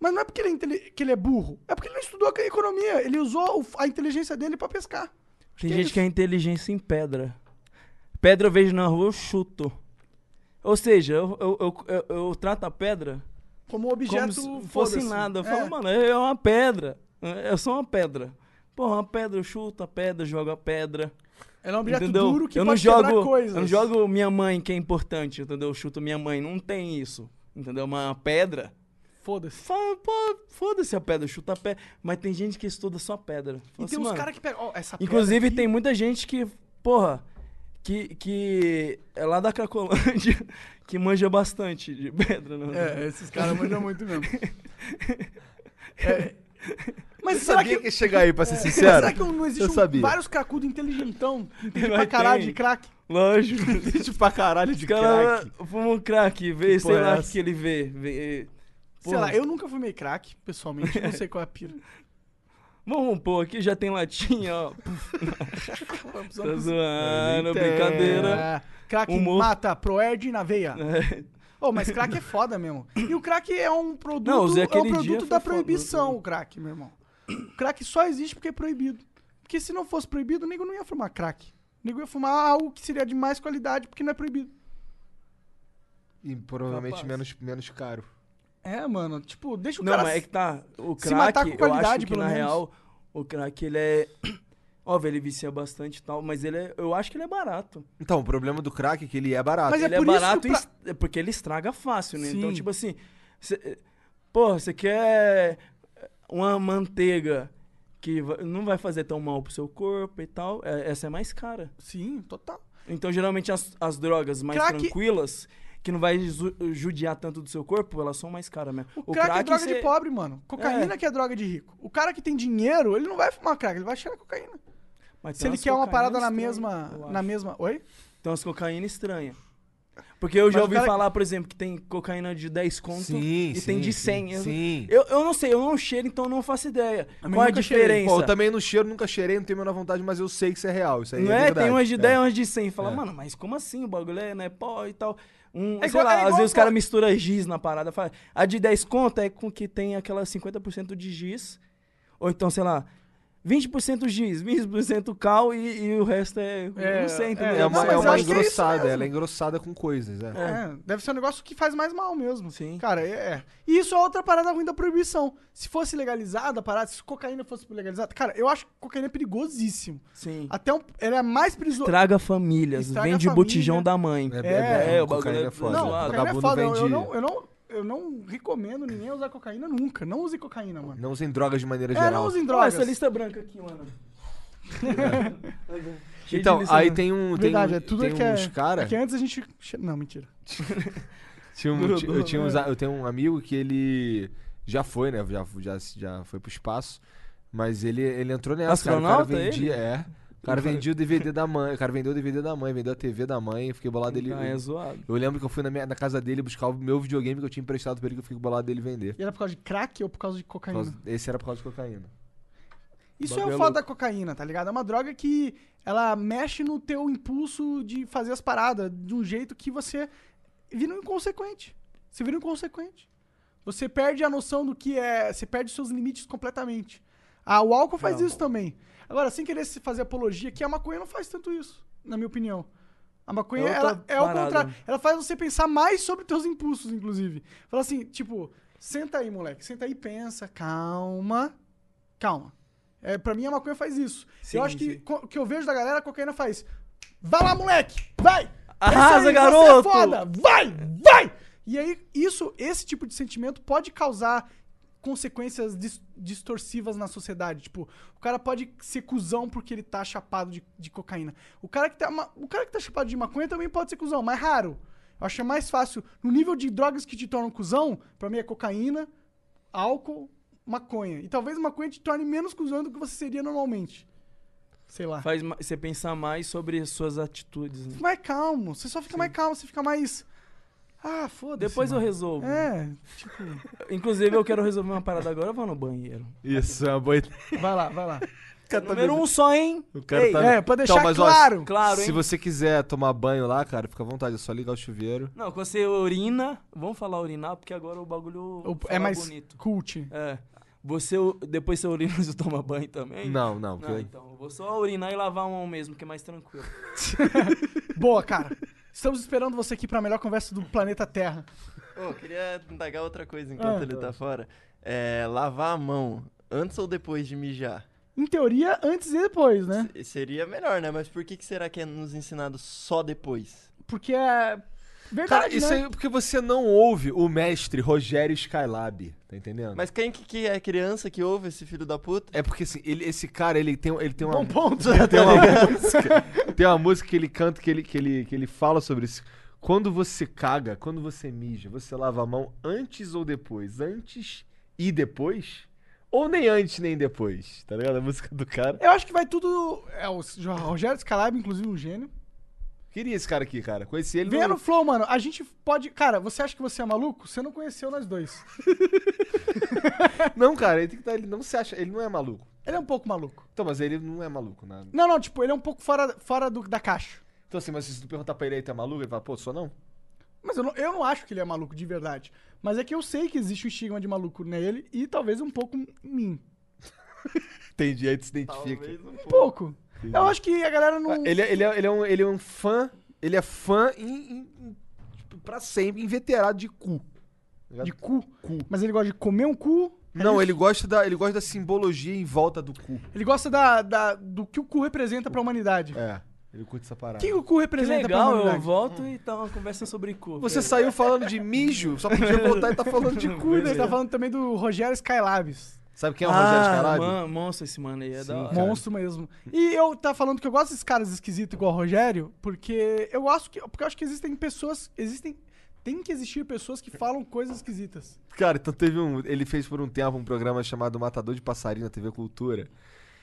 Mas não é porque ele é, intele- que ele é burro, é porque ele não estudou economia, ele usou o- a inteligência dele pra pescar.
Tem
que é
gente
isso.
que é inteligência em pedra. Pedra eu vejo na rua, eu chuto. Ou seja, eu, eu, eu, eu- eu trato a pedra
Como objeto
como se fosse
foda-se.
nada. Eu
É.
falo, mano, é uma pedra. É, Eu sou uma pedra. Porra, uma pedra, eu chuto a pedra, jogo a pedra.
Ela é um objeto
entendeu?
duro que
eu não
pode quebrar
jogo,
coisas.
Eu não jogo minha mãe, que é importante, entendeu? Eu chuto minha mãe. Não tem isso. Entendeu? Uma pedra.
Foda-se.
Fala, pô, Foda-se a pedra, chuta a pedra. Mas tem gente que estuda só pedra. Fala
E
assim,
tem uns
mano,
caras que pegam. ó, essa pedra
Inclusive,
aqui-
tem muita gente que, porra, que, que é lá da Cracolândia, que manja bastante de pedra, né?
É, esses caras mandam muito mesmo. É. Mas
Eu
será
sabia
que.
que ia chegar aí, pra ser
mas
sincero.
Será que não existe
Eu
um-
sabia.
vários cracudos inteligentão que entende
Vai
pra caralho
ter.
de crack?
Lógico.
Gente pra caralho de
Os caras
crack.
fumam crack, vê, sei
porra é
lá o
essa?
que ele vê. vê-
Sei
Porra.
lá, eu nunca fumei crack, pessoalmente, não sei qual é a pira.
Vamos pôr aqui, já tem latinha, ó. tá
Eita.
zoando, brincadeira.
É, crack
Humor.
mata, proerd na veia. Oh, mas crack é foda mesmo. E o crack é um produto,
Não, Zé,
é um
aquele dia
produto
foi
da
foda.
proibição, o crack, meu irmão. O crack só existe porque é proibido. Porque se não fosse proibido, o nego não ia fumar crack. O nego ia fumar algo que seria de mais qualidade, porque não é proibido.
E provavelmente menos, menos caro.
É, mano, tipo, deixa o
Não,
cara...
mas é que tá. O
se matar
crack,
com
eu acho
qualidade,
que
pelo
na
menos.
real, o crack ele é. Óbvio, ele vicia bastante e tal, mas ele é, eu acho que ele é barato.
Então, o problema do crack é que ele é barato.
Mas é
ele é
por isso que
barato e
o pra-
es- é porque ele estraga fácil, né? Então,
Sim.
tipo assim, cê, porra, você quer uma manteiga que va- não vai fazer tão mal pro seu corpo e tal, é- essa é mais cara.
Sim, total.
Então, geralmente, as, as drogas mais
Crack-
tranquilas, que não vai ju- judiar tanto do seu corpo, elas são mais caras mesmo.
O, crack, é droga
cê-
de pobre, mano. Cocaína
É.
que é droga de rico. O cara que tem dinheiro, ele não vai fumar crack, ele vai cheirar cocaína.
mas
Se
tem
ele
umas
quer uma parada na
cocaína
mesma...
estranha, eu
Na
acho.
mesma... Oi?
Tem umas cocaína estranha. Porque eu já
Mas o
ouvi
cara-
falar, por exemplo, que tem cocaína de 10 conto
Sim,
e
sim,
tem de
sim,
100. eu,
sim.
Eu, eu não sei, eu não cheiro, então eu não faço ideia.
Também
Qual a
nunca cheirei.
diferença?
Pô, eu também não cheiro, nunca cheirei, não tenho a menor vontade, mas eu sei que isso é real. Isso aí
não
é,
é?
verdade.
Tem umas de 10 e umas de 100. Fala, mano, mas como assim? O bagulho é, né, pó e tal. Um, sei
igual-
lá,
é
às
igual
vezes os
pó.
caras misturam giz na parada. Fala, a de 10 conto é com que tem aquela 50% de giz. Ou então, sei lá, 20% giz, 20% cal e, e o resto é...
É,
não sei, entendeu?
É,
Não,
uma,
mas
é
eu
uma
acho que é isso
engrossada,
mesmo.
ela é engrossada com coisas, é.
É, deve ser um negócio que faz mais mal mesmo.
Sim.
Cara, é. é. E isso é outra parada ruim da proibição. Se fosse legalizada a parada, se cocaína fosse legalizada. Cara, eu acho que cocaína é perigosíssimo.
Sim.
Até um, ela é mais perigosa.
Traga famílias,
Estraga
vende
a
botijão
família.
da mãe.
é,
é,
é,
o bagulho
cocaína
é
é foda.
Não,
zoado.
cocaína é
Vagabundo
foda. Eu, eu
vende-
não, eu, não, eu não recomendo ninguém usar cocaína nunca. Não use cocaína, mano.
Não usem drogas de maneira
é, não
geral.
usem
Olha
drogas.
essa lista branca aqui, mano. Cheio de
Então,
lição,
aí
né?
tem um. Tem,
Verdade,
um-
é tudo
tem
que é-
uns cara.
Porque antes a gente. che- Não, mentira.
Tinha um-
Grudou,
ti- eu, tinha uns
né?
a- eu tenho um amigo que ele já foi, né? Já, já, já foi pro espaço. Mas ele, ele entrou nessa. cara. o
Astronauta,
cara vendia,
ele?
é. O cara vendia o DVD da mãe. O cara vendeu o DVD da mãe, vendeu a TV da mãe. Fiquei bolado dele.
tá
Ah, é zoado.
Eu lembro que eu fui na, minha- na casa dele buscar o meu videogame que eu tinha emprestado pra ele, que eu fiquei bolado dele vender.
E era por causa de crack ou por causa de
Por
cocaína?
causa- Esse era por causa de cocaína.
Isso é
Bagulho
o
é
foda da cocaína, tá ligado? É uma droga que ela mexe no teu impulso de fazer as paradas de um jeito que você vira um inconsequente. Você vira um inconsequente. Você perde a noção do que é. Você perde os seus limites completamente. Ah, o álcool faz
Real.
isso também. Agora, sem querer se fazer apologia, que a maconha não faz tanto isso, na minha opinião. A maconha,
É outra
ela é o
parada.
contrário. Ela faz você pensar mais sobre teus impulsos, inclusive. Fala assim, tipo, senta aí, moleque. Senta aí e pensa. Calma. Calma. É, pra mim, a maconha faz isso.
Sim,
eu acho que
sim.
co- o que eu vejo da galera, a cocaína faz. Vai lá, moleque! Vai! É isso
Arrasa,
aí,
garoto!
Você é foda! Vai! Vai! E aí, isso, esse tipo de sentimento pode causar consequências dis- distorsivas na sociedade. Tipo, o cara pode ser cuzão porque ele tá chapado de, de cocaína. O cara, que tá, ma- o cara que tá chapado de maconha também pode ser cuzão, mas raro. Eu acho que é mais fácil. No nível de drogas que te tornam cuzão, pra mim é cocaína, álcool, maconha. E talvez maconha te torne menos cuzão do que você seria normalmente. Sei lá.
Faz ma- você pensar mais sobre suas atitudes. né?
Fica mais calmo. Você só fica mais calmo, você fica mais. Ah, foda-se.
Depois eu
mano.
resolvo.
É,
Inclusive, eu quero resolver uma parada agora, eu vou no banheiro.
Isso, é uma boa.
vai lá, vai lá.
Tá
Número um só, hein?
O cara
Ei,
tá-
É, pra deixar
Então, mas, ó,
claro.
Claro, hein?
Se você quiser tomar banho lá, cara, fica à vontade, é só ligar o chuveiro.
Não, quando você urina, vamos falar urinar, porque agora o bagulho
O-
fala
É mais
bonito.
cult.
É. Você, u- depois você urina, você toma banho também?
Não, não,
Não,
porque-
então, eu vou só urinar e lavar a mão mesmo, que é mais tranquilo.
Boa, cara. Estamos esperando você aqui pra melhor conversa do planeta Terra.
Ô, queria indagar outra coisa enquanto
Ah.
ele tá fora. É, lavar a mão antes ou depois de mijar?
Em teoria, antes e depois, né?
Se- Seria melhor, né? Mas por que, que será que é nos ensinado só depois?
Porque é. Verdade,
Cara, isso
né?
aí é porque você não ouve o mestre Rogério Skylab, tá entendendo?
Mas quem que, que é criança que ouve esse filho da puta?
É porque assim, ele- esse cara, ele tem, ele tem uma.
é um
Bom ponto. tá
Tem uma música. Tem uma música que ele canta que ele, que ele, que ele fala sobre isso. Quando você caga, quando você mija, você lava a mão antes ou depois? Antes e depois? Ou nem antes nem depois? Tá ligado? A música do cara.
Eu acho que vai tudo. É, o Rogério Scalab, inclusive, um gênio.
Queria esse cara aqui, cara. Conheci ele.
Venha
No...
no Flow, mano. A gente pode. Cara, você acha que você é maluco? Você não conheceu nós dois.
Não, cara, ele, tem que tá- ele não se acha. Ele não é maluco.
Ele é um pouco maluco.
Então, mas ele não é maluco, né?
Não, não, tipo, ele é um pouco fora, fora do, da caixa.
Então, assim, mas se tu perguntar pra ele aí, tá maluco? Ele fala, pô, sou não.
Mas eu não, eu não acho que ele é maluco de verdade. Mas é que eu sei que existe um estigma de maluco nele e talvez um pouco em mim.
Entendi, aí tu se identifica.
um
Um pouco. Eu acho que a galera não.
Ele, é- ele, é, ele, é um, ele é um fã. Ele é fã em, em- em- tipo, pra sempre, inveterado de cu. Tá
De cu. Mas ele gosta de comer um cu.
Não, ele gosta, da, ele gosta da simbologia em volta do cu.
Ele gosta da, da- do que o cu representa pra humanidade.
É, ele curte essa
O
parada.
que o cu
Que
representa pra
legal, eu
humanidade?
volto e tá uma conversa sobre cu.
Você saiu falando de mijo, só podia voltar e tá falando de cu,
Você
né?
tá falando também do Rogério Skylabs.
Sabe quem é o Rogério
Ah,
Skylab?
man, monstro esse mano aí, é da hora.
Cara.
Monstro mesmo. E eu tá falando que eu gosto desses caras esquisitos igual o Rogério, porque eu acho que. Porque eu acho que existem pessoas. Existem. Tem que existir pessoas que falam coisas esquisitas.
Cara, então teve um. Ele fez por um tempo um programa chamado Matador de Passarinho na TV Cultura.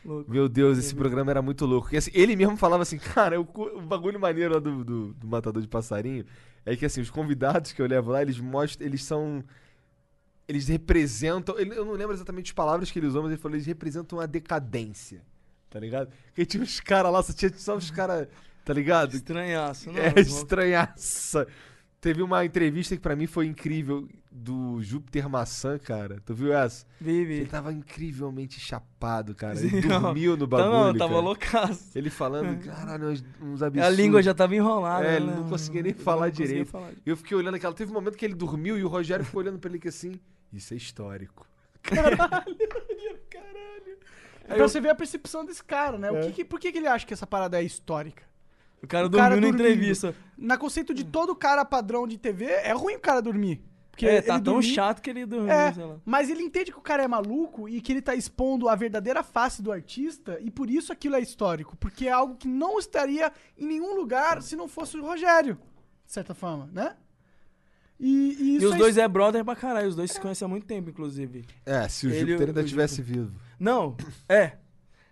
Louco.
Meu Deus, esse programa era muito louco. Porque, assim, ele mesmo falava assim, cara, o, cu- o bagulho maneiro lá do, do, do Matador de Passarinho é que assim, os convidados que eu levo lá, eles mostram. Eles são. Eles representam. ele- eu não lembro exatamente as palavras que ele usou, mas ele falou, eles representam a decadência. Tá ligado? Porque tinha uns caras lá, só tinha só os caras. Tá ligado?
Estranhaço, não.
É
mas vamos-
estranhaça. Teve uma entrevista que pra mim foi incrível do Júpiter Maçã, cara. Tu viu essa? Ele
Vive.
tava incrivelmente chapado, cara. Ele
Sim, não.
dormiu no
Tá,
bagulho.
não, tava
cara.
loucaço.
Ele falando, caralho, uns, uns absurdos.
A língua já tava enrolada.
É,
né?
ele não conseguia nem
Não
falar
conseguia
direito.
falar.
Eu fiquei olhando aquela. Teve um momento que ele dormiu e o Rogério ficou olhando pra ele que assim, isso é histórico.
É,
Pra você ver a percepção desse cara, né? O que que- por que, que ele acha que essa parada é histórica?
O cara
O cara
dormiu na
dormindo.
entrevista.
Na conceito de todo cara padrão de TV, é ruim o cara dormir. Porque Porque
é,
ele
tá tão
dormia-
chato que ele dormiu,
É,
sei lá.
mas ele entende que o cara é maluco e que ele tá expondo a verdadeira face do artista e por isso aquilo é histórico, porque é algo que não estaria em nenhum lugar se não fosse o Rogério, de certa forma, né? E, e
E
isso
os
é
dois é brother pra caralho, os dois se conhecem há muito tempo, inclusive.
É, se o
Ele-
Júpiter ainda
o
estivesse vivo.
Não, é.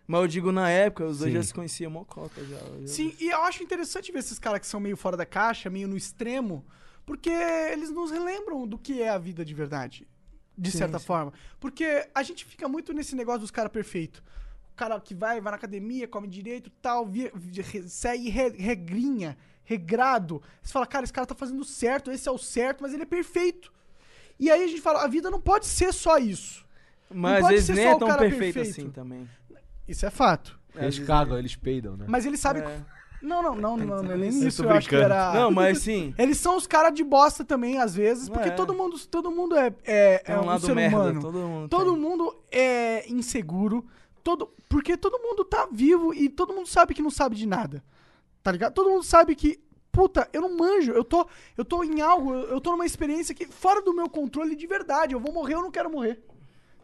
Mas eu digo na época, os dois
Sim.
já se conheciam mocota já. já-
Sim, e eu acho interessante ver esses caras que são meio fora da caixa, meio no extremo, porque eles nos relembram do que é a vida de verdade, de certa forma. Porque a gente fica muito nesse negócio dos caras perfeitos. O cara que vai, vai na academia, come direito, tal, vi- vi- re- segue re- regrinha, regrado. Você fala, cara, esse cara tá fazendo certo, esse é o certo, mas ele é perfeito. E aí a gente fala, a vida não pode ser só isso.
Mas
pode
eles
ser
nem
só
é
o
tão
cara
perfeito,
perfeito.
assim também.
Isso é fato.
Eles cagam, eles peidam, né?
Mas ele sabe.
É.
Não, não, não, não, não, nem
Eu
isso
tô
eu acho que
brincando.
era.
Não, mas sim.
Eles são os caras de bosta também, às vezes, porque
É.
todo mundo, todo mundo é, é,
É
é
um
um,
lado
ser
merda,
humano.
todo mundo
Todo
tem.
mundo é inseguro. Todo, porque todo mundo tá vivo e todo mundo sabe que não sabe de nada. Tá ligado? Todo mundo sabe que, puta, eu não manjo, eu tô, eu tô em algo, eu eu tô numa experiência que fora do meu controle de verdade. Eu vou morrer, eu não quero morrer.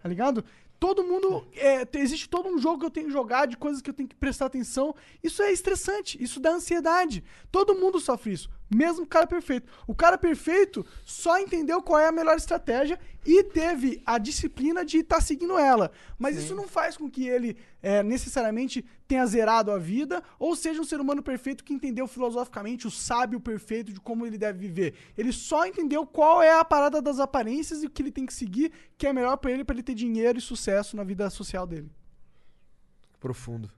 Tá ligado? Todo mundo. é, tem- existe todo um jogo que eu tenho que jogar, de coisas que eu tenho que prestar atenção. Isso é estressante, isso dá ansiedade. Todo mundo sofre isso, mesmo o cara perfeito. O cara perfeito só entendeu qual é a melhor estratégia e teve a disciplina de estar seguindo ela. Mas isso não faz com que ele é, necessariamente tenha zerado a vida ou seja um ser humano perfeito que entendeu filosoficamente o sábio perfeito de como ele deve viver. Ele só entendeu qual é a parada das aparências e o que ele tem que seguir, que é melhor pra ele para ele ter dinheiro e sucesso na vida social dele.
Profundo.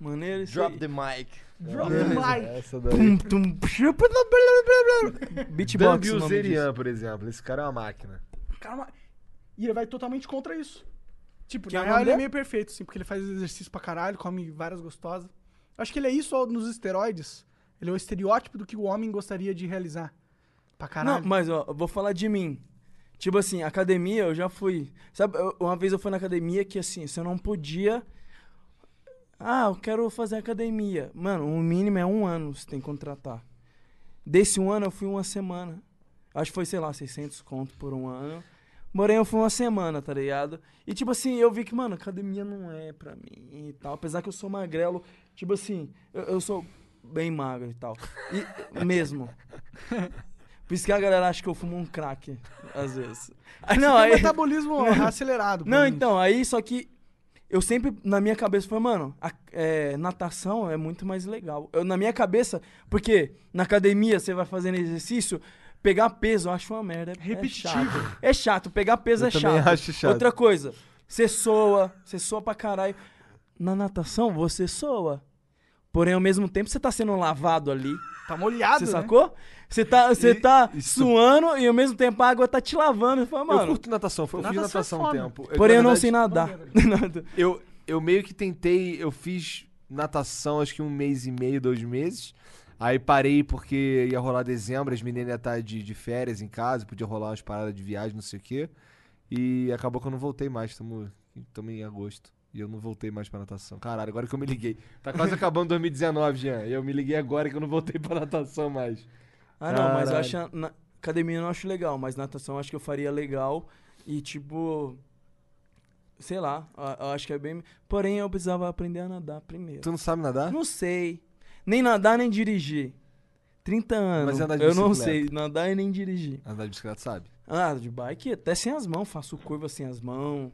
Maneiro isso
Drop
aí.
the mic.
Drop
É,
the mic.
Essa daí.
Tum, tum, pshum, blá, blá, blá, blá, blá.
Dan
Beatbox o nome disso.
Bilzerian, por exemplo. Esse cara é uma máquina.
Caramba. E ele vai totalmente contra isso. Tipo,
Que
na
é
real ele é
maneiro.
meio perfeito, sim, porque ele faz exercício pra caralho, come várias gostosas. Acho que ele é isso ó, nos esteroides. Ele é o estereótipo do que o homem gostaria de realizar. Pra caralho.
Não, mas ó, eu vou falar de mim. Tipo assim, academia eu já fui. Sabe, eu- uma vez eu fui na academia que assim, você não podia. Ah, eu quero fazer academia. Mano, o mínimo é um ano você tem que contratar. Desse um ano eu fui uma semana. Acho que foi, sei lá, 600 conto por um ano. Porém, eu fui uma semana, tá ligado? E, tipo assim, eu vi que, mano, academia não é pra mim e tal. Apesar que eu sou magrelo, tipo assim, eu, eu sou bem magro e tal. E, mesmo. Por isso que a galera acha que eu fumo um crack, às vezes. Aí, não,
Tem um
aí...
metabolismo acelerado.
Não,
provavelmente.
então, aí só que eu sempre, na minha cabeça, foi, mano, a- é, natação é muito mais legal. Eu, na minha cabeça, porque na academia você vai fazendo exercício, pegar peso eu acho uma merda. É,
Repetitivo.
É chato. É chato, pegar peso
Eu
é
também
chato.
acho chato.
Outra coisa, você soa, você soa pra caralho. Na natação, você soa. Porém, ao mesmo tempo, você tá sendo lavado ali.
Tá molhado,
Você
né?
sacou? Você tá, você
E-
tá
isso-
suando e ao mesmo tempo a água tá te lavando. Você fala, mano,
eu curto natação. Eu fiz
Natação é
natação um
foda.
tempo.
porém eu
na
não
verdade,
sei nadar. Nada.
Eu, eu meio que tentei... Eu fiz natação acho que um mês e meio, dois meses. Aí parei porque ia rolar dezembro. As meninas iam estar de, de férias em casa. Podia rolar umas paradas de viagem, não sei o quê. E acabou que eu não voltei mais. Estamos em agosto. E eu não voltei mais pra natação. Caralho, agora que eu me liguei. Tá quase acabando 2019, Jean. E eu me liguei agora que eu não voltei pra natação mais.
Ah, não, mas eu
Caralho.
acho. a- Na, academia eu não acho legal, mas natação eu acho que eu faria legal. E tipo. Sei lá, eu, eu acho que é bem. Porém, eu precisava aprender a nadar primeiro.
Tu não sabe nadar?
Não sei. Nem nadar, nem dirigir. 30 anos.
Mas é andar de
eu não sei
bicicleta.
nadar e nem dirigir.
Andar de bicicleta, sabe?
Ah, de bike, até sem as mãos, faço curva sem as mãos.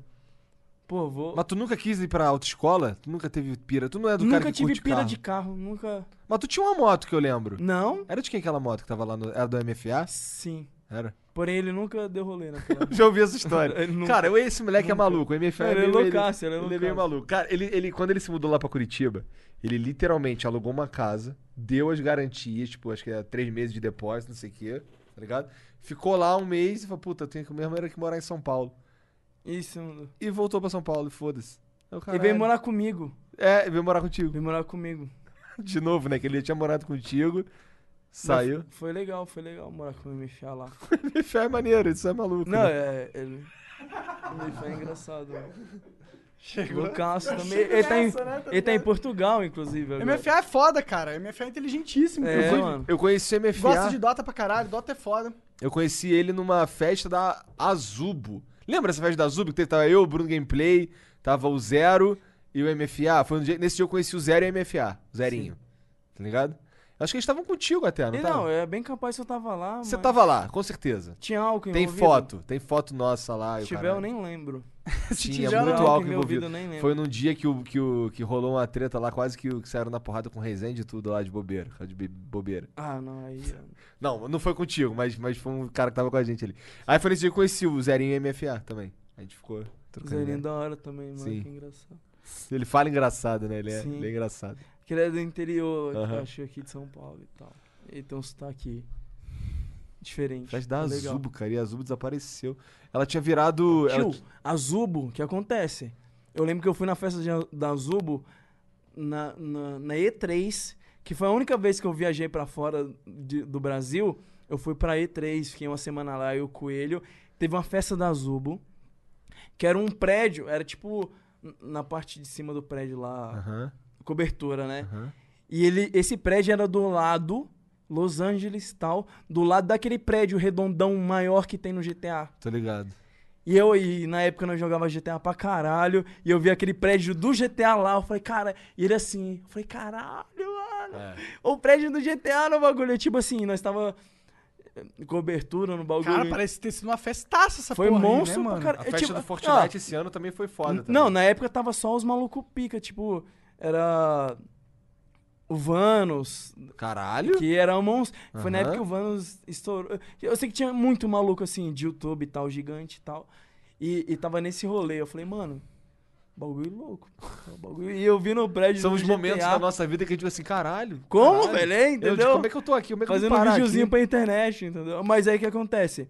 Pô, vou.
Mas tu nunca quis ir pra autoescola? Tu nunca teve pira? Tu não é do cara
nunca
que
tive
curte
pira
carro.
de carro, nunca.
Mas tu tinha uma moto que eu lembro.
Não?
Era de quem aquela moto que tava lá no... Era do MFA?
Sim.
Era.
Porém, ele nunca deu rolê naquela.
Já ouvi essa história.
Ele nunca-
Cara, eu- esse moleque é maluco. O MFA
Ele é
meio-
loucaço, ele é
Ele é meio
loucaço.
maluco. Cara, ele, ele, quando ele se mudou lá pra Curitiba, ele literalmente alugou uma casa, deu as garantias, tipo, acho que era três meses de depósito, não sei o quê, tá ligado? Ficou lá um mês e falou, puta, eu tenho que mesmo era que morar em São Paulo.
Isso. não-
E voltou pra São Paulo, e foda-se. Eu,
Ele
caralho.
veio morar comigo.
É, veio morar contigo.
Vem morar comigo.
De novo, né? Que ele tinha morado contigo, saiu.
Mas Foi legal, foi legal morar com o MFA lá.
Fé é maneiro, isso é maluco.
Não,
né?
é. Ele. O MFA é engraçado, mano. Chegou. Lucas também. Ele tá, em,
né?
ele tá em Portugal, inclusive. Agora.
MFA é foda, cara. MFA é inteligentíssimo.
É,
inclusive.
mano.
Eu conheci o MFA.
Gosta de Dota pra caralho, Dota é foda.
Eu conheci ele numa festa da Azubo. Lembra essa festa da Azubo? Que teve- tava eu, o Bruno Gameplay, tava o Zero e o MFA. Foi um dia, nesse dia eu conheci o Zero e o MFA. O Zerinho. Tá ligado? Acho que eles estavam contigo até, não
E
tava?
não, é bem capaz que eu tava lá.
tá- Você
mas
tava lá, com certeza.
Tinha álcool
Tem
envolvido?
foto, tem foto nossa lá. e o
Se tiver,
caralho.
eu nem lembro.
Se
Tinha
tiver
muito
álcool
álcool
envolvido,
envolvido.
nem lembro.
Foi num dia que, o, que, o, que rolou uma treta lá, quase que, o- que saíram na porrada com o Rezende e tudo lá de bobeira. De be- bobeira.
Ah, não, aí.
Não, não foi contigo, mas, mas foi um cara que tava com a gente ali. Aí foi nesse dia que eu conheci o Zerinho e o MFA também. A gente ficou trocando. ideia.
Zerinho é da hora também, mano.
Sim.
Que engraçado.
Ele fala engraçado, né? Ele é,
Sim.
ele é engraçado.
Que ele é do interior,
Aham.
eu acho, aqui de São Paulo e tal. Ele tem um sotaque diferente.
Faz da
é legal.
Azubo, cara. E a Azubo desapareceu. Ela tinha virado. ela-
Tio, Azubo, o que acontece? Eu lembro que eu fui na festa de, A- da Azubo na, na, na E3, que foi a única vez que eu viajei pra fora de- do Brasil. Eu fui pra E3, fiquei uma semana lá, eu e o Coelho. Teve uma festa da Azubo, que era um prédio, era tipo n- na parte de cima do prédio lá,
Aham.
cobertura, né?
Aham.
E ele, esse prédio era do lado, Los Angeles e tal, do lado daquele prédio redondão maior que tem no GTA.
Tô ligado.
E eu, e na época nós jogava GTA pra caralho, e eu vi aquele prédio do GTA lá, eu falei, cara, e ele assim, eu falei, caralho, mano, o prédio do GTA no bagulho, tipo assim, nós tava eh, cobertura no bagulho.
Cara, parece ter sido uma festaça essa
foi
porra aí,
monstro
né,
pra
mano?
caralho.
A
É,
festa
tipo,
do Fortnite
ah,
esse ano também foi foda. também.
Não, na época tava só os malucos pica, tipo, era o Vanos,
Caralho.
que era um monstro. Foi na
Aham.
época que o Vanos estourou. Eu sei que tinha muito maluco assim, de YouTube e tal, gigante e tal. E, e tava nesse rolê. Eu falei, mano, bagulho louco. tá um bagulho- E eu vi no prédio.
São
do
os momentos
GTA.
da nossa vida que a gente fica assim, caralho.
Como,
caralho.
velho? É,
Eu,
entendeu?
tipo, como é que eu tô aqui? Como é que eu
Fazendo
vim
um
parar
videozinho
aqui?
pra internet, entendeu? Mas aí o que acontece?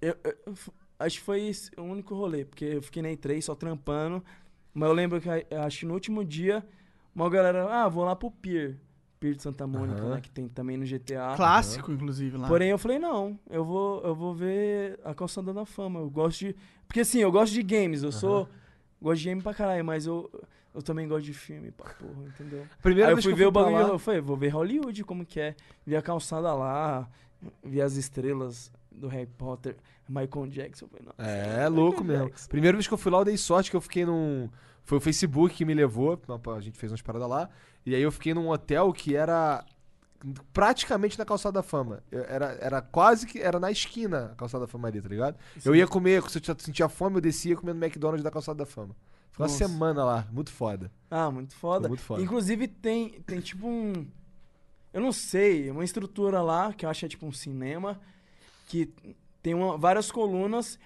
Eu- eu- f- acho que foi esse o único rolê, porque eu fiquei na E3 só trampando. Mas eu lembro que a- acho que no último dia, uma galera, ah, vou lá pro Pier. Pier de Santa Mônica,
Aham.
né? Que tem também no GTA.
Clássico, inclusive,
Ah.
lá.
Porém, eu falei, não, eu vou, eu vou ver a calçada da fama. Eu gosto de. Porque assim, eu gosto de games, eu sou. Gosto de game pra caralho, mas eu, eu também gosto de filme, pra porra, entendeu?
Primeira
Aí eu
vez
fui
que
ver o
pra
bagulho,
lá-
eu falei, vou ver Hollywood, como que é. Vi a calçada lá, vi as estrelas do Harry Potter, Michael Jackson. Eu falei, nossa,
É, é louco
Michael
mesmo.
Jackson.
Primeira vez que eu fui lá, eu dei sorte que eu fiquei num. Foi o Facebook que me levou. A gente fez umas paradas lá. E aí eu fiquei num hotel que era praticamente na Calçada da Fama. Eu- Era, era quase que. Era na esquina a Calçada da Fama ali, tá ligado? Eu ia comer, se eu t- sentia fome, eu descia comendo McDonald's da Calçada da Fama. Ficou uma
Nossa.
semana lá, muito foda.
Ah, muito foda.
Foi muito foda.
Inclusive tem, tem tipo um. Eu não sei, uma estrutura lá, que eu acho que é tipo um cinema, que tem uma- várias colunas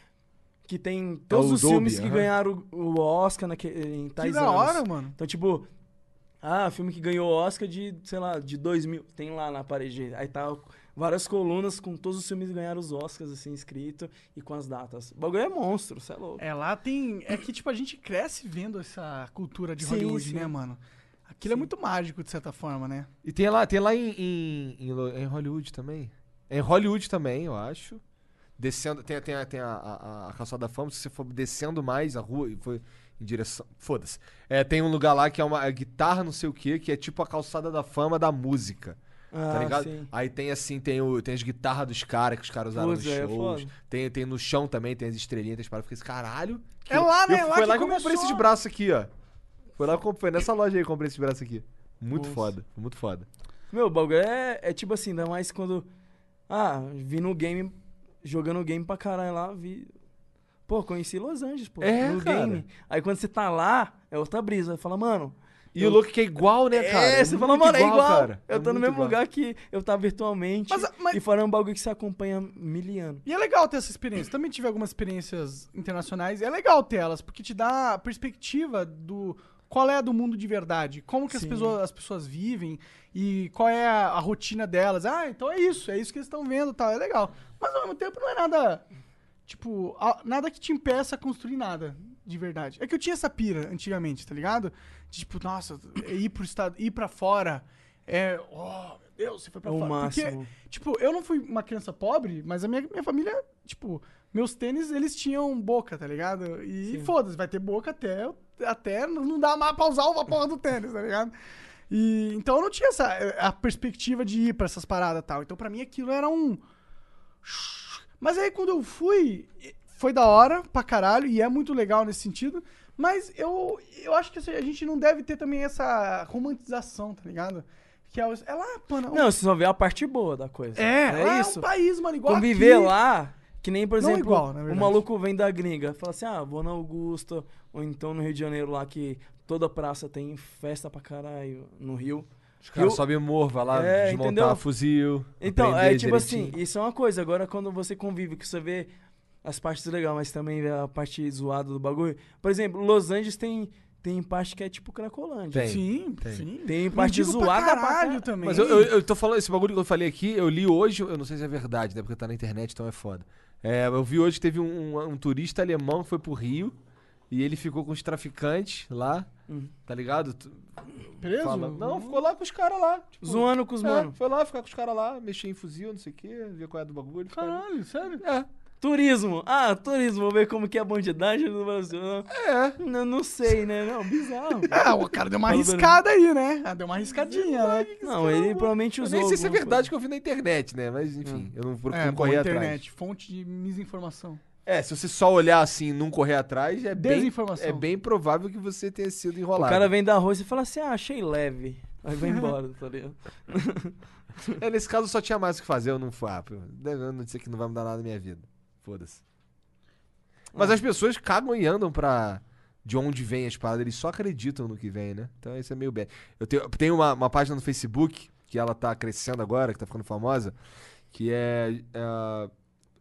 que tem todos
É o
os
Dolby,
filmes que
aham.
ganharam o Oscar naquele, em
Que
tais
da
tá anos.
hora, mano.
Então, tipo, ah, filme que ganhou Oscar de, sei lá, de 2000. Tem lá na parede. Aí tá várias colunas com todos os filmes que ganharam os Oscars, assim, escrito, e com as datas. O bagulho é monstro, cê é louco.
É, lá tem. É que, tipo, a gente cresce vendo essa cultura de
Sim,
Hollywood,
sim.
né, mano? Aquilo é
Sim.
muito mágico, de certa forma, né?
E tem lá, tem lá em, em, em Lo- é em Hollywood também. É Em Hollywood também, eu acho. Descendo, tem, a- tem, a- tem a, a, a Calçada da Fama, se você for descendo mais a rua e for em direção. Foda-se. É, tem um lugar lá que é uma é guitarra, não sei o quê, que é tipo a Calçada da Fama da música.
Ah,
Tá ligado?
sim.
Aí tem assim, tem, o, tem as guitarras dos caras que os caras usaram
Putz,
nos
é
shows.
foda.
tem, tem no chão também, tem as estrelinhas, tem as paradas. Fica assim, caralho. que-
É lá, né?
Eu,
Lá
foi
que
lá que eu comprei
começou.
esses braços aqui, ó. Foi lá que eu comprei, nessa loja aí eu comprei esses braços aqui. Muito
Nossa.
foda, muito foda.
Meu, o bagulho é, é tipo assim, ainda mais quando. Ah, vi no game, jogando game pra caralho lá, vi. Pô, conheci Los Angeles, pô.
É,
no
cara.
game. Aí quando você tá lá, é outra brisa. Fala, mano.
E
eu-
o look que é igual, né, cara?
É, você fala,
muito
mano, é igual.
cara.
Eu
É
tô
muito
no mesmo
igual.
lugar que eu tava virtualmente.
Mas- mas-
E fora é um bagulho que você acompanha miliano.
E é legal ter essa experiência. Também tive algumas experiências internacionais. e É legal ter elas, porque te dá a perspectiva do qual é a do mundo de verdade, como que as
Sim.
pessoas, as pessoas vivem e qual é a, a rotina delas. Ah, então é isso, é isso que eles estão vendo, e tal. É legal. Mas ao mesmo tempo não é nada tipo a- nada que te impeça a construir nada de verdade. É que eu tinha essa pira antigamente, tá ligado? De, tipo, nossa, é ir pro estado, ir para fora é, oh, meu Deus, você foi pra
É o
fora.
máximo.
Porque Tipo, eu não fui uma criança pobre, mas a minha, minha família, tipo, meus tênis, eles tinham boca, tá ligado? E
Sim.
foda-se, vai ter boca até, até não dá mais pra usar a porra do tênis, tá ligado? E, então eu não tinha essa a perspectiva de ir pra essas paradas e tal. Então pra mim aquilo era um Mas aí quando eu fui, foi da hora pra caralho, e é muito legal nesse sentido. Mas eu, eu acho que assim, a gente não deve ter também essa romantização, tá ligado? Que é, o- é lá, pô, não.
Não, você só vê a parte boa da coisa.
é, lá
é
é
isso.
um país, mano, igual
Conviver
aqui.
lá, que nem, por
Não
exemplo,
igual, na
o
verdade.
maluco vem da gringa, fala assim, ah, vou na Augusta, ou então no Rio de Janeiro lá, que toda praça tem festa pra caralho, no Rio.
Os caras
Eu-
sobem morro, vai lá
É,
desmontar
entendeu?
fuzil.
Então, é
aprender
tipo assim,
direitinho.
isso é uma coisa. Agora, quando você convive, que você vê as partes legais, mas também vê a parte zoada do bagulho. Por exemplo, Los Angeles tem, tem parte que é tipo Cracolândia.
Tem.
Sim, sim.
Tem
Mendigo
parte
pra
zoada pra
caralho tipo,
caralho.
também.
Mas eu, eu, eu tô falando, esse bagulho que eu falei aqui, eu li hoje, eu não sei se é verdade, né? Porque tá na internet, então é foda. É, eu vi hoje que teve um, um- um turista alemão que foi pro Rio e ele ficou com os traficantes lá,
Hum.
tá ligado? Tu-
Preso?
fala- não, ficou lá com os caras lá. tipo,
Zoando com os
é,
mano.
Foi lá ficar com os caras lá, mexer em fuzil, não sei o quê, ver qual é do bagulho. ficar-
Caralho, sério?
Turismo. Ah, turismo. Vou ver como que é a bandidagem no Brasil.
É.
Não, não sei, né? Não, bizarro.
Ah, o cara deu uma
Falou pra mim.
arriscada aí, né? Ah, deu uma arriscadinha, né?
Não, ele provavelmente
Eu
usou.
nem sei se é
alguma
verdade que eu vi na internet, né? Mas enfim, eu não vou
É,
não
boa
correr
internet,
atrás.
fonte de misinformação.
É, se você só olhar assim e não correr atrás, é bem,
Desinformação.
é bem provável que você tenha sido
coisa.
tá
enrolado.
O cara vem da arroz e fala assim, ah, achei leve. Aí vai embora, tá ligado?
É, nesse caso eu só tinha mais o que fazer, eu não fui. Ah, pô, eu não disse que não vai mudar nada na minha vida. Foda-se. Mas as pessoas cagam e andam pra. De onde vem as paradas, eles só acreditam no que vem, né? Então isso é meio bad. Eu tenho, tenho uma, uma página no Facebook, que ela tá crescendo agora, que tá ficando famosa, que é, ah,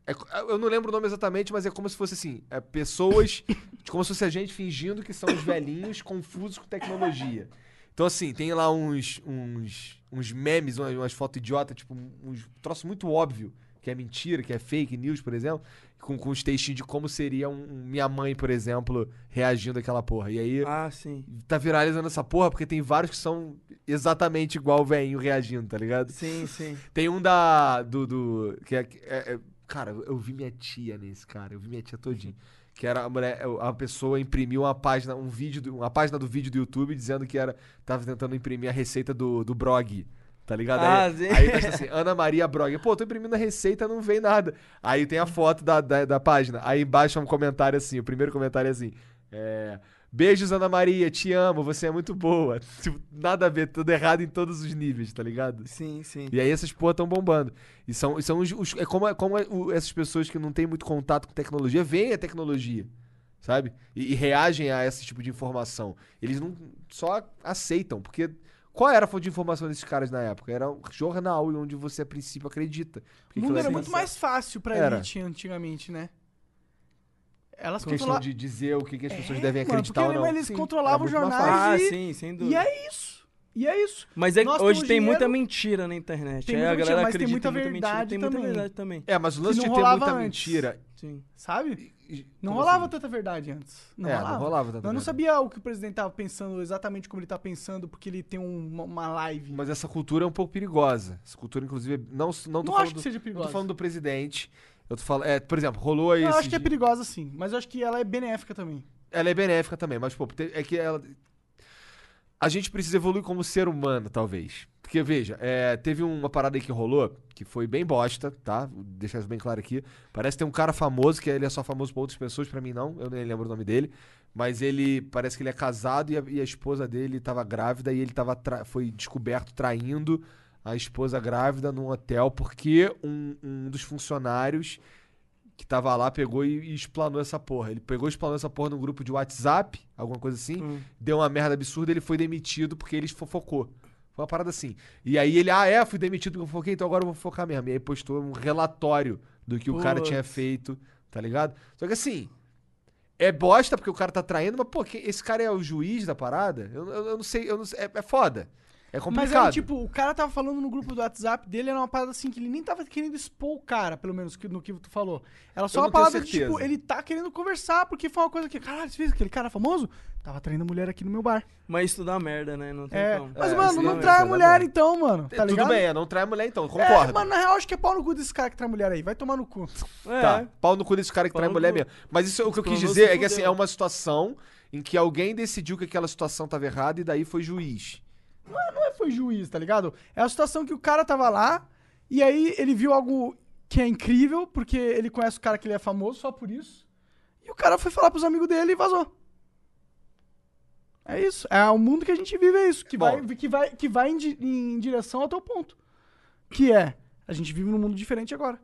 é co- Eu não lembro o nome exatamente, mas é como se fosse assim: é pessoas. como se fosse a gente fingindo que são os velhinhos confusos com tecnologia. Então, assim, tem lá uns, uns, uns memes, umas, umas fotos idiota, tipo, uns troços muito óbvio, que é mentira, que é fake news, por exemplo, com, com os textinhos de como seria um, um minha mãe, por exemplo, reagindo àquela porra. E aí
Ah, sim.
tá viralizando essa porra, porque tem vários que são exatamente igual o velhinho reagindo, tá ligado?
Sim, sim.
Tem um da. do. do que é, que é- é- cara, eu vi minha tia nesse, cara. Eu vi minha tia todinha. Que era a mulher. A pessoa imprimiu uma página, um vídeo, do- uma página do vídeo do YouTube dizendo que era. Tava tentando imprimir a receita do, do Brog. Tá ligado?
Ah,
aí,
sim.
aí tá escrito assim, Ana Maria Brog. Pô, tô imprimindo a receita, não vem nada. Aí tem a foto da, da, da página. Aí embaixo é um comentário assim, o primeiro comentário é assim. É. Beijos, Ana Maria, te amo, você é muito boa. Tipo, nada a ver, tudo errado em todos os níveis, tá ligado?
Sim, sim.
E aí essas porra estão bombando. E são, e são os, os- é como, é como é o- essas pessoas que não têm muito contato com tecnologia veem a tecnologia, sabe? E, e reagem a esse tipo de informação. Eles não só aceitam, porque qual era a fonte de informação desses caras na época? Era um jornal onde você a princípio acredita. Por que que
O mundo
ela-
era muito mais fácil pra
Era.
elite antigamente, né? Elas
Por questão
controlavam.
de dizer o que, que as pessoas
É,
devem
mano,
acreditar
porque
ou não.
eles
Sim,
controlavam
era muito mais
jornais.
fácil.
Ah,
e-
sim, sem
E
dúvida.
é isso. E é isso.
Mas é,
Nós
hoje
temos
tem muita
dinheiro.
mentira na internet.
Tem
Aí
muita
a
mentira,
galera
mas tem
acredita
muita
em muita mentira.
verdade
Tem muita
também.
verdade também.
É, mas o lance
não
de ter
rolava
muita
antes.
mentira.
Sim.
Sabe?
e-
Não
como
rolava
assim?
tanta verdade antes. Não
É,
rolava.
não rolava tanta
Eu não
verdade.
sabia o que o presidente tava pensando, exatamente como ele tá pensando, porque ele tem um- uma, uma live.
Mas essa cultura é um pouco perigosa. Essa cultura, inclusive, é- não, não, tô
Não
falando
acho que
do-
seja
Não
perigosa.
tô falando do presidente. Eu tô falando. É, por exemplo, rolou aí.
Eu
esse
acho que é
dia-
perigosa sim, mas eu acho que ela é benéfica também.
Ela é benéfica também, mas, pô, te- é que ela. A gente precisa evoluir como ser humano, talvez. Porque, veja, é, teve uma parada aí que rolou, que foi bem bosta, tá? Vou deixar isso bem claro aqui. Parece que tem um cara famoso, que ele é só famoso pra outras pessoas, pra mim não, eu nem lembro o nome dele. Mas ele, parece que ele é casado e a, e a esposa dele tava grávida e ele tava tra- foi descoberto traindo a esposa grávida num hotel porque um- um dos funcionários que tava lá, pegou e, e explanou essa porra. Ele pegou e explanou essa porra num grupo de WhatsApp, alguma coisa assim, deu uma merda absurda, ele foi demitido porque ele fofocou. Foi uma parada assim. E aí ele, ah, é, fui demitido porque eu fofoquei, então agora eu vou fofocar mesmo. E aí postou um relatório do que o cara
Putz.
tinha feito, tá ligado? Só que assim, é bosta porque o cara tá traindo, mas pô, que- esse cara é o juiz da parada? Eu, eu- eu não sei, eu não sei- é, é foda. É complicado.
Mas era tipo, o cara tava falando no grupo do WhatsApp dele, era uma parada assim que ele nem tava querendo expor o cara, pelo menos que- no que tu falou. Era só
Eu
uma
não tenho
parada de tipo,
certeza.
ele tá querendo conversar, porque foi uma coisa que, caralho, você fez aquele cara famoso? Tava traindo a mulher aqui no meu bar.
Mas isso dá merda, né? Não tem
É.
como.
Mas,
É,
mano,
isso
não
dá
trai a
merda,
mulher
dá.
então, mano. Tá
Tudo
ligado?
bem, é, não trai mulher então, concordo.
É, mano, na real, acho que é pau no cu desse cara que trai mulher aí. Vai tomar no cu.
É.
Tá, pau no cu desse cara que
Pau
trai
no
mulher
cu.
mesmo. Mas isso, o que eu quis
Explanou,
dizer
se
é que assim,
fudeu.
é uma situação em que alguém decidiu que aquela situação tava errada e daí foi juiz.
Não é foi juiz, tá ligado? É a situação que o cara tava lá e aí ele viu algo que é incrível, porque ele conhece o cara que ele é famoso só por isso. E o cara foi falar pros amigos dele e vazou. É isso. É o mundo que a gente vive, é isso. Que vai, que vai, que vai em, di- em direção ao teu ponto. Que é, a gente vive num mundo diferente agora.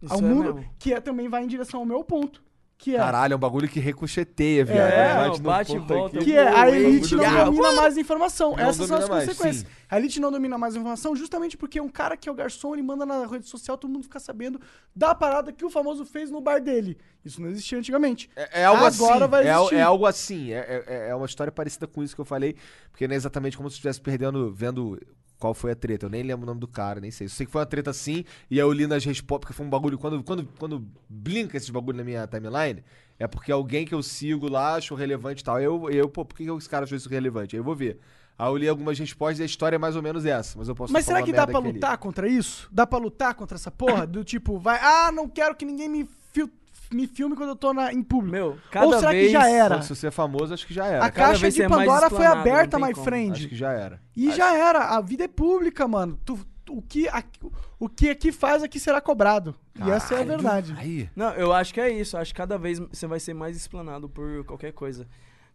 Isso
Ao
é
mundo
mesmo.
que é também vai em direção ao meu ponto. Que é,
Caralho, é um bagulho que ricocheteia, viado.
É,
Vai,
não,
tipo,
bate e
puta
volta.
que-
que é, a elite
bagulho
não
do-
domina mais a informação. Essas são
domina
as
mais,
consequências.
sim.
A elite não domina mais a informação justamente porque um cara que é o garçom, ele manda na rede social, todo mundo fica sabendo da parada que o famoso fez no bar dele. Isso não existia antigamente.
É, é algo
Agora
assim.
vai
é al-
existir.
é, algo assim. É, é- é uma história parecida com isso que eu falei, porque não é exatamente como se eu estivesse perdendo, vendo qual foi a treta. Eu nem lembro o nome do cara, nem sei. Eu sei que foi uma treta assim, e aí eu li nas respostas, porque foi um bagulho. Quando, quando, quando blinca esses bagulho na minha timeline, é porque alguém que eu sigo lá achou relevante e tal. Aí Eu, eu pô, por que que esse cara achou isso relevante? Aí eu vou ver. Aí eu li algumas respostas e a história é mais ou menos essa, mas eu posso
Mas
falar
será que
uma
dá
merda
pra
ali.
lutar contra isso? Dá pra lutar contra essa porra do tipo, vai, ah, não quero que ninguém me, fil- me filme quando eu tô na, em público.
Meu, cada
Ou será que
vez-
já era?
Então, se você é famoso, acho que já era.
A
cara.
caixa
vez
de
é mais
Pandora foi
explanado,
aberta,
não tem
my
como.
friend.
Acho que já era.
E já era, a vida é pública, mano. Tu- tu- o, que aqui, o que aqui faz, aqui será cobrado. e essa é a verdade.
Aí.
Não, eu acho que é isso. Acho que cada vez você vai ser mais explanado por qualquer coisa.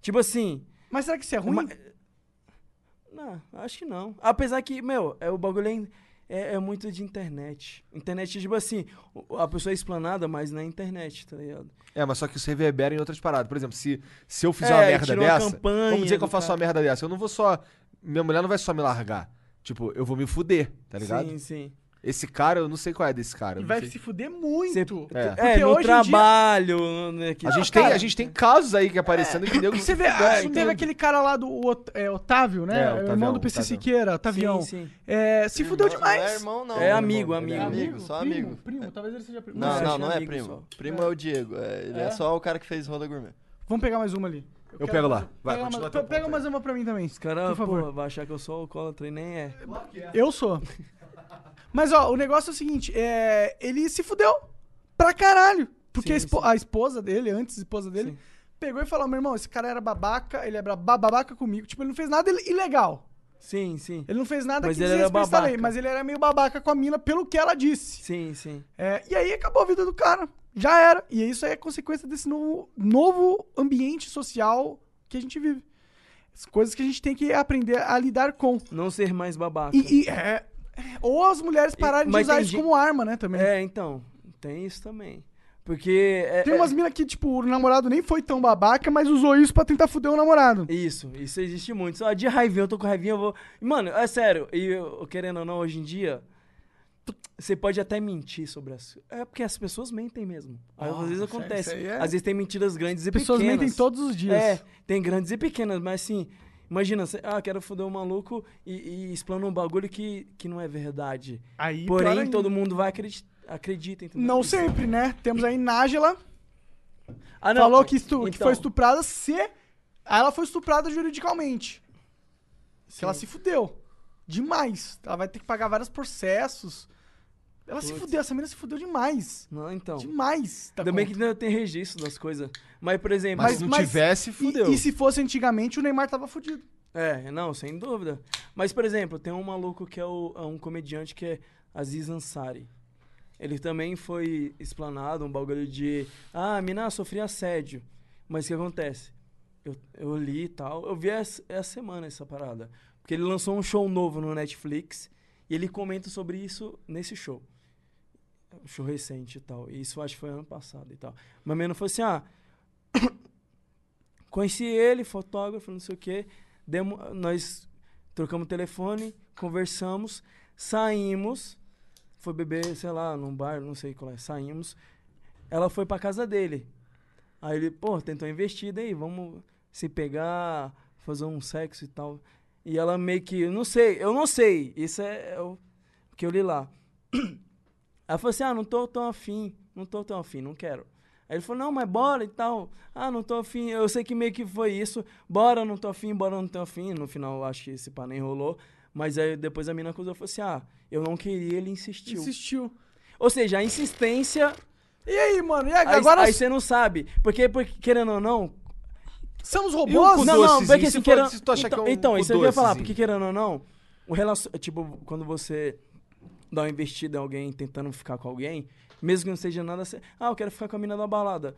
Tipo assim.
Mas será que isso é ruim?
uma- Não, acho que não. Apesar que, meu, é, o bagulho é, in- é- é muito de internet. Internet, tipo assim, o- a pessoa é explanada, mas na internet, tá ligado?
É, mas só que isso reverbera em outras paradas. Por exemplo, se, se eu fizer
É,
uma merda
tirou uma
dessa.
campanha
vamos dizer que eu
do
faço
cara.
uma merda dessa. Eu não vou só. Minha mulher não vai só me largar. Tipo, eu vou me fuder, tá ligado?
Sim, sim.
Esse cara, eu não sei qual é desse cara. eu
E
não
vai
sei.
se fuder muito.
Você-
É.
É,
Porque
no
hoje em
trabalho. no- que-
A, gente
Cara,
tem, a gente tem casos aí que aparecendo Então, tipo, que nego.
Você vê, ah, não teve aquele cara lá do Ot- é, Otávio, né?
É,
É, o irmão
Otavião,
do PC
Otavião.
Siqueira, Otavião.
Sim, sim.
É, se fudeu
Irmão-
demais.
Não é irmão, não.
É
né,
amigo,
irmão? Ele é
amigo.
amigo, só amigo.
Primo, talvez ele seja primo.
Não,
Não,
não,
acho
não
que é
é
amigo
primo.
só.
Primo é o Diego. é, ele é.
É?
só o cara que fez roda gourmet.
Vamos pegar mais uma ali.
Eu
quero
pego
mais-
lá. Vai,
pega
continua
mais,
teu
pega
ponto
mais uma pra mim também.
Os caras,
por favor.
pô, vai achar que eu sou alcoólatra e nem é.
Eu sou. Mas, ó, o negócio é o seguinte: é, ele se fudeu pra caralho. Porque
Sim,
a, espo-
sim.
a esposa dele, antes esposa dele,
Sim.
pegou e falou: meu irmão, esse cara era babaca, ele era ba- babaca comigo. Tipo, ele não fez nada il- ilegal.
Sim, sim.
Ele não fez nada
Mas
que
ele era
desrespeitasse a lei,
babaca.
mas ele era meio babaca com a mina, pelo que ela disse.
Sim, sim.
É, e aí acabou a vida do cara. Já era. E isso aí é consequência desse novo, novo ambiente social que a gente vive. As coisas que a gente tem que aprender a lidar com.
Não ser mais babaca.
E, e- é, é, ou as mulheres pararem de
mas
usar
tem
isso
gen-
como arma, né, também.
É, então. Tem isso também. Porque. é-
Tem
é-
umas minas que, tipo, o namorado nem foi tão babaca, mas usou isso pra tentar foder o namorado.
Isso, isso existe muito. Só de raivinha, eu tô com raivinha, eu vou. Mano, é sério, e eu- querendo ou não, hoje em dia, tu- você pode até mentir sobre as. É porque as pessoas mentem mesmo. Às
Nossa,
vezes
isso
acontece.
aí é-
Às vezes tem mentiras grandes e
As pessoas
pequenas.
mentem todos os dias.
É, tem grandes e pequenas, mas assim, imagina, cê, ah, quero foder um maluco e, e explana um bagulho que, que não é verdade.
Aí, pior
Porém,
ainda.
todo mundo vai acreditar. Acredita, entendeu? é.
Não sempre, né? Temos aí Nájila,
Ah, não,
falou que, estu- que
então,
foi estuprada se ela foi estuprada juridicalmente. Se ela se fudeu. Demais. Ela vai ter que pagar vários processos. Ela se
Putz.
fudeu, essa mina se fudeu demais.
Não, então.
Demais. tá da
Ainda bem que
conta.
não tem registro das coisas. Mas, por exemplo.
Mas se não tivesse,
e-
fudeu.
E, se fosse antigamente, o Neymar tava fudido.
É, não, sem dúvida. Mas, por exemplo, tem um maluco que é, o- é um comediante que é Aziz Ansari. Ele também foi explanado, um bagulho de. Ah, mina, sofri assédio. Mas o que acontece? Eu, eu li e tal. Eu vi essa, essa semana essa parada. Porque ele lançou um show novo no Netflix e ele comenta sobre isso nesse show. Um show recente e tal. E isso acho que foi ano passado e tal. Mas menino falou assim: ah, Conheci ele, fotógrafo, não sei o quê. Demo, nós trocamos telefone, conversamos, saímos. Foi beber, sei lá, num bar, não sei qual é. Saímos. Ela foi pra casa dele. Aí ele, pô, tentou investir daí, vamos se pegar, fazer um sexo e tal. E ela meio que, não sei, eu não sei. Isso é, é o que eu li lá. Ela falou assim: ah, não tô tão afim, não tô tão afim, não quero. Aí ele falou: não, mas bora e tal. Ah, não tô afim. Eu sei que meio que foi isso. Bora, não tô afim, bora, não tô afim. No final, acho que esse pá nem rolou. Mas aí depois a mina acusou e falou assim: ah, eu não queria, ele insistiu.
Insistiu.
Ou seja, a insistência.
E aí, mano? E
Aí,
agora
aí você não sabe. Porque, porque, querendo ou não.
somos
E o cu
não,
robôs? Não,
doce?
não,
docezinho,
porque
se
assim,
for-
querendo.
se tu achar que
então,
é um
então
cu
isso eu ia falar,
docezinho.
porque querendo ou não, o relacion... Tipo, quando você dar uma investida em alguém, tentando ficar com alguém, mesmo que não seja nada sério. Ah, eu quero ficar com a mina da balada.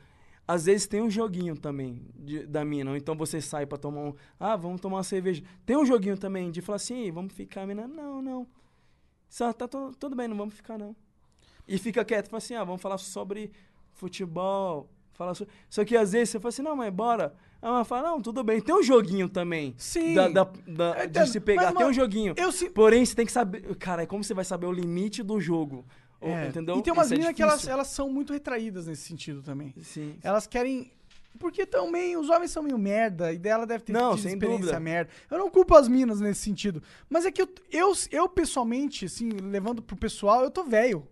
Às vezes tem um joguinho também de- da mina, ou então você sai pra tomar um. Ah, vamos tomar uma cerveja. Tem um joguinho também de falar assim, "Ih, vamos ficar, a mina. Não, não. Só tá tu- tudo bem, não vamos ficar, não. E fica quieto, fala assim, ah, vamos falar sobre futebol. Falar sobre... Só que às vezes você fala assim, não, mas bora. Aí ela fala, não, tudo bem. Tem um joguinho também.
Sim.
Da, da- da-
Eu entendo.
de se pegar,
Mas,
tem um
mano,
joguinho.
eu se-
Porém, você tem que saber. Cara, é como você vai saber o limite do jogo? Ou-
É.
Entendeu?
E tem umas
Isso é
minas que elas,
difícil.
elas são muito retraídas nesse sentido também.
Sim.
Elas querem. Porque também os homens são meio merda, e dela deve ter
Não,
tido
sem
experiência
dúvida.
merda. Eu não culpo as minas nesse sentido. Mas é que eu, eu, eu pessoalmente, assim, levando pro pessoal, eu tô velho.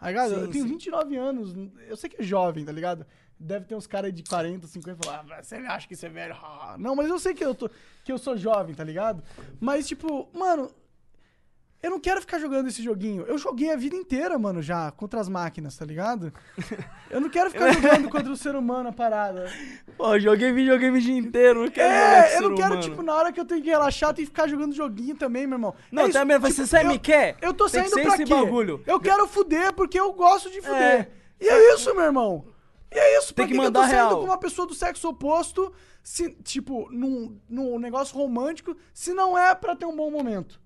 Tá ligado?
Sim,
eu tenho
sim.
29 anos, eu sei que é jovem, tá ligado? Deve ter uns caras de 40, 50 e falar, ah, você acha que você é velho? Ah, Não, mas eu sei que eu, tô, que eu sou jovem, tá ligado? Mas, tipo, mano, eu não quero ficar jogando esse joguinho. Eu joguei a vida inteira, mano, já, contra as máquinas, tá ligado? Eu não quero ficar jogando contra o ser humano a parada.
Pô, eu joguei videogame o dia inteiro. Não quero jogar com
É, eu
ser
não quero,
humano.
tipo, na hora que eu tenho que relaxar, tem que ficar jogando joguinho também, meu irmão.
Não,
é
tá mesmo, você sai me quer?
Eu tô
Tem que
saindo
ser
pra
esse
quê?
bagulho.
Eu quero fuder porque eu gosto de fuder.
É.
E é isso, meu irmão. E é isso,
Tem que
pra eu
mandar
tô saindo
real.
com uma pessoa do sexo oposto, se, tipo, num, num negócio romântico, se não é pra ter um bom momento?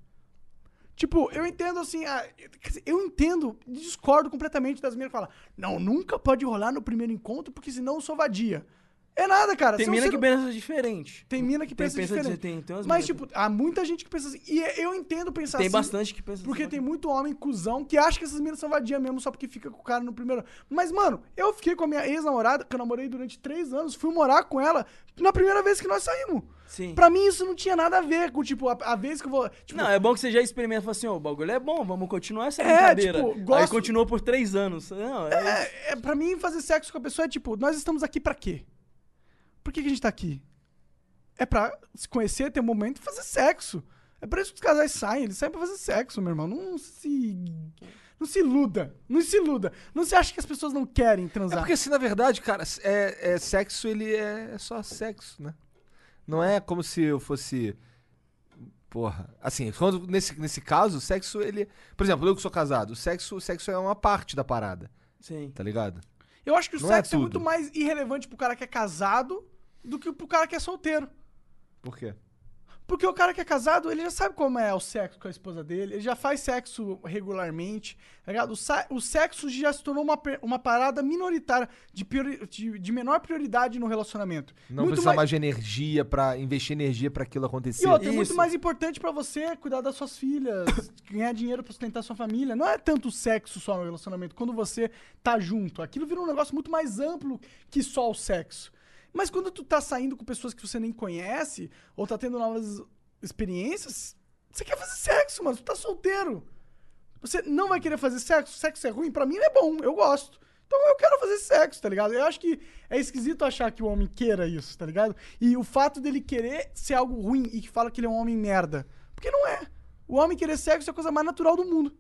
Tipo, eu entendo assim, ah, quer dizer, eu entendo, discordo completamente das minhas que falam, não, nunca pode rolar no primeiro encontro, porque senão eu sou vadia. É nada, cara.
Tem
se
mina
você
que
não-
pensa diferente.
tem mina que
Tem
pensa,
pensa de-
diferente.
tem- tem umas
Mas,
mina
tipo, há muita gente que pensa assim. E eu entendo pensar
Tem
assim.
bastante que pensa
Porque
assim.
tem muito homem cuzão que acha que essas minas são vadia mesmo só porque fica com o cara no primeiro. Mas, mano, eu fiquei com a minha ex-namorada, que eu namorei durante três anos, fui morar com ela na primeira vez que nós saímos.
Sim.
Pra mim, isso não tinha nada a ver com, tipo, a, a vez que eu vou. Tipo,
Não, é bom que você já experimenta e fala assim, ó, o bagulho é bom, vamos continuar essa
É,
brincadeira.
tipo,
Aí
gosto-
continuou por três anos. Não, é,
É, é, pra mim, fazer sexo com a pessoa é tipo, nós estamos aqui pra quê? Por que, que a gente tá aqui? É pra se conhecer, ter um momento e fazer sexo. É pra isso que os casais saem, eles saem pra fazer sexo, meu irmão. Não se. Não se iluda. Não se iluda. Não se acha que as pessoas não querem
É
transar.
porque assim, na verdade, cara, é, é sexo, ele é, é só sexo, né? Não é como se eu fosse. Porra. Assim, quando- nesse, nesse caso, o sexo, ele. Por exemplo, eu que sou casado, o sexo, o sexo é uma parte da parada,
Sim.
tá ligado?
Eu acho que o
Não é
sexo é, muito
tudo.
mais irrelevante pro cara que é casado do que pro cara que é solteiro.
Por quê?
Porque o cara que é casado, ele já sabe como é o sexo com a esposa dele, ele já faz sexo regularmente, tá ligado? O, sa- o sexo já se tornou uma, pe- uma parada minoritária, de, priori- de, de menor prioridade no relacionamento.
Não é
muito
precisa mais...
mais...
de energia pra. investir energia pra aquilo acontecer.
E outra, é muito
Isso.
mais importante pra você cuidar das suas filhas, ganhar dinheiro pra sustentar sua família. Não é tanto o sexo só no relacionamento, quando você tá junto. Aquilo vira um negócio muito mais amplo que só o sexo. Mas quando tu tá saindo com pessoas que você nem conhece, ou tá tendo novas experiências, você quer fazer sexo, mano. Tu tá solteiro. Você não vai querer fazer sexo? Sexo é ruim? Pra mim é bom, eu gosto. Então eu quero fazer sexo, tá ligado? Eu acho que é esquisito achar que o homem queira isso, tá ligado? E o fato dele querer ser algo ruim e que fala que ele é um homem merda. Porque não é. O homem querer sexo é a coisa mais natural do mundo.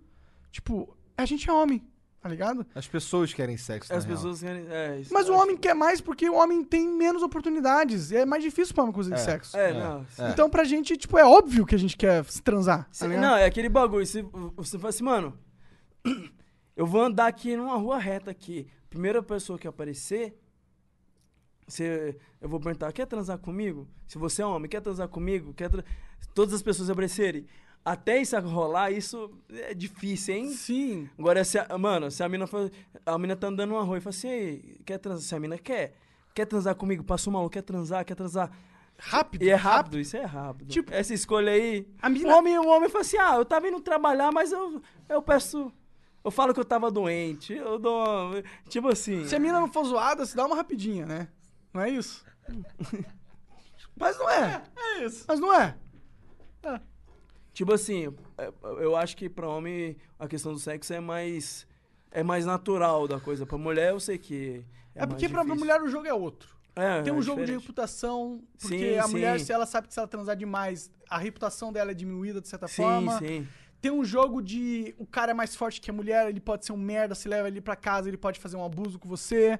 Tipo, a gente é homem, tá ligado?
As pessoas querem sexo,
As
na real.
pessoas querem. É, isso
Mas
eu
o
acho-
homem quer mais porque o homem tem menos oportunidades. É mais difícil pro homem conseguir sexo.
É, não. sim.
Então pra gente, tipo, é óbvio que a gente quer se transar.
Cê-
tá ligado?
não, é aquele bagulho. Você, você fala assim, mano, eu vou andar aqui numa rua reta aqui. Primeira pessoa que aparecer, você, eu vou perguntar, quer transar comigo? Se você é homem, quer transar comigo? Quer tra- Todas as pessoas aparecerem. Até isso rolar, isso é difícil, hein?
Sim.
Agora, se a, mano, se a mina, fa- a mina tá andando numa rua e fala assim, "Ei, quer transar? Se a mina quer, quer transar comigo? Passa um maluco, quer transar, quer transar.
Rápido.
E é rápido, isso é rápido.
Tipo-
Tipo, essa escolha aí.
A mina-
O homem, o homem fala assim: ah, eu tava indo trabalhar, mas eu, eu peço. Eu falo que eu tava doente. Eu dou. uma- Tipo assim.
Se a mina não for zoada, se dá uma rapidinha, né? Não é isso? Mas não é. É, isso. Mas não é.
Tipo assim, é, eu acho que pra homem a questão do sexo é mais. É mais natural da coisa. Pra mulher eu sei que.
É,
mais
porque pra
difícil.
mulher o jogo é outro.
É,
Tem um
é
jogo de
diferente.
reputação, porque
Sim,
a
sim.
mulher, se ela sabe que se ela transar demais, a reputação dela é diminuída de certa
Sim,
forma.
sim.
Tem um jogo de o cara é mais forte que a mulher, ele pode ser um merda, se leva ele pra casa, ele pode fazer um abuso com você.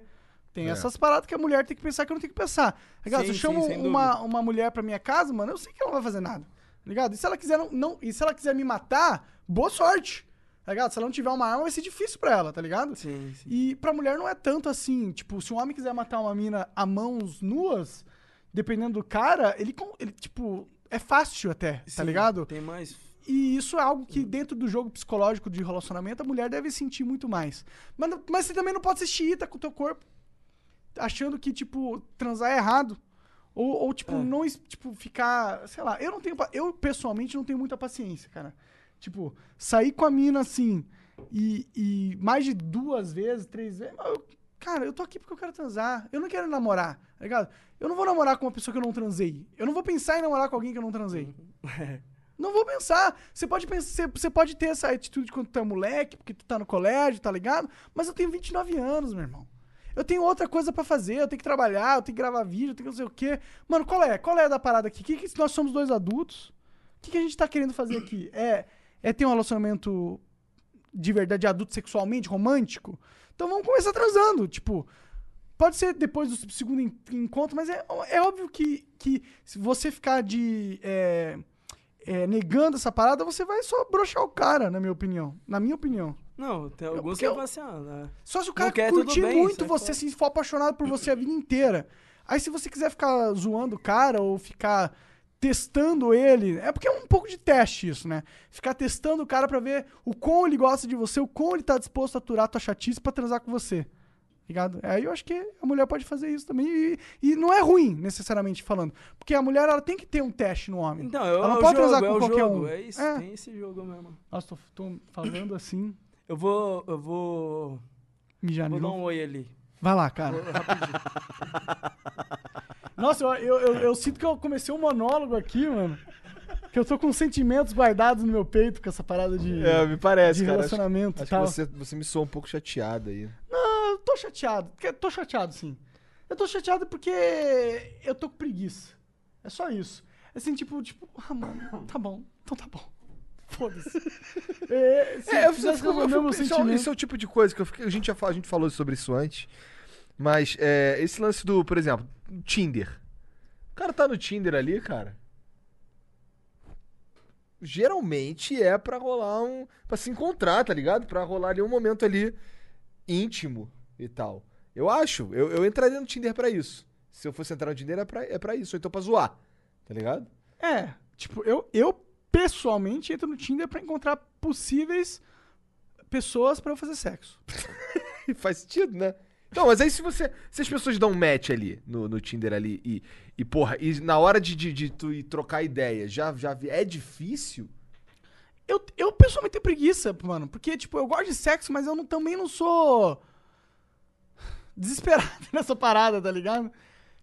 Tem essas paradas que a mulher tem que pensar que eu não tenho que pensar. Tá ligado?
Sim,
se eu chamo
sim, sem
uma, uma mulher pra minha casa, mano, eu sei que ela não vai fazer nada. tá Ligado? E se ela quiser não, não- e se ela quiser me matar, boa sorte. Tá ligado? Se ela não tiver uma arma, vai ser difícil pra ela, tá ligado?
Sim, sim.
E pra mulher não é tanto assim. Tipo, se um homem quiser matar uma mina a mãos nuas, dependendo do cara, ele, com- ele tipo, é fácil até, tá
Sim,
ligado?
Tem mais.
E isso é algo que, dentro do jogo psicológico de relacionamento, a mulher deve sentir muito mais. Mas, não- mas você também não pode ser xiita com o teu corpo, achando que, tipo, transar é errado. Ou, ou, tipo,
É.
não es- tipo, ficar. Sei lá, eu não tenho. pa- Eu, pessoalmente, não tenho muita paciência, cara. Tipo, sair com a mina assim e, e mais de duas vezes, três vezes. mas eu- cara, eu tô aqui porque eu quero transar. Eu não quero namorar, tá ligado? Eu não vou namorar com uma pessoa que eu não transei. Eu não vou pensar em namorar com alguém que eu não transei. Não vou pensar. Você pode pensar, você- você pode ter essa atitude quando tu é moleque, porque tu tá no colégio, tá ligado? Mas eu tenho 29 anos, meu irmão. Eu tenho outra coisa pra fazer, eu tenho que trabalhar, eu tenho que gravar vídeo, eu tenho que não sei o quê. Mano, qual é? Qual é da parada aqui? Que, que nós somos dois adultos? O que, que a gente tá querendo fazer aqui? É, é ter um relacionamento de verdade adulto sexualmente, romântico? Então vamos começar transando, tipo. Pode ser depois do segundo en- encontro, mas é, é óbvio que, que se você ficar de. é, é, negando essa parada, você vai só broxar o cara, na minha opinião. Na minha opinião.
Não, tem alguns
porque
que eu
eu-
falo assim, ah, né?
Só se o cara
Não quer,
curtir
tudo bem,
muito
sai
você,
fora.
se for apaixonado por você a vida inteira. Aí se você quiser ficar zoando o cara ou ficar testando ele, é porque é um pouco de teste isso, né? Ficar testando o cara pra ver o quão ele gosta de você, o quão ele tá disposto a aturar tua chatice pra transar com você. Ligado? Aí eu acho que a mulher pode fazer isso também. E, e não é ruim, necessariamente falando. Porque a mulher ela tem que ter um teste no homem.
Então, eu,
ela não
é o
pode
jogo,
transar
é
com
o
qualquer
jogo,
um.
É isso,
É.
tem esse jogo mesmo.
Nossa, tô, tô falando assim,
Eu vou. Eu vou.
mijar
Vou
de
dar
novo.
um oi ali.
Vai lá, cara. Nossa, eu, eu, eu- eu sinto que eu comecei um monólogo aqui, mano. Que eu tô com sentimentos guardados no meu peito com essa parada de,
É, me parece,
de
cara.
relacionamento
Acho, acho
e tal.
que você, você me soa um pouco chateado aí.
Não, eu tô chateado. Que- Tô chateado, sim. Eu tô chateado porque eu tô com preguiça. É só isso. Assim, tipo, tipo, ah, mano, tá bom. Então tá bom. Foda-se. É, se
É, eu
fizesse
fico, eu
com o
fico
mesmo
pensando,
sentimento-
Esse é o tipo de coisa que eu fico, a, gente já, fala- a gente falou sobre isso antes. Mas é, esse lance do, por exemplo, Tinder. O cara tá no Tinder ali, cara. Geralmente é pra rolar um. pra se encontrar, tá ligado? Pra rolar ali um momento ali íntimo e tal. Eu acho, eu, eu entraria no Tinder pra isso. Se eu fosse entrar no Tinder é pra, é pra isso, ou então pra zoar, tá ligado?
É, tipo, eu, eu pessoalmente entro no Tinder pra encontrar possíveis pessoas pra eu fazer sexo.
E Faz sentido, né? Então, mas aí se você. Se as pessoas dão um match ali no, no Tinder ali e, e, porra, e na hora de, de, de tu ir trocar ideia, já, já vi- é difícil?
Eu, eu pessoalmente tenho preguiça, mano, porque, tipo, eu gosto de sexo, mas eu não- também não sou desesperado nessa parada, tá ligado?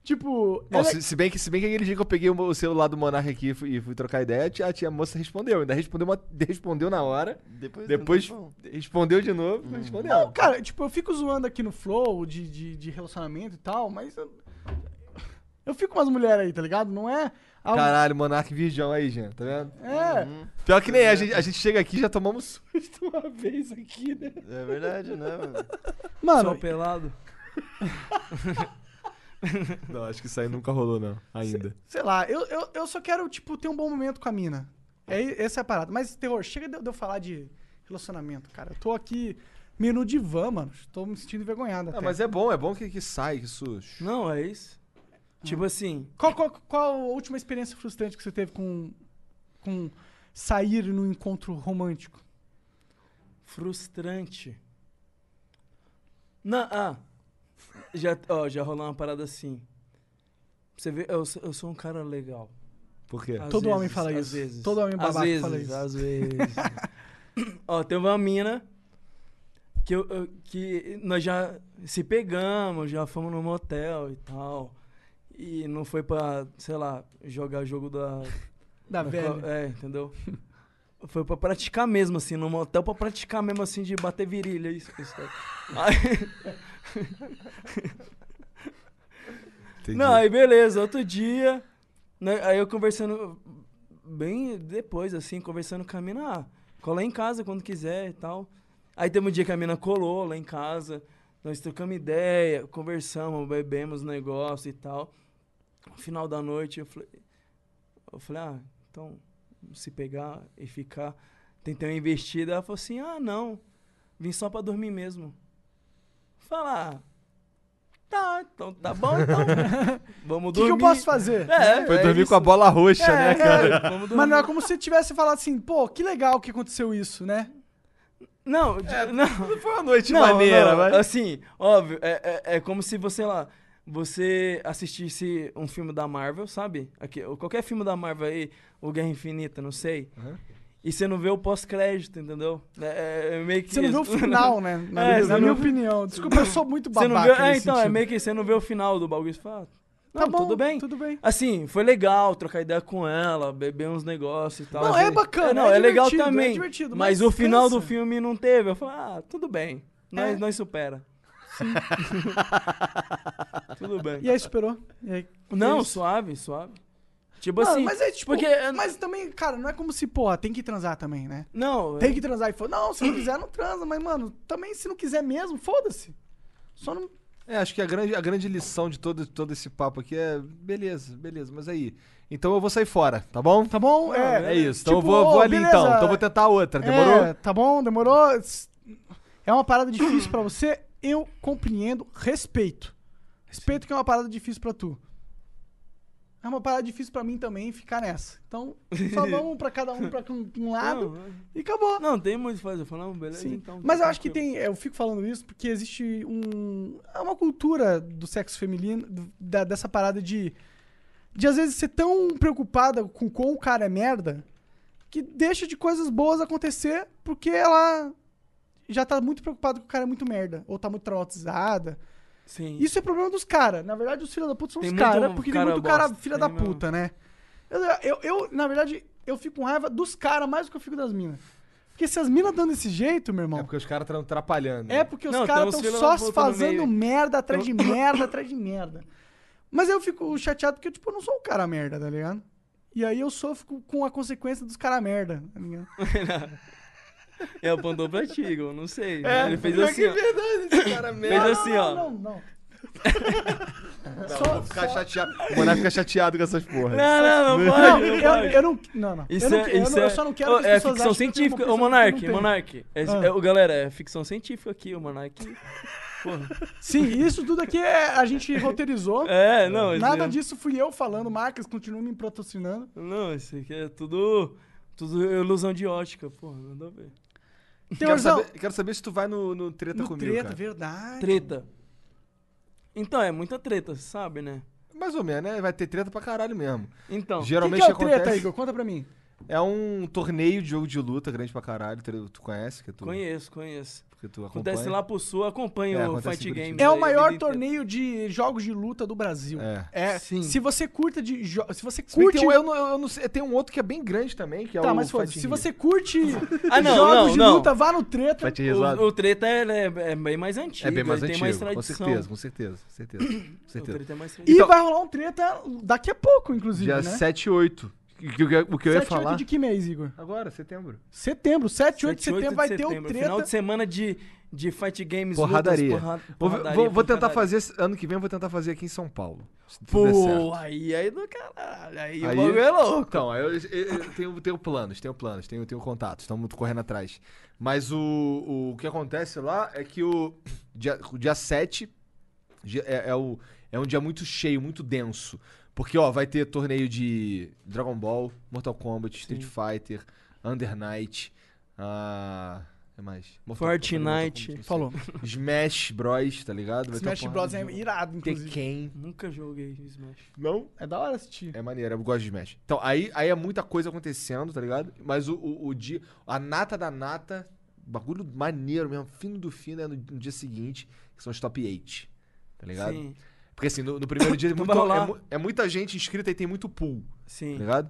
Tipo,
Bom,
ela-
se, se bem que, se bem que aquele dia que eu peguei o, meu- o celular do Monarca aqui e fui, e fui trocar ideia, a tia, a tia moça respondeu. Ainda respondeu, uma- respondeu na hora,
Depois,
depois
Bom.
respondeu de novo, respondeu.
Não, cara, tipo, eu fico zoando aqui no flow de, de, de relacionamento e tal, mas eu, eu fico com as mulheres aí, tá ligado? Não é algo-
Caralho, Monarca e virgão aí, gente, tá vendo?
É,
uhum.
Pior que nem é, a gente, a gente chega aqui e já tomamos susto uma vez aqui, né?
É verdade, né? mano?
mano,
Sou pelado.
Não, acho que isso aí nunca rolou, não, ainda.
Sei lá, eu, eu, eu só quero, tipo, ter um bom momento com a mina. É, i- essa é a parada. Mas, terror, chega de, eu- de eu falar de relacionamento, cara. Eu tô aqui meio no divã, mano. Tô me sentindo envergonhado
Ah,
até.
mas é bom, é bom que, que sai, que isso.
Não, é isso.
Ah.
Tipo assim,
Qual, qual, qual a última experiência frustrante que você teve com, com sair num encontro romântico?
frustrante. Não, ah. Já, ó, já rolou uma parada assim. Você vê, eu, sou- eu sou um cara legal.
Por quê?
Às
É. Todo homem
vezes,
fala
às
isso.
vezes.
Todo homem babaca
às vezes,
fala isso.
Às vezes. Ó, teve uma mina que, eu- eu- que nós já se pegamos, já fomos no motel e tal. E não foi pra, sei lá, jogar jogo da.
Da
da
velha.
co- É, entendeu? Foi pra praticar mesmo, assim, no motel, pra praticar mesmo, assim, de bater virilha. Isso, isso. Aí- Não, aí beleza, outro dia. né, aí eu conversando bem depois, assim, conversando com a mina, ah, cola em casa quando quiser e tal. Aí teve um dia que a mina colou lá em casa, nós trocamos ideia, conversamos, bebemos negócio e tal. No final da noite eu falei, eu falei, ah, então se pegar e ficar. tentei uma investida. Ela falou assim: ah, não, vim só pra dormir mesmo. Falar. Tá, então tá bom, então. Vamos
O que, que
dormir.
eu posso fazer?
É,
Foi
é
dormir
isso.
com a bola roxa,
É,
né, cara?
é.
Vamos dormir.
Mas não é como se tivesse falado assim, pô, que legal que aconteceu isso, né?
Não, de-
É.
não.
Foi uma noite
Não,
maneira,
não,
mas.
Assim, óbvio, é, é, é como se você lá. Você assistisse um filme da Marvel, sabe? Aqui, ou qualquer filme da Marvel aí, o Guerra Infinita, não sei. E você não vê o pós-crédito, entendeu? É, é- é meio que.
Você não vê o
isso.
final, né? Na,
É,
na
você
minha
não-
opinião. Desculpa, eu sou muito
Você
babaca.
não vê, é,
nesse
então, é
sentido.
meio que você não vê o final do bagulho. Você fala, "Ah,
Tá
não,
bom,
tudo bem.
Tudo bem.
Assim, foi legal trocar ideia com ela, beber uns negócios e tal.
Não, é bacana,
não,
é
é, legal
divertido, é
também.
divertido,
mas,
mas
o final do
cansa.
filme não teve. Eu falei, ah, tudo bem. Nós,
É.
nós supera. tudo bem.
E aí superou? E aí,
não,
fez?
suave, suave. Tipo
Não,
assim.
mas é tipo.
porque.
Mas também, cara, não é como se, porra, tem que transar também, né?
Não, é,
Tem que transar e foda. Não, se não quiser, não transa. Mas, mano, também se não quiser mesmo, foda-se. Só não.
É, acho que a grande, a grande lição de todo, todo esse papo aqui é. Beleza, beleza, mas aí. Então eu vou sair fora, tá bom?
Tá bom?
É, isso. Então eu
Tipo,
vou, vou
ô,
ali
beleza.
então. Então eu vou tentar outra, demorou?
É, tá bom, demorou. S- É uma parada difícil pra você, eu compreendo, respeito. Respeito que é uma parada difícil pra tu. É uma parada difícil pra mim também ficar nessa. Então, só vamos pra cada um pra um, um lado
não, é,
e acabou.
não, tem muito o que fazer. Eu falei, não, beleza,
Sim.
então.
Mas eu
tá
acho que
tranquilo.
tem. é, Eu fico falando isso porque existe um. É uma cultura do sexo feminino, do- da- dessa parada de. De às vezes ser tão preocupada com quão o cara é merda, que deixa de coisas boas acontecer porque ela já tá muito preocupada que o cara é muito merda, ou tá muito traumatizada.
Sim.
Isso é problema dos caras. Na verdade, os filhos da puta são
Tem
os
muito um
caras, porque
cara
tem muito cara
bosta,
filha
tem um
da
mesmo.
puta, né? Eu, eu, eu, na verdade, eu fico com raiva dos caras mais do que eu fico das minas. Porque se as minas dando desse jeito, meu
É
irmão.
É porque os caras estão atrapalhando.
É porque os
Não, Então- tem
caras
uns
estão
filha
só
da puta no meio.
fazendo merda atrás de merda atrás de merda. Mas eu fico chateado porque, tipo, eu não sou um cara merda, tá ligado? E aí eu sofro com a consequência dos caras merda, tá ligado?
Ele apontou pra ti, eu não sei.
É,
ele fez
É, pior
assim,
que
ó.
verdade, esse cara
Fez
merda.
assim, ó.
Não, não.
Vou ficar chateado. O Monar fica chateado com essas porras.
Não, não, não pode.
Não,
não
eu,
pode.
eu não. Não, não.
Isso
eu, não
é,
que- eu
isso
não- eu
é-
só não quero
Ô,
que as
é
pessoas
ficção
achem que eu tenho uma
científica. Ô,
pessoa que eu não
Monark,
tenho.
Monark. É,
Ah.
é, ô, galera, é ficção científica aqui, o Monark.
Sim, isso tudo aqui é, a gente roteirizou.
É, não, esse-
Nada disso fui eu falando, marcas continuam me patrocinando.
Não, isso aqui é tudo. Tudo ilusão de ótica, porra, nada a ver.
Quero
Teorzão,
saber, quero saber se tu vai no, no treta
no
comigo.
treta,
cara.
verdade.
Treta. Então, é muita treta, você sabe, né?
Mais ou menos, né? Vai ter treta pra caralho mesmo.
Então.
O que,
Geralmente
que é o
acontece.
treta, Igor? Conta pra mim.
É um torneio de jogo de luta grande pra caralho. Tu, tu conhece? Que tu,
Conheço, conheço.
Que tu acompanha.
Acontece lá pro sul, acompanha
É,
o
acontece
Fight
em
Game.
Curitiba.
É o maior torneio de jogos de luta do Brasil.
É.
Sim.
Se você curta de jo- se você
Se bem que
curte
eu, eu não, eu não sei, tem um outro que é bem grande também, que é
Tá,
o
mas foda-se.
Fighting
Se
Rio.
você curte
Ah, não,
jogos
não,
de
não.
luta, vá no treta.
Fighting Rio,
O,
exato.
o treta ele é, é bem mais antigo.
É bem mais
ele
antigo,
tem mais
com
tradição.
certeza, com certeza, com certeza, com
O
certeza.
treta é mais tradição.
E vai rolar um treta daqui a pouco, inclusive,
Dia
né?
7 e 8. O que, o que eu ia
7 e 8
falar...
de que mês, Igor?
Agora, setembro.
Setembro, 7 e 8
7
de setembro vai ter o treta.
Final de semana de, de Fight Games,
Porradaria.
lutas, porra-
Vou,
porradaria,
vou- vou tentar
pancadaria.
fazer... esse- Ano que vem eu vou tentar fazer aqui em São Paulo. se tudo der certo.
Pô, aí aí do caralho. Aí, o
Aí-
bagulho é louco.
Então, eu, eu- eu tenho, tenho planos, tenho planos, tenho, tenho contatos, estamos correndo atrás. Mas o, o que acontece lá é que o dia, o dia 7 dia- é, é o, é um dia muito cheio, muito denso. Porque, ó, vai ter torneio de Dragon Ball, Mortal Kombat, Street Fighter, Under Night, ah, é mais? Mortal Kombat, Mortal
Fortnite.
Kombat, não sei.
Falou.
Smash Bros, tá ligado? Vai ter uma
Smash
porrada
Bros é
de-
irado, inclusive.
Tekken.
Nunca joguei Smash.
Não?
É da hora assistir.
É maneiro, eu gosto de Smash. Então, aí, aí é muita coisa acontecendo, tá ligado? Mas o, o, o dia. A nata da nata, bagulho maneiro mesmo, fino do fino, é no, no dia seguinte, que são os top 8. Tá ligado?
Sim,
Porque assim, no, no primeiro dia é, muito-
vai rolar.
é mu- é muita gente inscrita e tem muito pool, tá
sim.
ligado?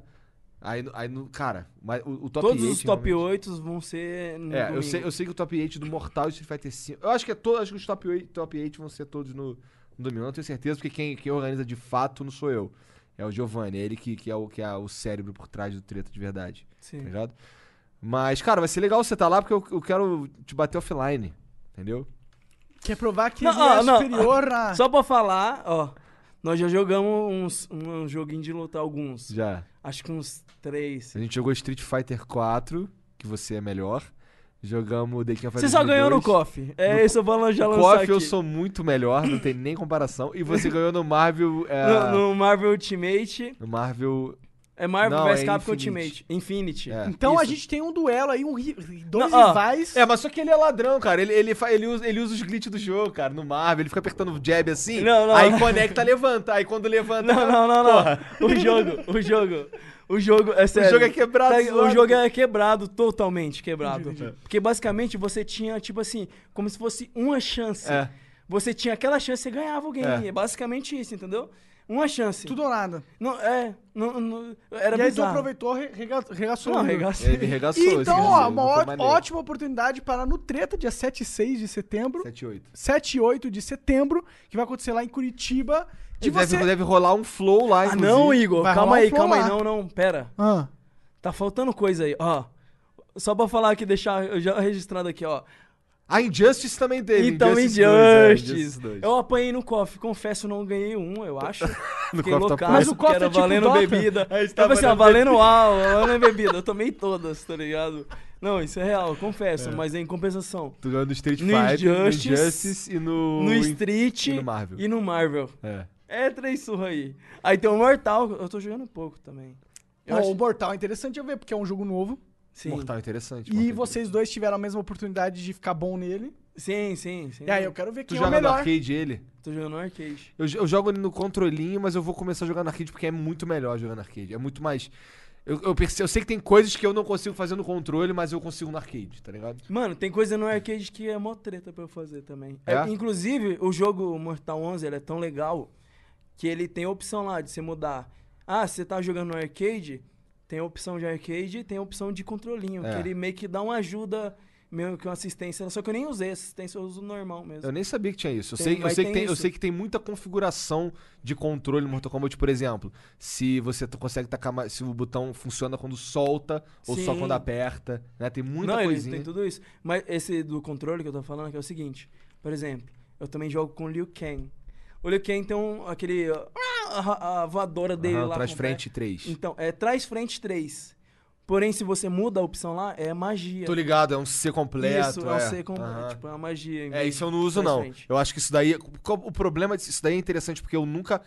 Aí, no- aí no. Cara, mas o, o top
Todos
8.
os top
realmente-
8 vão ser no
É, eu
domingo.
sei, eu sei que o top 8 do Mortal e Street Fighter 5. Eu acho que, é todo, acho que os top 8, top 8 vão ser todos no, no domingo. Eu não tenho certeza, porque quem, quem organiza de fato não sou eu. É o Giovanni, é ele que, que é, o, que é o cérebro por trás do treta de verdade. Tá
Sim.
ligado? Mas, cara, vai ser legal você tá lá porque eu, eu quero te bater offline. Entendeu?
Quer provar que
Não,
ele
ah,
é
não,
superior a...
Só pra falar, ó. Nós já jogamos uns, um joguinho de luta alguns.
Já.
Acho que uns três.
A gente jogou Street Fighter 4. que você é melhor. Jogamos The King of
Você só ganhou no
2002.
KOF. É isso, eu vou já lançar
KOF
aqui.
eu sou muito melhor, não tem nem comparação. E você ganhou no Marvel. é,
No, no Marvel Ultimate.
no Marvel.
É Marvel
Não,
vs
é
Capcom
Infinite.
Ultimate. Infinity.
É.
Então a
Isso.
gente tem um duelo aí, um ri- dois
Não, ó,
rivais.
É, mas só que ele é ladrão, cara. Ele, ele, fa- ele, usa, ele usa os glitches do jogo, cara. No Marvel, ele fica apertando o jab assim.
Não, não.
Aí conecta, levanta. Aí quando levanta.
Não, não, não, não. O jogo, o jogo. O jogo, é sério.
jogo é quebrado,
Tá,
zoado.
o jogo é quebrado, totalmente quebrado. Porque basicamente você tinha, tipo assim, como se fosse uma chance.
É.
Você tinha aquela chance, você ganhava o game.
É.
É, basicamente isso, entendeu? Uma chance.
Tudo ou nada.
Não, é, não, não- era
e aí tu
bizarro.
aproveitou, re- rega- regaçou.
Não,
o número.
arregaçou.
Ele regaçou. isso
então,
quer
ó,
dizer,
uma
foi
ó-
maneiro.
ótima oportunidade para no Treta, dia 7 e 6 de setembro.
7 8.
7 e 8 de setembro, que vai acontecer lá em Curitiba. De você...
deve, deve rolar um flow lá,
Ah,
inclusive.
não, Igor,
Vai
calma
rolar um
aí,
flow
calma aí.
lá.
Não, não, pera.
Ah,
Tá faltando coisa aí, ó. Só pra falar aqui, deixar eu já registrado aqui, ó.
A Ah, Injustice também teve.
Então,
Injustice. dois, é,
Injustice.
2.
eu apanhei no cofre, confesso, não ganhei um, eu acho.
cofre
Fiquei
tá
loucaço,
apanhando. Mas
o
porque
cofre
era
é tipo
valendo
Dota.
bebida.
Aí você tá
Tava assim, ó,
valendo
valendo uau, valendo bebida. Eu tomei todas, tá ligado? Não, isso é real, eu confesso, mas é em compensação.
Tu ganhou no Street
No
Fighter,
Injustice,
no Injustice e no...
No Street
e no Marvel.
e no Marvel.
É.
É três surra aí. Aí tem o Mortal, eu tô jogando pouco também. Eu
ó,
acho-
O Mortal é interessante eu ver, porque é um jogo novo.
Sim.
Mortal é interessante. Mortal é
E vocês dois tiveram a mesma oportunidade de ficar bom nele.
sim, sim, sim.
E aí eu quero ver
Tu
quem é o
joga no
melhor.
arcade ele?
Tô jogando no arcade.
Eu, jo- eu jogo ele no controlinho, mas eu vou começar a jogar no arcade porque é muito melhor jogar no arcade. É muito mais. Eu, eu, perce- eu sei que tem coisas que eu não consigo fazer no controle, mas eu consigo no arcade, tá ligado?
Mano, tem coisa no arcade que é mó treta pra eu fazer também.
É?
É, inclusive, o jogo Mortal 11 ele é tão legal que ele tem a opção lá de você mudar. Ah, você tá jogando no arcade, tem a opção de arcade e tem a opção de controlinho,
É.
que ele meio que dá uma ajuda, meio que uma assistência. Só que eu nem usei assistência, eu uso normal mesmo.
Eu nem sabia que tinha isso. Eu,
Tem-
sei, eu,
mas
sei, que
tem
tem, eu
isso.
sei que tem muita configuração de controle no Mortal Kombat, por exemplo. Se você t- consegue tacar mais. Se o botão funciona quando solta ou só
Sim.
quando aperta, né? Tem muita
não, eles
coisinha.
têm tudo isso. Mas esse do controle que eu tô falando que é o seguinte. Por exemplo, eu também jogo com o Liu Kang. O Liu Kang tem um, aquele... ó, A, a voadora dele
Aham,
lá.
traz
com o pé.
frente 3.
Então, é traz frente 3. Porém, se você muda a opção lá, é magia.
Tô ligado, é um C completo.
Isso, é um ser com-
aham.
tipo, é uma magia. em
É,
vez
isso eu
de
não uso,
traz
não.
frente.
Eu acho que isso daí. co- O problema disso isso daí é interessante, porque eu nunca.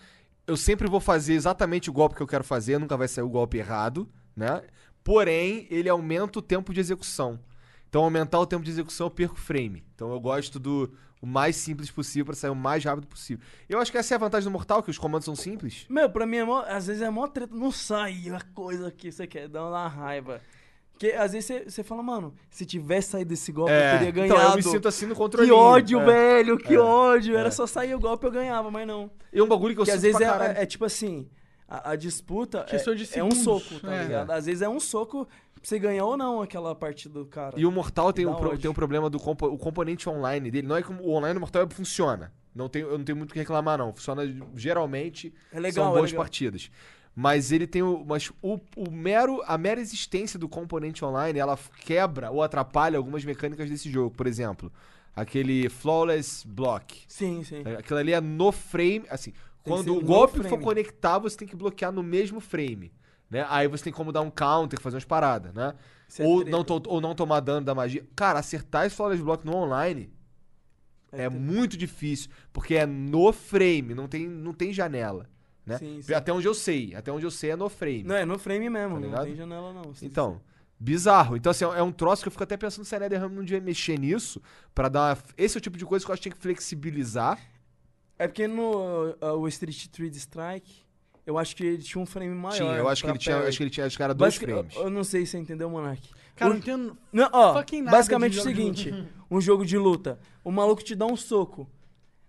Eu sempre vou fazer exatamente o golpe que eu quero fazer, nunca vai sair o golpe errado, né? Porém, ele aumenta o tempo de execução. Então, aumentar o tempo de execução, eu perco frame. Então, eu gosto do o mais simples possível pra sair o mais rápido possível. Eu acho que essa é a vantagem do Mortal, que os comandos são simples.
Meu, pra mim, é mó- às vezes é mó treta. Não sai a coisa que você quer, dá uma raiva. Porque às vezes você- você fala, mano, se tivesse saído esse golpe, eu teria ganhado.
então, eu me sinto assim no controle.
Que ódio,
é.
velho, que
é,
ódio.
é.
Era só sair o golpe eu ganhava, mas não.
E um bagulho que eu
Porque
sinto
às vezes
pra
é-
caralho.
é, é tipo assim, a, a disputa
Questão
é,
de
é um
segundos,
soco, tá
é.
ligado? Às vezes é um soco pra você ganhar ou não aquela partida do cara.
E o Mortal tem
dá
um, pro-
ódio.
tem um problema do compo- o componente online dele. Não é como o online do Mortal funciona. Não tem, eu não tenho muito o que reclamar, não. Funciona geralmente.
É legal,
são
é
boas
legal.
partidas. Mas ele tem o. Mas o, o mero, a mera existência do componente online, ela quebra ou atrapalha algumas mecânicas desse jogo. Por exemplo, aquele Flawless Block.
Sim, sim.
Aquilo ali é no frame, assim,
Tem que
quando
ser
o
no
golpe for
frame.
conectar, você tem que bloquear no mesmo frame, né? Aí você tem como dar um counter, fazer umas paradas, né?
Isso é
Ou
treta.
não, to- ou não tomar dano da magia. Cara, acertar esse Flawless Block no online é,
treta.
muito difícil, porque é no frame, não tem, não tem janela, né?
Sim, sim.
Até onde eu sei, até onde eu sei é no frame.
Não, é no frame mesmo,
Tá ligado?
não tem janela não. Você-
Então, bizarro. Então, assim, é um troço que eu fico até pensando se a NetherRealm não devia mexer nisso, pra dar uma... Esse é o tipo de coisa que eu acho que tinha que flexibilizar.
É porque no ah, o Street 3 Strike, eu acho que ele tinha um frame maior.
Tinha, eu acho que
pra
ele tinha,
parry.
acho que ele tinha, acho que era dois
Basic-
frames.
Eu, eu não sei se você entendeu, Monark.
Cara,
O-
não entendo.
Não, ó,
Fucking nada
basicamente
de
o
jogo de
seguinte, um jogo de luta, o maluco te dá um soco.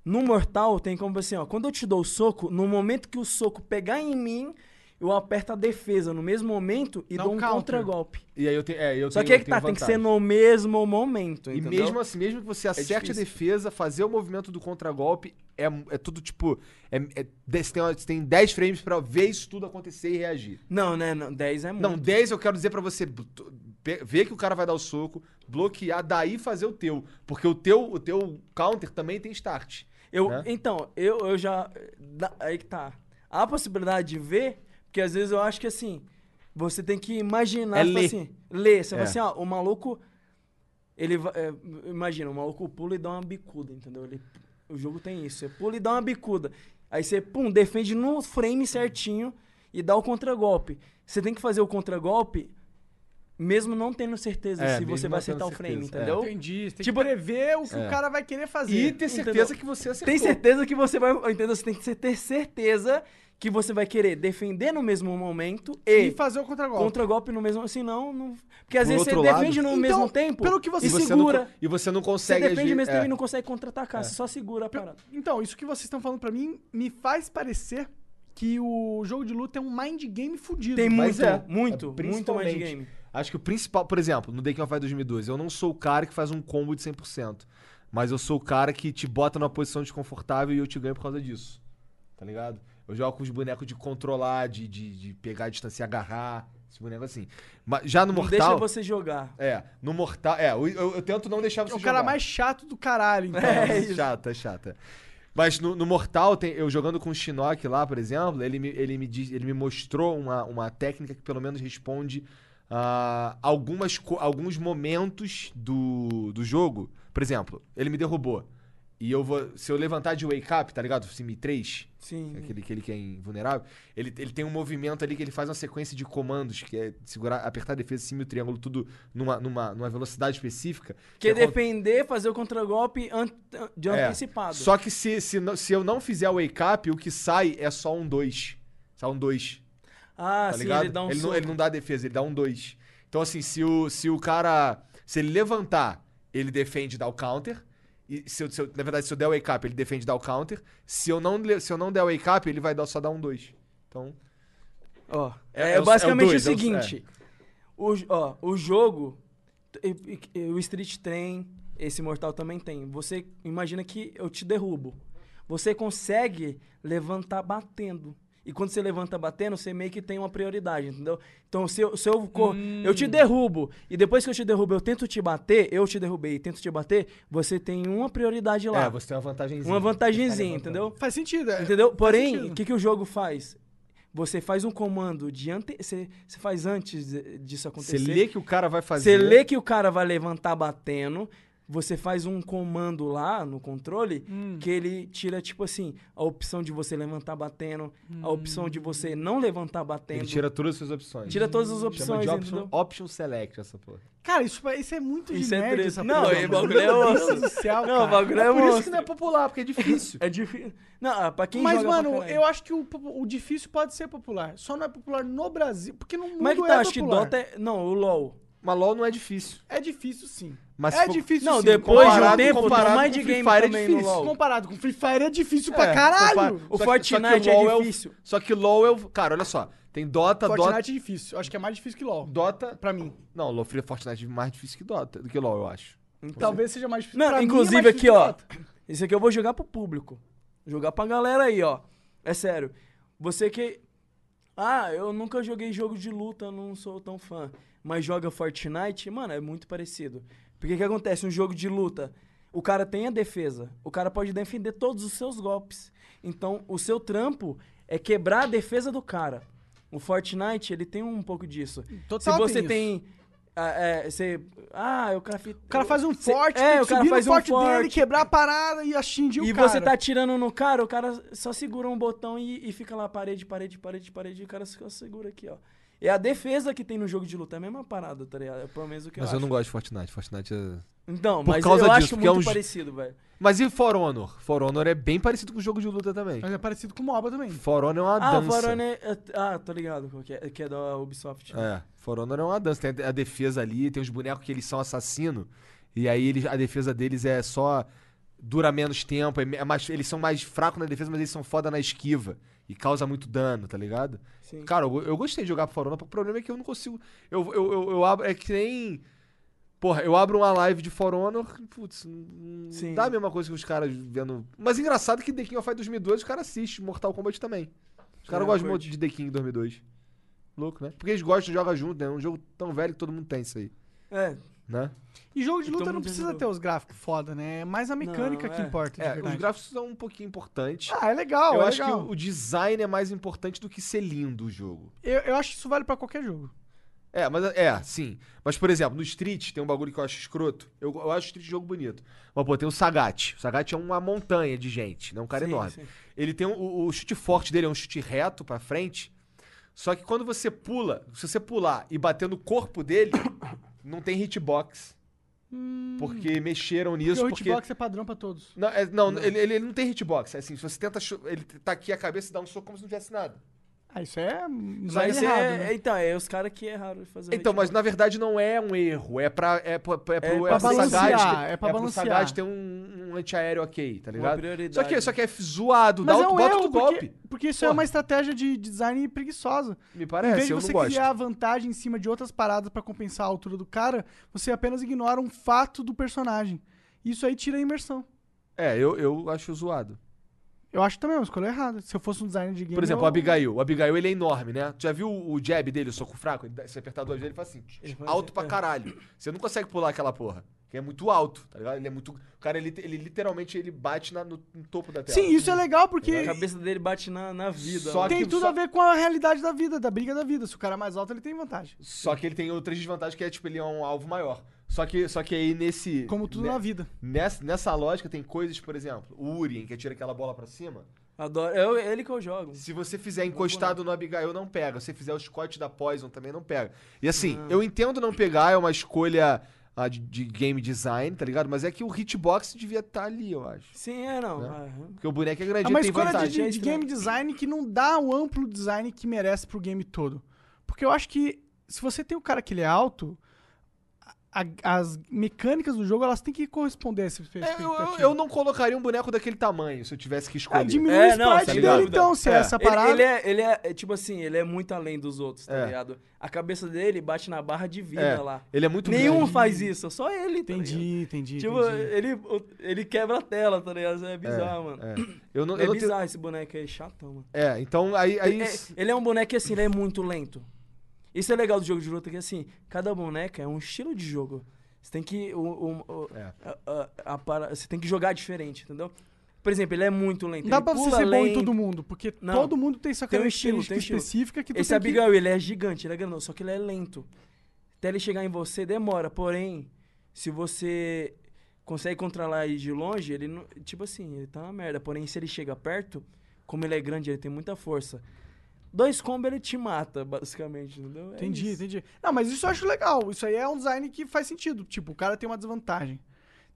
No Mortal tem como assim, ó, quando eu te dou o soco, no momento que o soco pegar em mim, eu aperto a defesa no mesmo momento e
Dá
dou
um
um
counter.
contragolpe.
E aí eu tenho, é, eu
Só
tenho-
que aí
eu
que
tenho
tá, tem que
vantagem.
ser no mesmo momento,
Então,
E
entendeu? É
mesmo assim, mesmo que você acerte a
difícil.
defesa, fazer o movimento do contragolpe é, é tudo tipo. É, é, dez- tem, uma- você tem 10 frames pra ver isso tudo acontecer e reagir.
Não, né, não, 10 é muito.
Não, 10 eu quero dizer pra você b- t- pe- ver que o cara vai dar o soco, bloquear, daí fazer o teu. Porque o teu, o teu counter também tem start.
Eu,
né?
Então, eu, eu já. da- Aí que tá. Há a possibilidade de ver, porque às vezes eu acho que assim. Você tem que imaginar,
É
tipo
ler.
assim. Lê, você
É.
fala assim, ó, o maluco. Ele va- é, imagina, o maluco pula e dá uma bicuda, entendeu? Ele, o jogo tem isso. Você pula e dá uma bicuda. Aí você, pum, defende no frame certinho e dá o contragolpe. Você tem que fazer o contragolpe mesmo não tendo certeza
É,
se
mesmo
você
não
vai
tendo
acertar o frame,
certeza, é.
entendeu?
Entendi. Você tem
Tipo-
que prever o que
É.
o cara vai querer fazer.
E ter certeza
Entendeu?
que você acertou.
Tem certeza que você vai. Entendeu? Você tem que ter certeza que você vai querer defender no mesmo momento
E
e,
fazer o contragolpe.
contragolpe no mesmo. Assim, não. não- Porque às
Por
vezes você
outro lado-
defende no
Então,
mesmo tempo
pelo que você-
e
E você
segura.
Não, co- e você não
Você
consegue.
defende
agir-
no mesmo tempo
é.
e não consegue contra-atacar, você só segura a
Pe-
parada.
Então, isso que vocês estão falando pra mim me faz parecer que o jogo de luta é um mind game fudido.
Tem
Mas
muito,
é,
muito,
é,
muito mais
principalmente.
game.
Acho que o principal, por exemplo, no Day of Fight 2002, eu não sou o cara que faz um combo de 100%, mas eu sou o cara que te bota numa posição desconfortável e eu te ganho por causa disso. Tá ligado? Eu jogo com os bonecos de controlar, de, de, de pegar a distância e agarrar, esse boneco assim. Mas já no
Não
Mortal.
deixa você jogar.
É, no Mortal. É, eu, eu- eu tento não deixar você
É o
jogar.
cara mais chato do caralho, então.
É, chata, é chata. Mas no, no Mortal, tem- eu jogando com o Shinnok lá, por exemplo, ele me, ele me, diz- ele me mostrou uma, uma técnica que pelo menos responde a algumas, co- alguns momentos do, do jogo. Por exemplo, ele me derrubou. E eu vou. Se eu levantar de wake up, tá ligado? Simi 3,
Sim.
aquele, aquele que é invulnerável, ele, ele tem um movimento ali que ele faz uma sequência de comandos, que é segurar, apertar a defesa, sim, o triângulo, tudo numa, numa, numa velocidade específica.
Que é
acon-
defender, fazer o contragolpe an- de
é.
antecipado.
Só que se, se, não- se eu não fizer o wake up, o que sai é só um 2. Sai um 2.
Ah,
Tá
sim,
ligado?
ele dá um
ele, não,
soco.
ele não dá defesa, ele dá um 2. Então, assim, se o, se o cara. Se ele levantar, ele defende e dá o counter. E se eu, se eu- na verdade, se eu der o wake up, ele defende e dá o counter. Se eu não, le- se eu não der o wake up, ele vai dar, só dar um 2. Então.
Ó,
É-
é,
é o- é o
basicamente o,
dois, é o-
seguinte. O, j- ó, o jogo, e- e- e- o Street Train, esse Mortal também tem. Você imagina que eu te derrubo. Você consegue levantar batendo. E quando você levanta batendo, você meio que tem uma prioridade, entendeu? Então, se eu, se eu, co- eu
Hum.
te derrubo, e depois que eu te derrubo, eu tento te bater, eu te derrubei e tento te bater, você tem uma prioridade lá.
É, você tem uma vantagemzinha.
uma
Você tá
vantagemzinha,
levantando.
entendeu?
Faz sentido. é.
Entendeu?
Faz
Porém, o
sentido.
que, que o jogo faz? Você faz um comando de ante... Você você faz antes de- disso
Você
acontecer.
lê que o cara vai
Você
fazer.
lê que o cara vai levantar batendo. Você faz um comando lá no controle
Hum.
que ele tira, tipo assim, a opção de você levantar batendo, a opção de você não levantar batendo.
Hum. Ele tira todas as suas opções.
Tira todas as
Chama
opções,
de
entendeu?
option, option select essa porra.
Cara, isso, isso é muito
Isso
de
é
nerd,
treta.
essa
Não,
porra.
é bagulho é
Meu
osso.
Deus do céu,
Não, o
cara.
bagulho é
Por isso
monstro.
que não é popular, porque é difícil.
É difícil. Não, pra quem
Mas,
joga pra
mano,
caralho.
eu acho que o, popu- o difícil pode ser popular. Só não é popular no Brasil, porque no mundo
Como é que
é
tá? Acho que
popular.
Dota é... Não, o LoL.
Mas LOL não é difícil.
É difícil, sim.
Mas
é
se for-
difícil,
Não,
sim.
depois de um
comparado-
tempo,
comparado
tem
com
mais de
Free
game
Fire é
também no
difícil.
LoL.
Comparado com Free Fire é difícil
É,
pra
compa-
O
caralho.
só que- só que
Fortnite é
LoL o-
difícil.
só que LoL é o. Cara, olha só. Tem Dota,
Fortnite é difícil. Eu acho que é mais difícil que LoL.
Dota. Dota.
Pra mim.
Não, LoL Free Fortnite é mais difícil que Dota, do que LoL, eu acho.
Talvez seja mais difícil.
Não,
pra mim é
inclusive
mais
aqui,
difícil que
ó.
Dota.
Isso aqui eu vou jogar pro público. Jogar pra galera aí, ó. É sério. Você que. Ah, eu nunca joguei jogo de luta, não sou tão fã. Mas joga Fortnite, mano, é muito parecido. Porque o que acontece? Um jogo de luta, o cara tem a defesa. O cara pode defender todos os seus golpes. Então, o seu trampo é quebrar a defesa do cara. O Fortnite, ele tem um pouco disso.
Total
Se você
tem
tem. ah, é, você, ah, eu craftei.
O cara faz um forte,
é,
tem que
o cara
subir no
faz um
forte, dele,
forte.
quebrar a parada e atingir o
E
cara.
você tá atirando no cara, o cara só segura um botão e, e fica lá, parede, parede, parede, parede, e o cara só segura aqui, ó. É a defesa que tem no jogo de luta, é a mesma parada, tá ligado? É pelo menos o que
Mas
eu,
eu não
acho.
gosto de Fortnite. Fortnite é.
Então,
Por
mas
causa
eu
disso,
acho
porque é
muito
um jo-
parecido, velho.
Mas e For Honor? For Honor é bem parecido com o jogo de luta também.
Mas é parecido com o MOBA também.
For Honor é uma
Ah, o
dança.
Varone é... Ah, tô ligado, qual que é, que é da Ubisoft.
É, For Honor é uma dança. Tem a defesa ali, tem os bonecos que eles são assassino. E aí eles, a defesa deles é só. Dura menos tempo, é me- é mais, eles são mais fracos na defesa, mas eles são foda na esquiva. E causa muito dano, tá ligado?
Sim.
Cara, eu, go- eu gostei de jogar pro Forona, o problema é que eu não consigo. Eu, eu, eu, eu abro. É que nem. Porra, eu abro uma live de For Honor, putz, não- não
Sim.
dá a mesma coisa que os caras vendo. Mas engraçado que The King of Fight 2002 os caras assistem Mortal Kombat também. Os caras
É,
gostam muito
curte.
de The King 2002. Louco, né? Porque eles gostam, jogam junto, né? É um jogo tão velho que todo mundo tem isso aí,
É,
né?
E jogo de
Então
luta não
muito
precisa
jogo.
ter os gráficos foda, né? É mais a mecânica
Não,
que
é.
importa, de
É, os
verdade.
gráficos são um pouquinho importantes.
Ah, é legal,
eu
é
acho
legal.
que o design é mais importante do que ser lindo o jogo.
Eu, eu acho que isso vale pra qualquer jogo.
É, mas é, sim. Mas, por exemplo, no Street tem um bagulho que eu acho escroto. Eu, eu acho Street jogo bonito. Mas, pô, tem o Sagat. O Sagat é uma montanha de gente, né? Um cara
Sim,
enorme.
sim.
Ele tem um- o, o chute forte dele, é um chute reto pra frente. Só que quando você pula, se você pular e bater no corpo dele, não tem hitbox. Porque mexeram nisso.
Porque o
porque-
hitbox é padrão pra todos.
Não, é- não, Ele, ele- ele não tem hitbox. É assim, se você tenta. chu- Ele tá aqui a cabeça e dá um soco como se não tivesse nada.
Ah, isso é.
Só
Vai
que você
errado,
É,
né?
Então, é os caras que erraram de fazer o
Então, mas
hitbox.
na verdade não é um erro. É pra. É, pra, é, pro,
pra
é pro
balancear,
Sagat.
é pra
pro
balancear.
Sagat ter um, um antiaéreo ok, tá ligado?
prioridade.
Só que, só que é zoado, dá
Mas é
outro,
um
bota
erro,
outro
porque,
golpe.
porque isso é
Porra.
uma estratégia de design preguiçosa.
Me
em vez
parece,
de
É, eu não
você
gosto.
criar vantagem em cima de outras paradas pra compensar a altura do cara, você apenas ignora um fato do personagem. Isso aí tira a imersão.
É, eu, eu acho zoado.
Eu acho também uma escolha errada. Se eu fosse um designer de game.
Por exemplo, o
eu...
Abigail. O Abigail, ele é enorme, né? Tu já viu o jab dele, o soco fraco? Ele dá- Se apertar duas vezes, ele faz assim,
faz-
alto pra
é.
caralho. Você não consegue pular aquela porra. Porque é muito alto, tá ligado? Ele é muito... O cara, ele, ele literalmente, ele bate na- no, no topo da tela.
Sim, isso é legal porque
A cabeça dele bate na, na vida.
Só
ó.
que-
tem tudo
só-
a ver com a realidade da vida, da briga da vida. Se o cara é mais alto, ele tem vantagem.
Só que ele tem outras desvantagens, que é, tipo, ele é um alvo maior. Só que, só que aí, nesse...
Como tudo
ne-
na vida.
Nessa, nessa lógica, tem coisas, por exemplo, o Urien, que atira aquela bola pra cima...
Adoro. Eu, ele que eu jogo.
Se você fizer encostado no Abigail, não pega. Se você fizer o Scott da Poison, também não pega. E assim,
Ah.
eu entendo não pegar, é uma escolha ah, de, de game design, tá ligado? Mas é que o hitbox devia estar ali, eu acho.
Sim, é
Né?
não. Ah,
Porque o boneco é né? grande,
É
ele
uma
tem
escolha de-
vantagem.
de,
É
de
isso
game
mesmo.
design que não dá o amplo design que merece pro game todo. Porque eu acho que se você tem um cara que ele é alto, a- as mecânicas do jogo elas têm que corresponder a
É,
essa
eu,
expectativa.
eu- eu não colocaria um boneco daquele tamanho se eu tivesse que
Ah,
escolher.
diminui
É,
o
não,
sprite
tá
ligado?
dele então, se é
É.
essa
Ele,
parada.
ele é, ele é, é, tipo assim, ele é muito além dos outros, tá
É.
ligado? A cabeça dele bate na barra de vida
É,
lá.
Ele é muito
Nenhum
grande.
faz isso, só ele, tá ligado?
Entendi, entendi.
Tipo,
entendi.
ele, ele quebra a tela, tá ligado? Isso É bizarro, mano.
É, eu não, eu não
É,
tenho-
bizarro esse boneco aí, chatão, mano.
é então aí. aí
É, ele é um boneco que, assim, ele é muito lento. Isso é legal do jogo de luta, que assim, cada boneca é um estilo de jogo. Você tem que. o- o- o-
É.
a- a- a para- você tem que jogar diferente, entendeu? Por exemplo, ele é muito lento.
Não dá
ele
pra você
pula
ser bom em
lento.
todo mundo, porque
Não.
todo mundo tem sua
Tem um estilo,
característica
tem um estilo.
específica que tu
Esse
tem que-
Abigail, ele é gigante, ele é grandão, só que ele é lento. Até ele chegar em você, demora. Porém, se você consegue controlar ele de longe, ele não. Tipo assim, ele tá na merda. Porém, se ele chega perto, como ele é grande, ele tem muita força. Dois combos ele te mata, basicamente, entendeu? É
Entendi,
isso.
entendi. Não, mas isso eu acho legal. Isso aí é um design que faz sentido. Tipo, o cara tem uma desvantagem.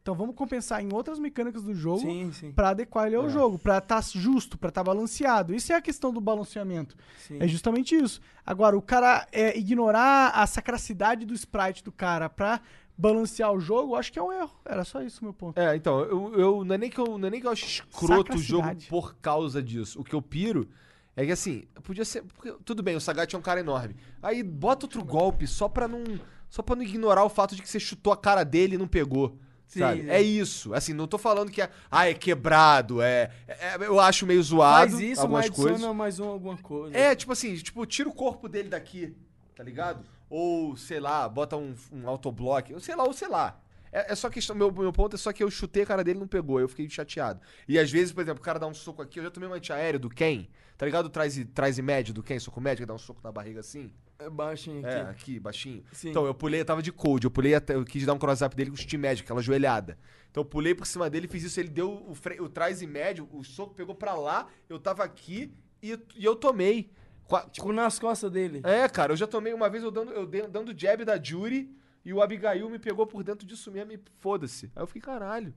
Então vamos compensar em outras mecânicas do jogo
Sim, É. sim.
pra adequar ele ao jogo, pra estar justo, pra estar balanceado. Isso é a questão do balanceamento.
sim.
É justamente isso. Agora, o cara é, ignorar a sacracidade do sprite do cara pra balancear o jogo, eu acho que é um erro. Era só isso o meu ponto.
É, então, eu, eu- não, é nem que eu não é nem que eu acho escroto o jogo
Sacracidade.
por causa disso. O que eu piro é que assim, podia ser. porque, tudo bem, o Sagat é um cara enorme. Aí bota outro golpe só pra não. Só pra não ignorar o fato de que você chutou a cara dele e não pegou.
Sim,
sabe?
sim.
É isso. Assim, não tô falando que é. Ah, é quebrado, é. é- é- eu acho meio zoado.
Faz isso,
algumas
mas adiciona
coisas.
mais um, alguma coisa.
É, tipo assim, tipo, tira o corpo dele daqui, tá ligado? Ou, sei lá, bota um, um autoblock, ou sei lá, ou sei lá. É, é só questão, meu, meu ponto é só que eu chutei a cara dele e não pegou, eu fiquei chateado. E às vezes, por exemplo, o cara dá um soco aqui, eu já tomei um antiaéreo do Ken, tá ligado? Traz, e- traz e médio do Ken, soco médio, que dá um soco na barriga assim.
É Baixinho aqui.
É, aqui, baixinho.
Sim.
Então, eu pulei, eu tava de cold, eu pulei, até, eu quis dar um cross-up dele com o Steam Magic, aquela joelhada. Então eu pulei por cima dele, fiz isso, ele deu o, fre- o trás e médio, o soco pegou pra lá, eu tava aqui e, e eu tomei. Qua-
Tipo, nas costas dele.
É, cara, eu já tomei uma vez eu dando, eu dei- dando jab da Jury e o Abigail me pegou por dentro disso mesmo e foda-se. Aí eu fiquei, caralho.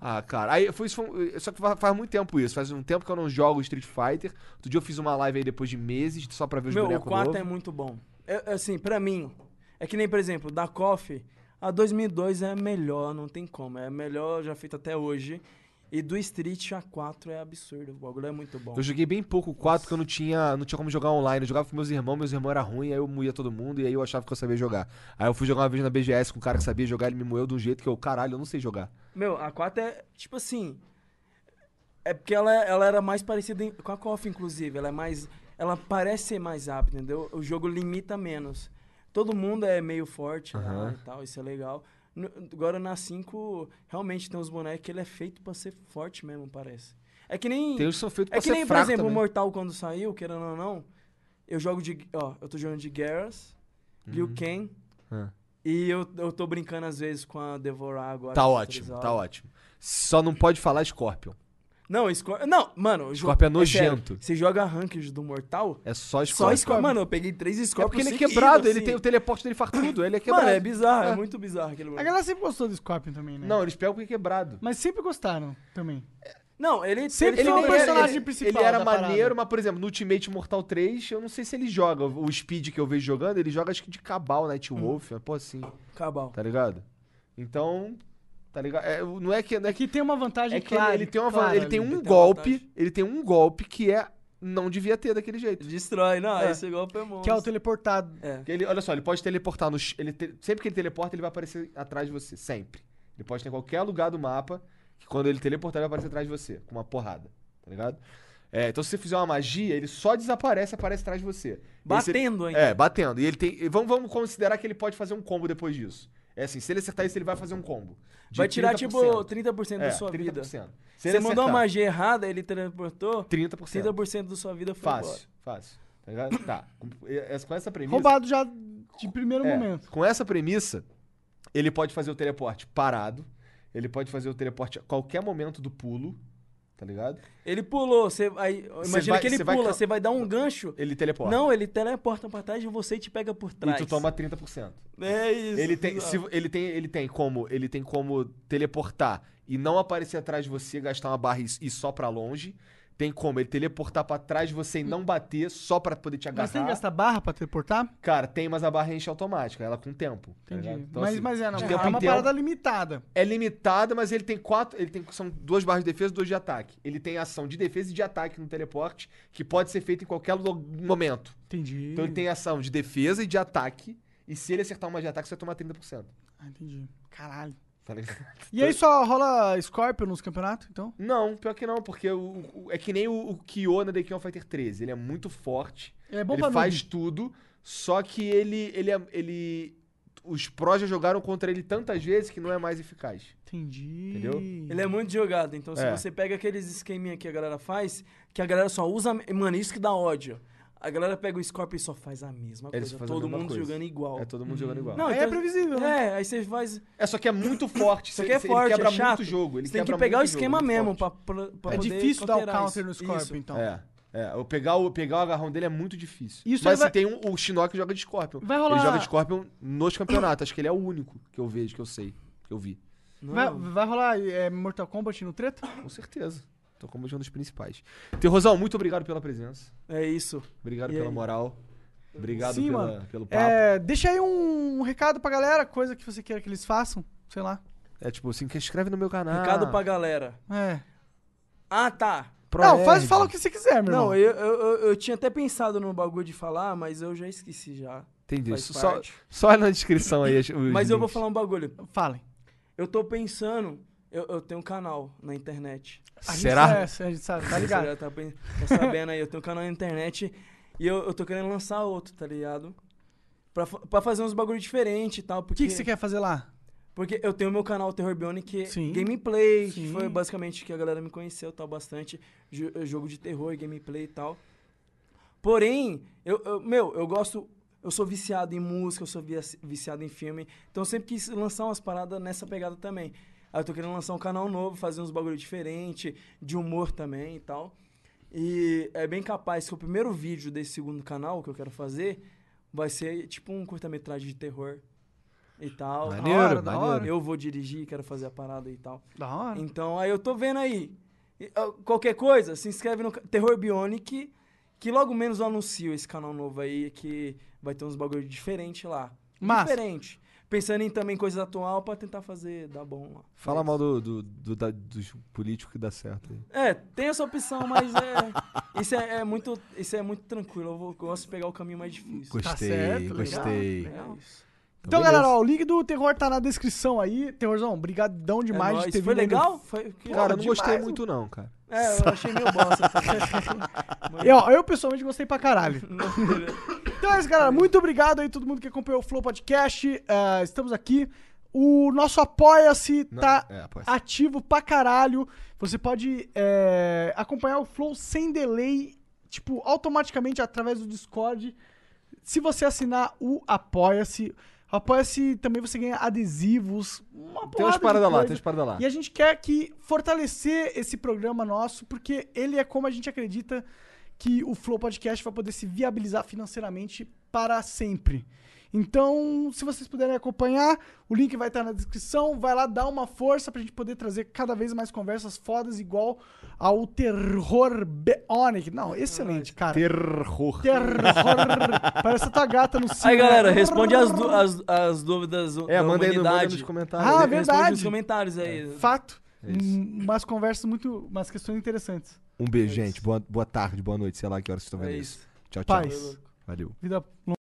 Ah, cara. Aí foi isso. foi um- só que fa- faz muito tempo isso. Faz um tempo que eu não jogo Street Fighter. Outro dia eu fiz uma live aí depois de meses só pra ver os
Meu, o
bonecos
4
novos.
é muito bom. É, assim, pra mim, é que nem, por exemplo, da KOF, a 2002 é a melhor, não tem como. É a melhor já feita até hoje. E do Street, a 4 é absurdo. O bagulho é muito bom.
Eu joguei bem pouco o 4 porque eu não tinha, não tinha como jogar online. Eu jogava com meus irmãos, meus irmãos eram ruins, aí eu moía todo mundo e aí eu achava que eu sabia jogar. Aí eu fui jogar uma vez na BGS com um cara que sabia jogar, ele me moeu de um jeito que eu, caralho, eu não sei jogar.
Meu, a 4 é, tipo assim... É porque ela, ela era mais parecida em- com a KOF, inclusive. Ela é mais... Ela parece ser mais rápida, entendeu? O jogo limita menos. Todo mundo é meio forte lá e tal, isso é legal. No- agora na 5, realmente tem uns bonecos que ele é feito pra ser forte mesmo, parece. É que nem...
Tem os que são feitos pra
É que
ser
nem, por
fraco
exemplo, o
também.
Mortal quando saiu, querendo ou não, eu jogo de. Ó, eu tô jogando de Garrus.
Hum.
Liu Kang.
Ah.
E eu, eu tô brincando às vezes com a Devorar agora.
Tá
com a
ótimo,
Trizal.
tá ótimo. Só não pode falar Scorpion.
Não, Scorpion. Não, mano. o jogo-
Scorpion é
sério,
nojento.
você joga ranked do Mortal?
É só Scorpion.
Só Scorpion. Mano, eu peguei três
É
Scorpions.
porque ele é
seguidos,
quebrado, ele
assim.
tem o teleporte dele faz tudo, ele é quebrado.
Mano, é bizarro, é.
É.
muito bizarro aquele
A
bagulho.
galera sempre gostou do Scorpion também, né?
Não, eles pegam porque é quebrado.
Mas sempre gostaram também.
Não, ele
Sempre
ele
foi um
tem-
nem-
personagem
ele-
principal
Ele era
da parada.
maneiro, mas, por exemplo, no Ultimate Mortal 3, eu não sei se ele joga. O Speed que eu vejo jogando, ele joga acho que de Cabal,
Hum.
Nightwolf, uma pô, assim,
Cabal.
tá ligado? Então, tá ligado? É, não é que. Não é que
Aqui tem uma vantagem
é que
clara.
ele, ele tem, uma, van-
clara
ele tem
ali.
um
né?
tem uma
golpe,
vantagem.
ele tem um golpe que é. Não devia ter daquele jeito.
Destrói, não,
É.
esse golpe é monstro.
Que é o teleportado.
É.
Porque Ele, olha só, ele pode teleportar no. ch- Ele te- sempre que ele teleporta, ele vai aparecer atrás de você. Sempre. Ele pode estar em qualquer lugar do mapa. Que quando ele teleportar, ele vai aparecer atrás de você. Com uma porrada. Tá ligado? É, então se você fizer uma magia, ele só desaparece e aparece atrás de você. Esse-
Batendo ainda.
É, batendo. E ele tem. e Vamos, vamos considerar que ele pode fazer um combo depois disso. É assim, se ele acertar isso, ele vai fazer um combo. De
Vai tirar,
30%.
tipo, 30% da
É,
sua vida.
30%.
Você
Se ele
mandou uma
acertar,
magia errada, ele teleportou,
30%.
30% da sua vida foi embora.
Fácil, fácil. Tá ligado? Tá. Com, e- com essa premissa.
Roubado já de primeiro
É,
momento.
Com essa premissa, ele pode fazer o teleporte parado, ele pode fazer o teleporte a qualquer momento do pulo, tá ligado?
Ele pulou, você aí, imagina
vai-
que ele
você vai
pula,
ca-
você vai dar um gancho.
Ele teleporta.
Não, ele teleporta pra trás de você e te pega por
e
trás.
tu toma 30%.
É isso.
Ele tem, se
bizarro.
vo- ele tem, ele tem como, ele tem como teleportar e não aparecer atrás de você, gastar uma barra e e ir só pra longe. Tem como ele teleportar pra trás de você e não bater só pra poder te agarrar.
Mas tem que gastar barra pra teleportar?
Cara, tem, mas a barra enche automática, ela com o tempo. tá
Entendi.
ligado? Então,
mas,
assim,
mas é, não.
de
É
tempo em
uma
tempo-
parada limitada.
É limitada, mas ele tem quatro. Ele tem. São duas barras de defesa e duas de ataque. Ele tem ação de defesa e de ataque no teleporte, que pode ser feito em qualquer lo- momento.
Entendi.
Então ele tem ação de defesa e de ataque. E se ele acertar uma de ataque, você vai tomar 30%.
Ah, entendi. Caralho.
Tá ligado?
E aí só rola Scorpion nos campeonatos, então?
Não, pior que não, porque o- o- é que nem o, o Kyo na The King of Fighter 13. Ele é muito forte.
Ele é bom pra
ele faz tudo, só que ele. ele, é- ele os prós já jogaram contra ele tantas vezes que não é mais eficaz.
Entendi.
Entendeu?
Ele é muito jogado, então se
É.
você pega aqueles esqueminha que a galera faz, que a galera só usa. Mano, isso que dá ódio. A galera pega o Scorpion e só faz a mesma
Eles
coisa.
fazem a
Todo
mesma
mundo
coisa.
jogando igual.
É todo mundo jogando igual.
Não,
Aí é previsível, né?
É, aí você faz.
É só que é muito forte.
Isso
você-
aqui é
você-
forte,
ele quebra
é chato.
muito jogo. Ele
você tem que
quebra
pegar o
muito jogo,
esquema
muito
mesmo
forte.
pra, pra, pra
É
poder
difícil dar o
counterar
counter no
isso.
Scorpion,
Isso.
então.
É. É, eu pegar, o, pegar o agarrão dele é muito difícil.
Isso
Mas
aí
se tem um, o Shinnok joga de Scorpion.
Vai rolar-
Ele joga de Scorpion nos campeonatos. Acho que ele é o único que eu vejo, que eu sei, que eu vi.
Vai, vai rolar é, Mortal Kombat no treta?
Com certeza. Tô como um dos principais. Terrosão, muito obrigado pela presença.
É isso.
Obrigado
E
pela
aí?
moral. Obrigado
Sim,
pela-
mano.
pelo papo. É...
É, deixa aí um recado pra galera, coisa que você queira que eles façam, sei lá.
tipo assim, se inscreve no meu canal.
Ah.
Recado pra galera.
É.
Ah, tá.
não, faz, fala o que você quiser, meu
Não,
irmão.
eu, eu, eu- eu tinha até pensado no bagulho de falar, mas eu já esqueci já.
Entendi.
Faz
Só,
parte.
só olha na descrição aí. as- os
Mas eu vou
links.
falar um bagulho.
Falem.
Eu tô pensando. Eu, eu tenho um canal na internet.
A gente
Será?
sabe, a gente sabe, tá
Você
ligado?
já tá, pen- tá sabendo aí, eu tenho um canal na internet e eu, eu tô querendo lançar outro, tá ligado? Pra, fa- pra fazer uns bagulho diferente e tal.
O
Porque,
que, que você quer fazer lá?
Porque eu tenho meu canal Terror Bionic, que é
Sim.
gameplay, que
Sim.
foi basicamente que a galera me conheceu tal bastante. jo- jogo de terror, gameplay e tal. Porém, eu, eu- meu, eu gosto. Eu sou viciado em música, eu sou vici- viciado em filme. Então eu sempre quis lançar umas paradas nessa pegada também. Aí eu tô querendo lançar um canal novo, fazer uns bagulho diferente, de humor também e tal. E é bem capaz que o primeiro vídeo desse segundo canal que eu quero fazer vai ser tipo um curta-metragem de terror e tal.
Maneiro,
da
maneiro.
hora.
Eu vou dirigir, quero fazer a parada e tal.
Da hora.
Então, aí eu tô vendo aí. E, ah, Qualquer coisa, se inscreve no ca- Terror Bionic, que logo menos eu anuncio esse canal novo aí, que vai ter uns bagulho diferente lá.
Massa.
Diferente. Pensando em também coisa atual pra tentar fazer dar bom lá.
Fala mal do, do, do- da- dos políticos que dá certo aí.
É, tem essa opção, mas é. Isso é, é muito, isso é muito tranquilo. Eu, vou, eu gosto de pegar o caminho mais difícil. Tá.
Gostei,
Tá certo, legal.
gostei.
É isso.
Então, galera, ó, o link do Terror tá na descrição aí. Terrorzão, brigadão
É
demais de
nóis.
ter
Foi
vindo aí no-
legal? Foi, que-
Cara, eu não
demais,
gostei
mano.
muito não, cara.
É, eu achei meio bosta.
Eu, eu, pessoalmente, gostei pra caralho.
Não teve-
Então é isso, galera. Muito obrigado aí todo mundo que acompanhou o Flow Podcast. Ah, estamos aqui. O nosso Apoia-se tá
é, Apoia-se.
ativo pra caralho. Você pode é, acompanhar o Flow sem delay, tipo, automaticamente através do Discord. Se você assinar o Apoia-se, Apoia-se também você ganha adesivos, uma
Tem umas
porrada de
paradas lá,
coisa.
tem umas paradas lá.
E a gente quer que fortalecer esse programa nosso, porque ele é como a gente acredita que o Flow Podcast vai poder se viabilizar financeiramente para sempre. Então, se vocês puderem acompanhar, o link vai estar na descrição. Vai lá dar uma força pra gente poder trazer cada vez mais conversas fodas, igual ao Terror Beonic. Não, excelente, cara.
Terror.
Terror. Parece a tua gata no cima.
Aí, galera, responde as, du- as, as dúvidas
É, manda aí,
da
no, manda
humanidade.
nos comentários.
Ah,
aí.
Responde
verdade.
nos comentários aí.
Fato.
É isso.
Um- Umas conversas muito. Umas questões interessantes.
Um beijo, gente. Boa, boa tarde, boa noite, sei lá que horas vocês estão
É
vendo isso.
isso.
Tchau, tchau.
Paz.
Valeu.
Vida longa.